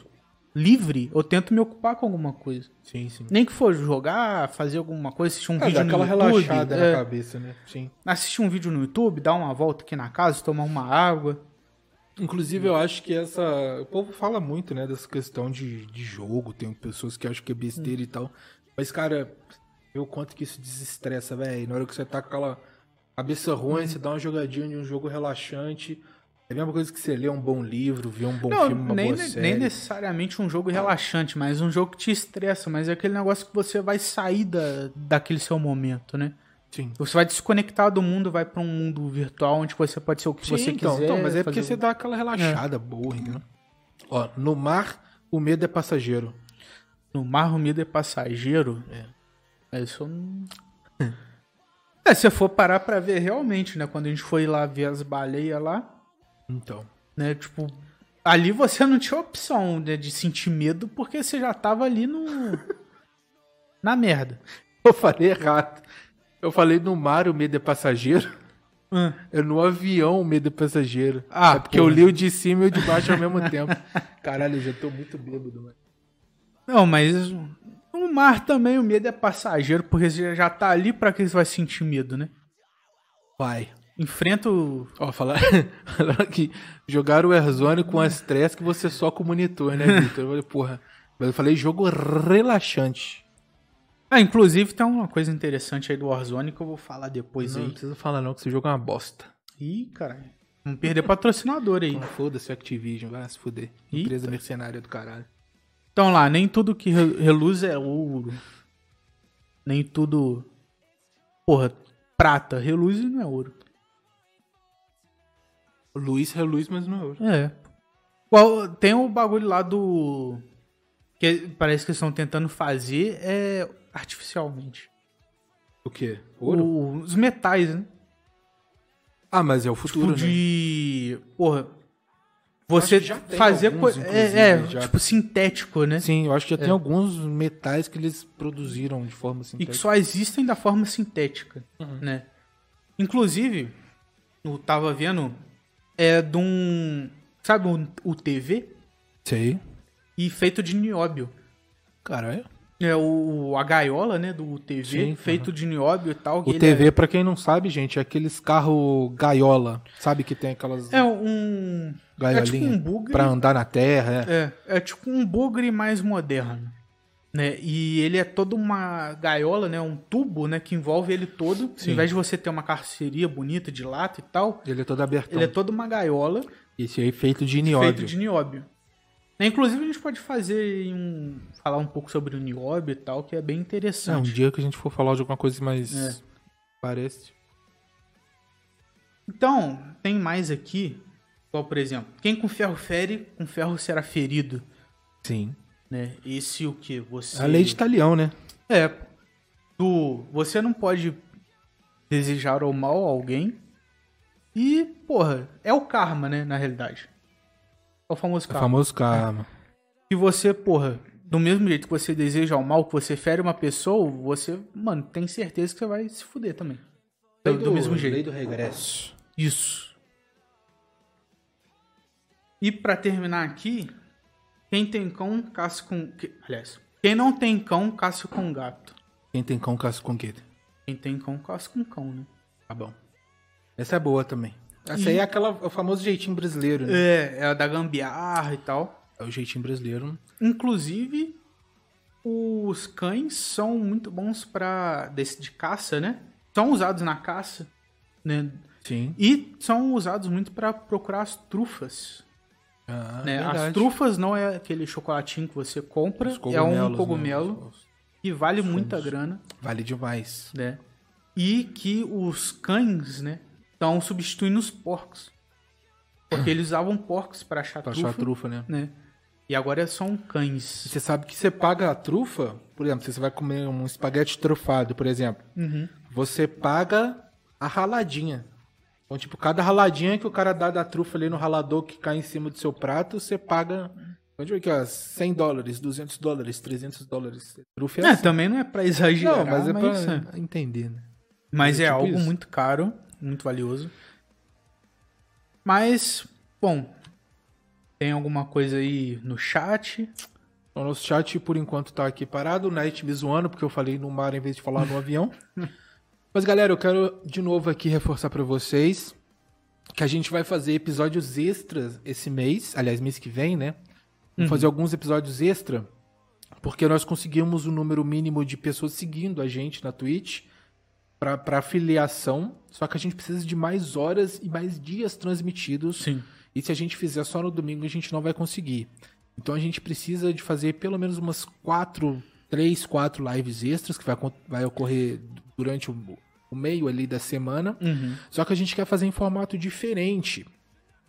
Speaker 1: livre, eu tento me ocupar com alguma coisa.
Speaker 2: Sim, sim.
Speaker 1: Nem que for jogar, fazer alguma coisa, assistir um
Speaker 2: Ah,
Speaker 1: vídeo
Speaker 2: dá
Speaker 1: no
Speaker 2: aquela
Speaker 1: YouTube.
Speaker 2: relaxada
Speaker 1: é,
Speaker 2: na cabeça, né? Sim.
Speaker 1: assistir um vídeo no YouTube, dar uma volta aqui na casa, tomar uma água.
Speaker 2: Inclusive, eu acho que essa. O povo fala muito, né, dessa questão de, de jogo. Tem pessoas que acham que é besteira e tal. Mas, cara, eu quanto que isso desestressa, velho. Na hora que você tá com aquela cabeça ruim, você dá uma jogadinha de um jogo relaxante. É a mesma coisa que você lê um bom livro, vê um bom
Speaker 1: Não,
Speaker 2: filme, uma
Speaker 1: nem,
Speaker 2: boa
Speaker 1: ne-
Speaker 2: série.
Speaker 1: nem necessariamente um jogo relaxante, mas um jogo que te estressa, mas é aquele negócio que você vai sair da, daquele seu momento, né?
Speaker 2: Sim.
Speaker 1: Você vai desconectar do mundo, vai pra um mundo virtual onde você pode ser o que
Speaker 2: Sim,
Speaker 1: você
Speaker 2: então,
Speaker 1: quiser.
Speaker 2: então, mas é porque
Speaker 1: fazer
Speaker 2: você
Speaker 1: o-
Speaker 2: dá aquela relaxada boa, entendeu? É. Ó, no mar, o medo é passageiro.
Speaker 1: No Mar o medo é passageiro.
Speaker 2: É.
Speaker 1: É. Isso eu não. É, se você for parar pra ver realmente, né? Quando a gente foi lá ver as baleias lá,
Speaker 2: Então.
Speaker 1: né? Tipo, ali você não tinha opção né, de sentir medo porque você já tava ali no. na merda.
Speaker 2: Eu falei errado. Eu falei no mar, o medo é passageiro.
Speaker 1: Ah,
Speaker 2: É no avião o medo é passageiro.
Speaker 1: Ah,
Speaker 2: é porque
Speaker 1: porra.
Speaker 2: eu li o de cima e o de baixo ao mesmo tempo. Caralho, eu já tô muito bêbado, mano.
Speaker 1: Não, mas no mar também o medo é passageiro porque você já tá ali pra que você vai sentir medo, né?
Speaker 2: Vai.
Speaker 1: Enfrenta o.
Speaker 2: Ó, falar- falaram que jogaram o Airzone com as três que você só com o monitor, né, Vitor? Eu falei, porra. Mas eu falei jogo relaxante.
Speaker 1: Ah, inclusive tem uma coisa interessante aí do Warzone que eu vou falar depois
Speaker 2: Não
Speaker 1: aí.
Speaker 2: precisa falar não, que esse jogo é uma bosta.
Speaker 1: Ih, caralho. Vamos perder patrocinador aí.
Speaker 2: Então, Foda-se o Activision, vai se fuder. Empresa mercenária do caralho.
Speaker 1: Então lá, nem tudo que re- reluz é ouro. Nem tudo. Porra, prata. Reluz e não é ouro.
Speaker 2: Luiz reluz, mas não é ouro.
Speaker 1: É. Qual- tem o bagulho lá do. Que parece que eles estão tentando fazer é artificialmente.
Speaker 2: O quê? Ouro?
Speaker 1: O- os metais, né?
Speaker 2: Ah, mas é o
Speaker 1: Tipo,
Speaker 2: futuro, né?
Speaker 1: de. Porra. Você
Speaker 2: que já tem
Speaker 1: fazer
Speaker 2: alguns,
Speaker 1: coisa.
Speaker 2: inclusive, né,
Speaker 1: É, é
Speaker 2: já.
Speaker 1: tipo sintético, né?
Speaker 2: Sim, eu acho que já tem alguns metais que eles produziram de forma
Speaker 1: e que
Speaker 2: sintética.
Speaker 1: só existem da forma sintética,
Speaker 2: Uhum.
Speaker 1: né? Inclusive, eu tava vendo é de um, sabe, um- o TV
Speaker 2: Sei.
Speaker 1: e feito de nióbio.
Speaker 2: Caralho.
Speaker 1: É o a gaiola, né, do TV
Speaker 2: Sim,
Speaker 1: feito de nióbio e tal. que
Speaker 2: O
Speaker 1: ele
Speaker 2: TV, pra quem não sabe, gente, é aqueles carro gaiola. Sabe que tem aquelas
Speaker 1: é, é um é tipo
Speaker 2: gaiolinhas
Speaker 1: um bugre.
Speaker 2: pra andar na terra, é.
Speaker 1: É, é tipo um bugre mais moderno. né? E ele é toda uma gaiola, né? Um tubo, né? Que envolve ele todo. Ao invés de você ter uma carceria bonita de lata e tal,
Speaker 2: Ele é todo abertão.
Speaker 1: ele é toda uma gaiola
Speaker 2: Esse aí é feito de nióbio.
Speaker 1: feito de nióbio. Né, Inclusive a gente pode fazer um falar um pouco sobre o nióbio e tal, que é bem
Speaker 2: É, um
Speaker 1: interessante.
Speaker 2: dia que a gente for falar de alguma coisa mais...
Speaker 1: É.
Speaker 2: Parece.
Speaker 1: Então, tem mais aqui, qual por exemplo, quem com ferro fere, com ferro será ferido,
Speaker 2: Sim.
Speaker 1: né? Esse o que você
Speaker 2: A lei de Italião, né?
Speaker 1: É. Tu, você não pode desejar o mal a alguém. E, porra, é o karma, né, na realidade. É o famoso
Speaker 2: O
Speaker 1: karma.
Speaker 2: famoso karma.
Speaker 1: E você, porra, do mesmo jeito que você deseja o mal, que você fere uma pessoa, você, mano, tem certeza que você vai se fuder também. É. Do, do mesmo jeito.
Speaker 3: do regresso.
Speaker 1: Isso. E pra terminar aqui, quem tem cão, caça com. que- aliás, quem não tem cão, caça com gato.
Speaker 2: Quem tem cão, caça com quem?
Speaker 1: Quem tem cão, caça com cão, né?
Speaker 2: Tá bom. Essa é boa também. Essa aí é aquela, o famoso jeitinho brasileiro, né?
Speaker 1: É, é a da gambiarra e tal.
Speaker 2: É o jeitinho brasileiro.
Speaker 1: Inclusive, os cães são muito bons pra. desse de caça, né? São usados na caça, né?
Speaker 2: Sim.
Speaker 1: E são usados muito pra procurar as trufas.
Speaker 2: Ah,
Speaker 1: né?
Speaker 2: verdade.
Speaker 1: As trufas não é aquele chocolatinho que você compra,
Speaker 2: Os
Speaker 1: é
Speaker 2: cogumelos,
Speaker 1: um
Speaker 2: né?
Speaker 1: cogumelo
Speaker 2: Os-
Speaker 1: que vale muita grana,
Speaker 2: Vale demais.
Speaker 1: né? E que os cães, né, estão substituindo os porcos. Porque eles usavam porcos pra achar
Speaker 2: Pra
Speaker 1: trufa,
Speaker 2: achar a trufa, né?
Speaker 1: né? E agora são
Speaker 2: E
Speaker 1: cães.
Speaker 2: Você sabe que você paga a trufa, por exemplo, se você vai comer um espaguete trufado, por exemplo, você paga a raladinha. Então, tipo, cada raladinha que o cara dá da trufa ali no ralador que cai em cima do seu prato, você paga. Onde é que ó, 100 dólares, 200 dólares, 300 dólares. Trufa é,
Speaker 1: É,
Speaker 2: assim.
Speaker 1: também não é pra exagerar,
Speaker 2: Não, mas é pra
Speaker 1: mas é,
Speaker 2: entender, né?
Speaker 1: mas é
Speaker 2: tipo
Speaker 1: algo
Speaker 2: isso.
Speaker 1: muito caro, muito valioso. Mas, bom, tem alguma coisa aí no chat?
Speaker 2: Então, O nosso chat, por enquanto, tá aqui parado. O Night me zoando, porque eu falei no mar em vez de falar no avião. Mas, galera, eu quero de novo aqui reforçar pra vocês que a gente vai fazer episódios extras esse mês. Aliás, mês que vem, né? Vamos fazer alguns episódios extra, porque nós conseguimos o número mínimo de pessoas seguindo a gente na Twitch pra, pra filiação. Só que a gente precisa de mais horas e mais dias transmitidos
Speaker 1: Sim.
Speaker 2: e se a gente fizer só no domingo, a gente não vai conseguir. Então a gente precisa de fazer pelo menos umas quatro, três, quatro lives extras que vai, acon- vai ocorrer durante o, o meio ali da semana.
Speaker 1: Uhum.
Speaker 2: Só que a gente quer fazer em formato diferente.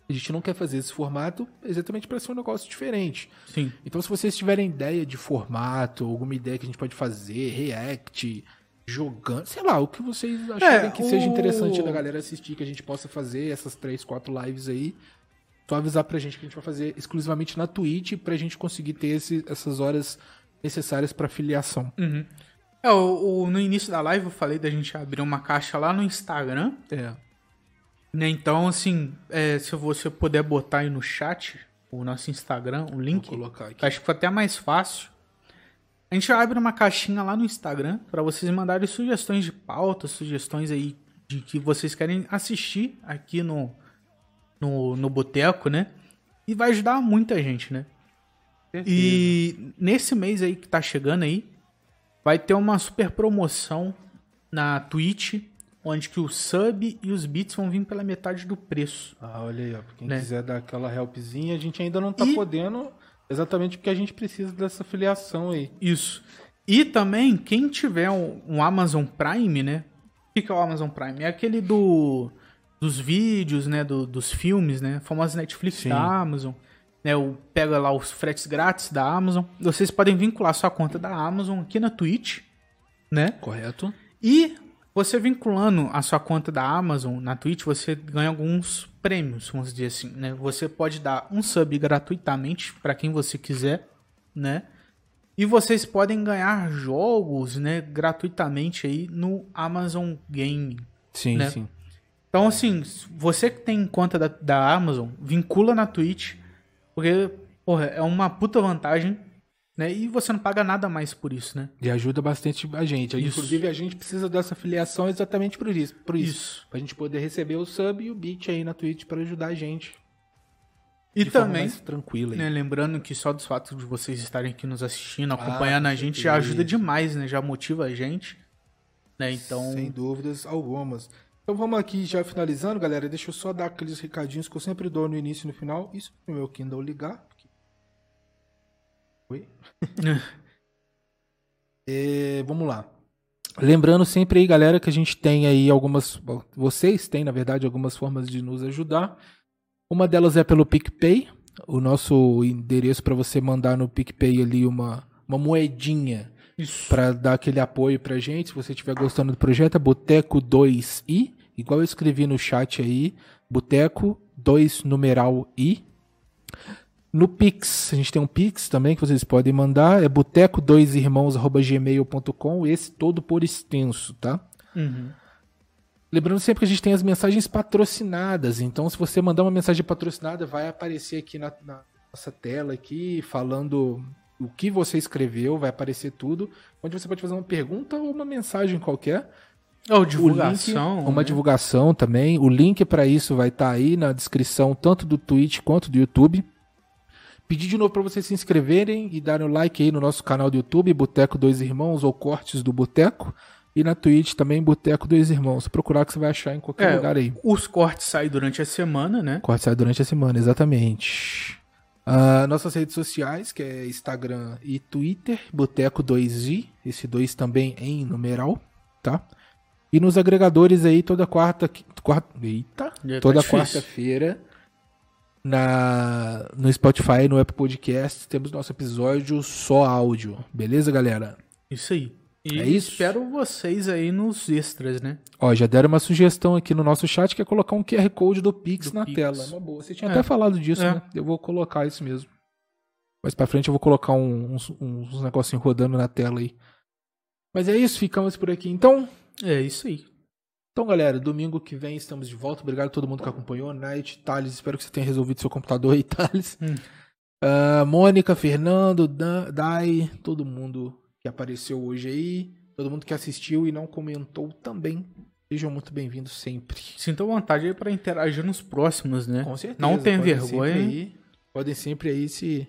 Speaker 2: A gente não quer fazer esse formato exatamente para ser um negócio diferente.
Speaker 1: Sim.
Speaker 2: Então, se vocês tiverem ideia de formato, alguma ideia que a gente pode fazer, react, jogando, sei lá, o que vocês acharem que seja
Speaker 1: o-
Speaker 2: interessante da galera assistir, que a gente possa fazer essas três, quatro lives aí, só avisar pra gente que a gente vai fazer exclusivamente na Twitch pra gente conseguir ter esse- essas horas necessárias pra filiação.
Speaker 1: Uhum. É, o, o- no início da live eu falei da gente abrir uma caixa lá no Instagram,
Speaker 2: É.
Speaker 1: né? Então, assim, é, se você puder botar aí no chat o nosso Instagram, o
Speaker 2: Vou
Speaker 1: link,
Speaker 2: colocar aqui.
Speaker 1: acho que foi até mais fácil. A gente abre uma caixinha lá no Instagram pra vocês mandarem sugestões de pauta, sugestões aí de que vocês querem assistir aqui no, no, no Boteco, né? E vai ajudar muita gente, né? E nesse mês aí que tá chegando aí, vai ter uma super promoção na Twitch, onde que o sub e os bits vão vir pela metade do preço.
Speaker 2: Ah, olha aí, ó. pra Quem
Speaker 1: Né?
Speaker 2: quiser dar aquela helpzinha, a gente ainda não tá
Speaker 1: E-
Speaker 2: podendo, exatamente porque a gente precisa dessa filiação aí.
Speaker 1: Isso. E também, quem tiver um, um Amazon Prime, né? O que, que é o Amazon Prime? É aquele do dos vídeos, né? do- dos filmes, né? A famosa Netflix
Speaker 2: Sim.
Speaker 1: da Amazon. Né, o, pega lá os fretes grátis da Amazon. Vocês podem vincular sua conta da Amazon aqui na Twitch, né?
Speaker 2: Correto?
Speaker 1: E você vinculando a sua conta da Amazon na Twitch, você ganha alguns prêmios, vamos dizer assim, né? Você pode dar um sub gratuitamente para quem você quiser, né? E vocês podem ganhar jogos, né, gratuitamente aí no Amazon Game.
Speaker 2: Sim,
Speaker 1: Né?
Speaker 2: sim.
Speaker 1: Então, assim, s- você que tem conta da, da Amazon, vincula na Twitch, porque, porra, é uma puta vantagem, né? E você não paga nada mais por isso, né?
Speaker 2: E ajuda bastante a gente.
Speaker 1: Isso.
Speaker 2: Inclusive, a gente precisa dessa filiação exatamente por isso. Por isso. Pra gente poder receber o sub e o beat aí na Twitch pra ajudar a gente.
Speaker 1: E
Speaker 2: de forma
Speaker 1: também,
Speaker 2: mais tranquila. aí.
Speaker 1: né, lembrando que só dos fatos de vocês estarem aqui nos assistindo, acompanhando a gente, já
Speaker 2: Ah, certeza.
Speaker 1: ajuda demais, né? Já motiva a gente. Né, então,
Speaker 2: Sem dúvidas algumas. Então vamos aqui já finalizando, galera. Deixa eu só dar aqueles recadinhos que eu sempre dou no início e no final. Isso pro meu Kindle ligar. porque- Oi? É, vamos lá. Lembrando sempre aí, galera, que a gente tem aí algumas. bom, Vocês têm, na verdade, algumas formas de nos ajudar. Uma delas é pelo PicPay. O nosso endereço para você mandar no PicPay ali uma, uma moedinha
Speaker 1: isso.
Speaker 2: para dar aquele apoio pra gente. Se você estiver gostando do projeto, é Boteco 2i, igual eu escrevi no chat aí, Boteco 2 numeral i. No Pix, a gente tem um Pix também que vocês podem mandar, é boteco2irmãos@gmail.com, esse todo por extenso, tá?
Speaker 1: Uhum.
Speaker 2: Lembrando sempre que a gente tem as mensagens patrocinadas, então se você mandar uma mensagem patrocinada, vai aparecer aqui na, na nossa tela aqui falando o que você escreveu, vai aparecer tudo, onde você pode fazer uma pergunta ou uma mensagem qualquer.
Speaker 1: Ou
Speaker 2: O link, é
Speaker 1: divulgação.
Speaker 2: uma
Speaker 1: né?
Speaker 2: divulgação também. O link para isso vai estar aí na descrição, tanto do Twitch quanto do YouTube. Pedir de novo para vocês se inscreverem e darem o like aí no nosso canal do YouTube, Boteco Dois Irmãos ou Cortes do Boteco. E na Twitch também, Boteco Dois Irmãos. Procurar que você vai achar em qualquer
Speaker 1: É,
Speaker 2: lugar aí.
Speaker 1: Os cortes saem durante a semana, né?
Speaker 2: Corte sai durante a semana, exatamente. Ah, nossas redes sociais, que é Instagram e Twitter, Boteco 2i, esse 2 também em numeral, tá? E nos agregadores aí toda quarta, qui- quarta eita,
Speaker 1: Já tá
Speaker 2: toda
Speaker 1: difícil.
Speaker 2: quarta-feira na no Spotify, no Apple Podcast, temos nosso episódio só áudio, beleza, galera?
Speaker 1: Isso aí. E
Speaker 2: É isso?
Speaker 1: espero vocês aí nos extras, né?
Speaker 2: Ó, já deram uma sugestão aqui no nosso chat que é colocar um QR Code do Pix
Speaker 1: Do
Speaker 2: na
Speaker 1: Pix.
Speaker 2: tela. É uma boa. Você tinha
Speaker 1: É.
Speaker 2: até falado disso,
Speaker 1: É.
Speaker 2: né? Eu vou colocar isso mesmo. Mas pra frente eu vou colocar um- uns, uns negocinhos rodando na tela aí. Mas é isso, ficamos por aqui. Então,
Speaker 1: É isso aí.
Speaker 2: então galera, domingo que vem estamos de volta. Obrigado a todo mundo que acompanhou. Night, Thales, espero que você tenha resolvido seu computador aí, Thales.
Speaker 1: Hum.
Speaker 2: Ah, Mônica, Fernando, Dan, Dai, todo mundo que apareceu hoje aí. Todo mundo que assistiu e não comentou também. Sejam muito bem-vindos sempre.
Speaker 1: Sintam vontade aí pra interagir nos próximos, né?
Speaker 2: Com certeza.
Speaker 1: Não tem
Speaker 2: podem
Speaker 1: vergonha.
Speaker 2: sempre aí- podem sempre aí se,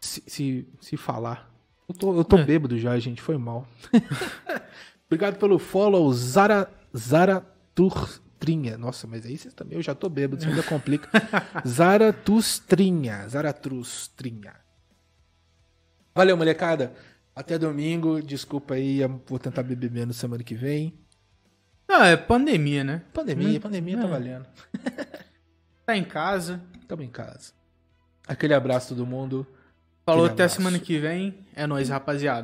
Speaker 2: se, se, se falar. Eu tô, eu tô
Speaker 1: É.
Speaker 2: bêbado já, gente. Foi mal. Obrigado pelo follow, Zara, Zara Turtrinha. Nossa, mas aí vocês também, eu já tô bêbado, isso ainda complica. Zara Tustrinha. Zara Trustrinha. Valeu, molecada. Até domingo. Desculpa aí, eu vou tentar beber menos semana que vem.
Speaker 1: Ah, é pandemia, né?
Speaker 2: Pandemia,
Speaker 1: Hum,
Speaker 2: pandemia
Speaker 1: é.
Speaker 2: tá valendo.
Speaker 1: Tá em casa.
Speaker 2: Tamo em casa. Aquele abraço todo mundo.
Speaker 1: Falou
Speaker 2: Aquele
Speaker 1: até
Speaker 2: abraço.
Speaker 1: semana que vem. É nóis, rapaziada.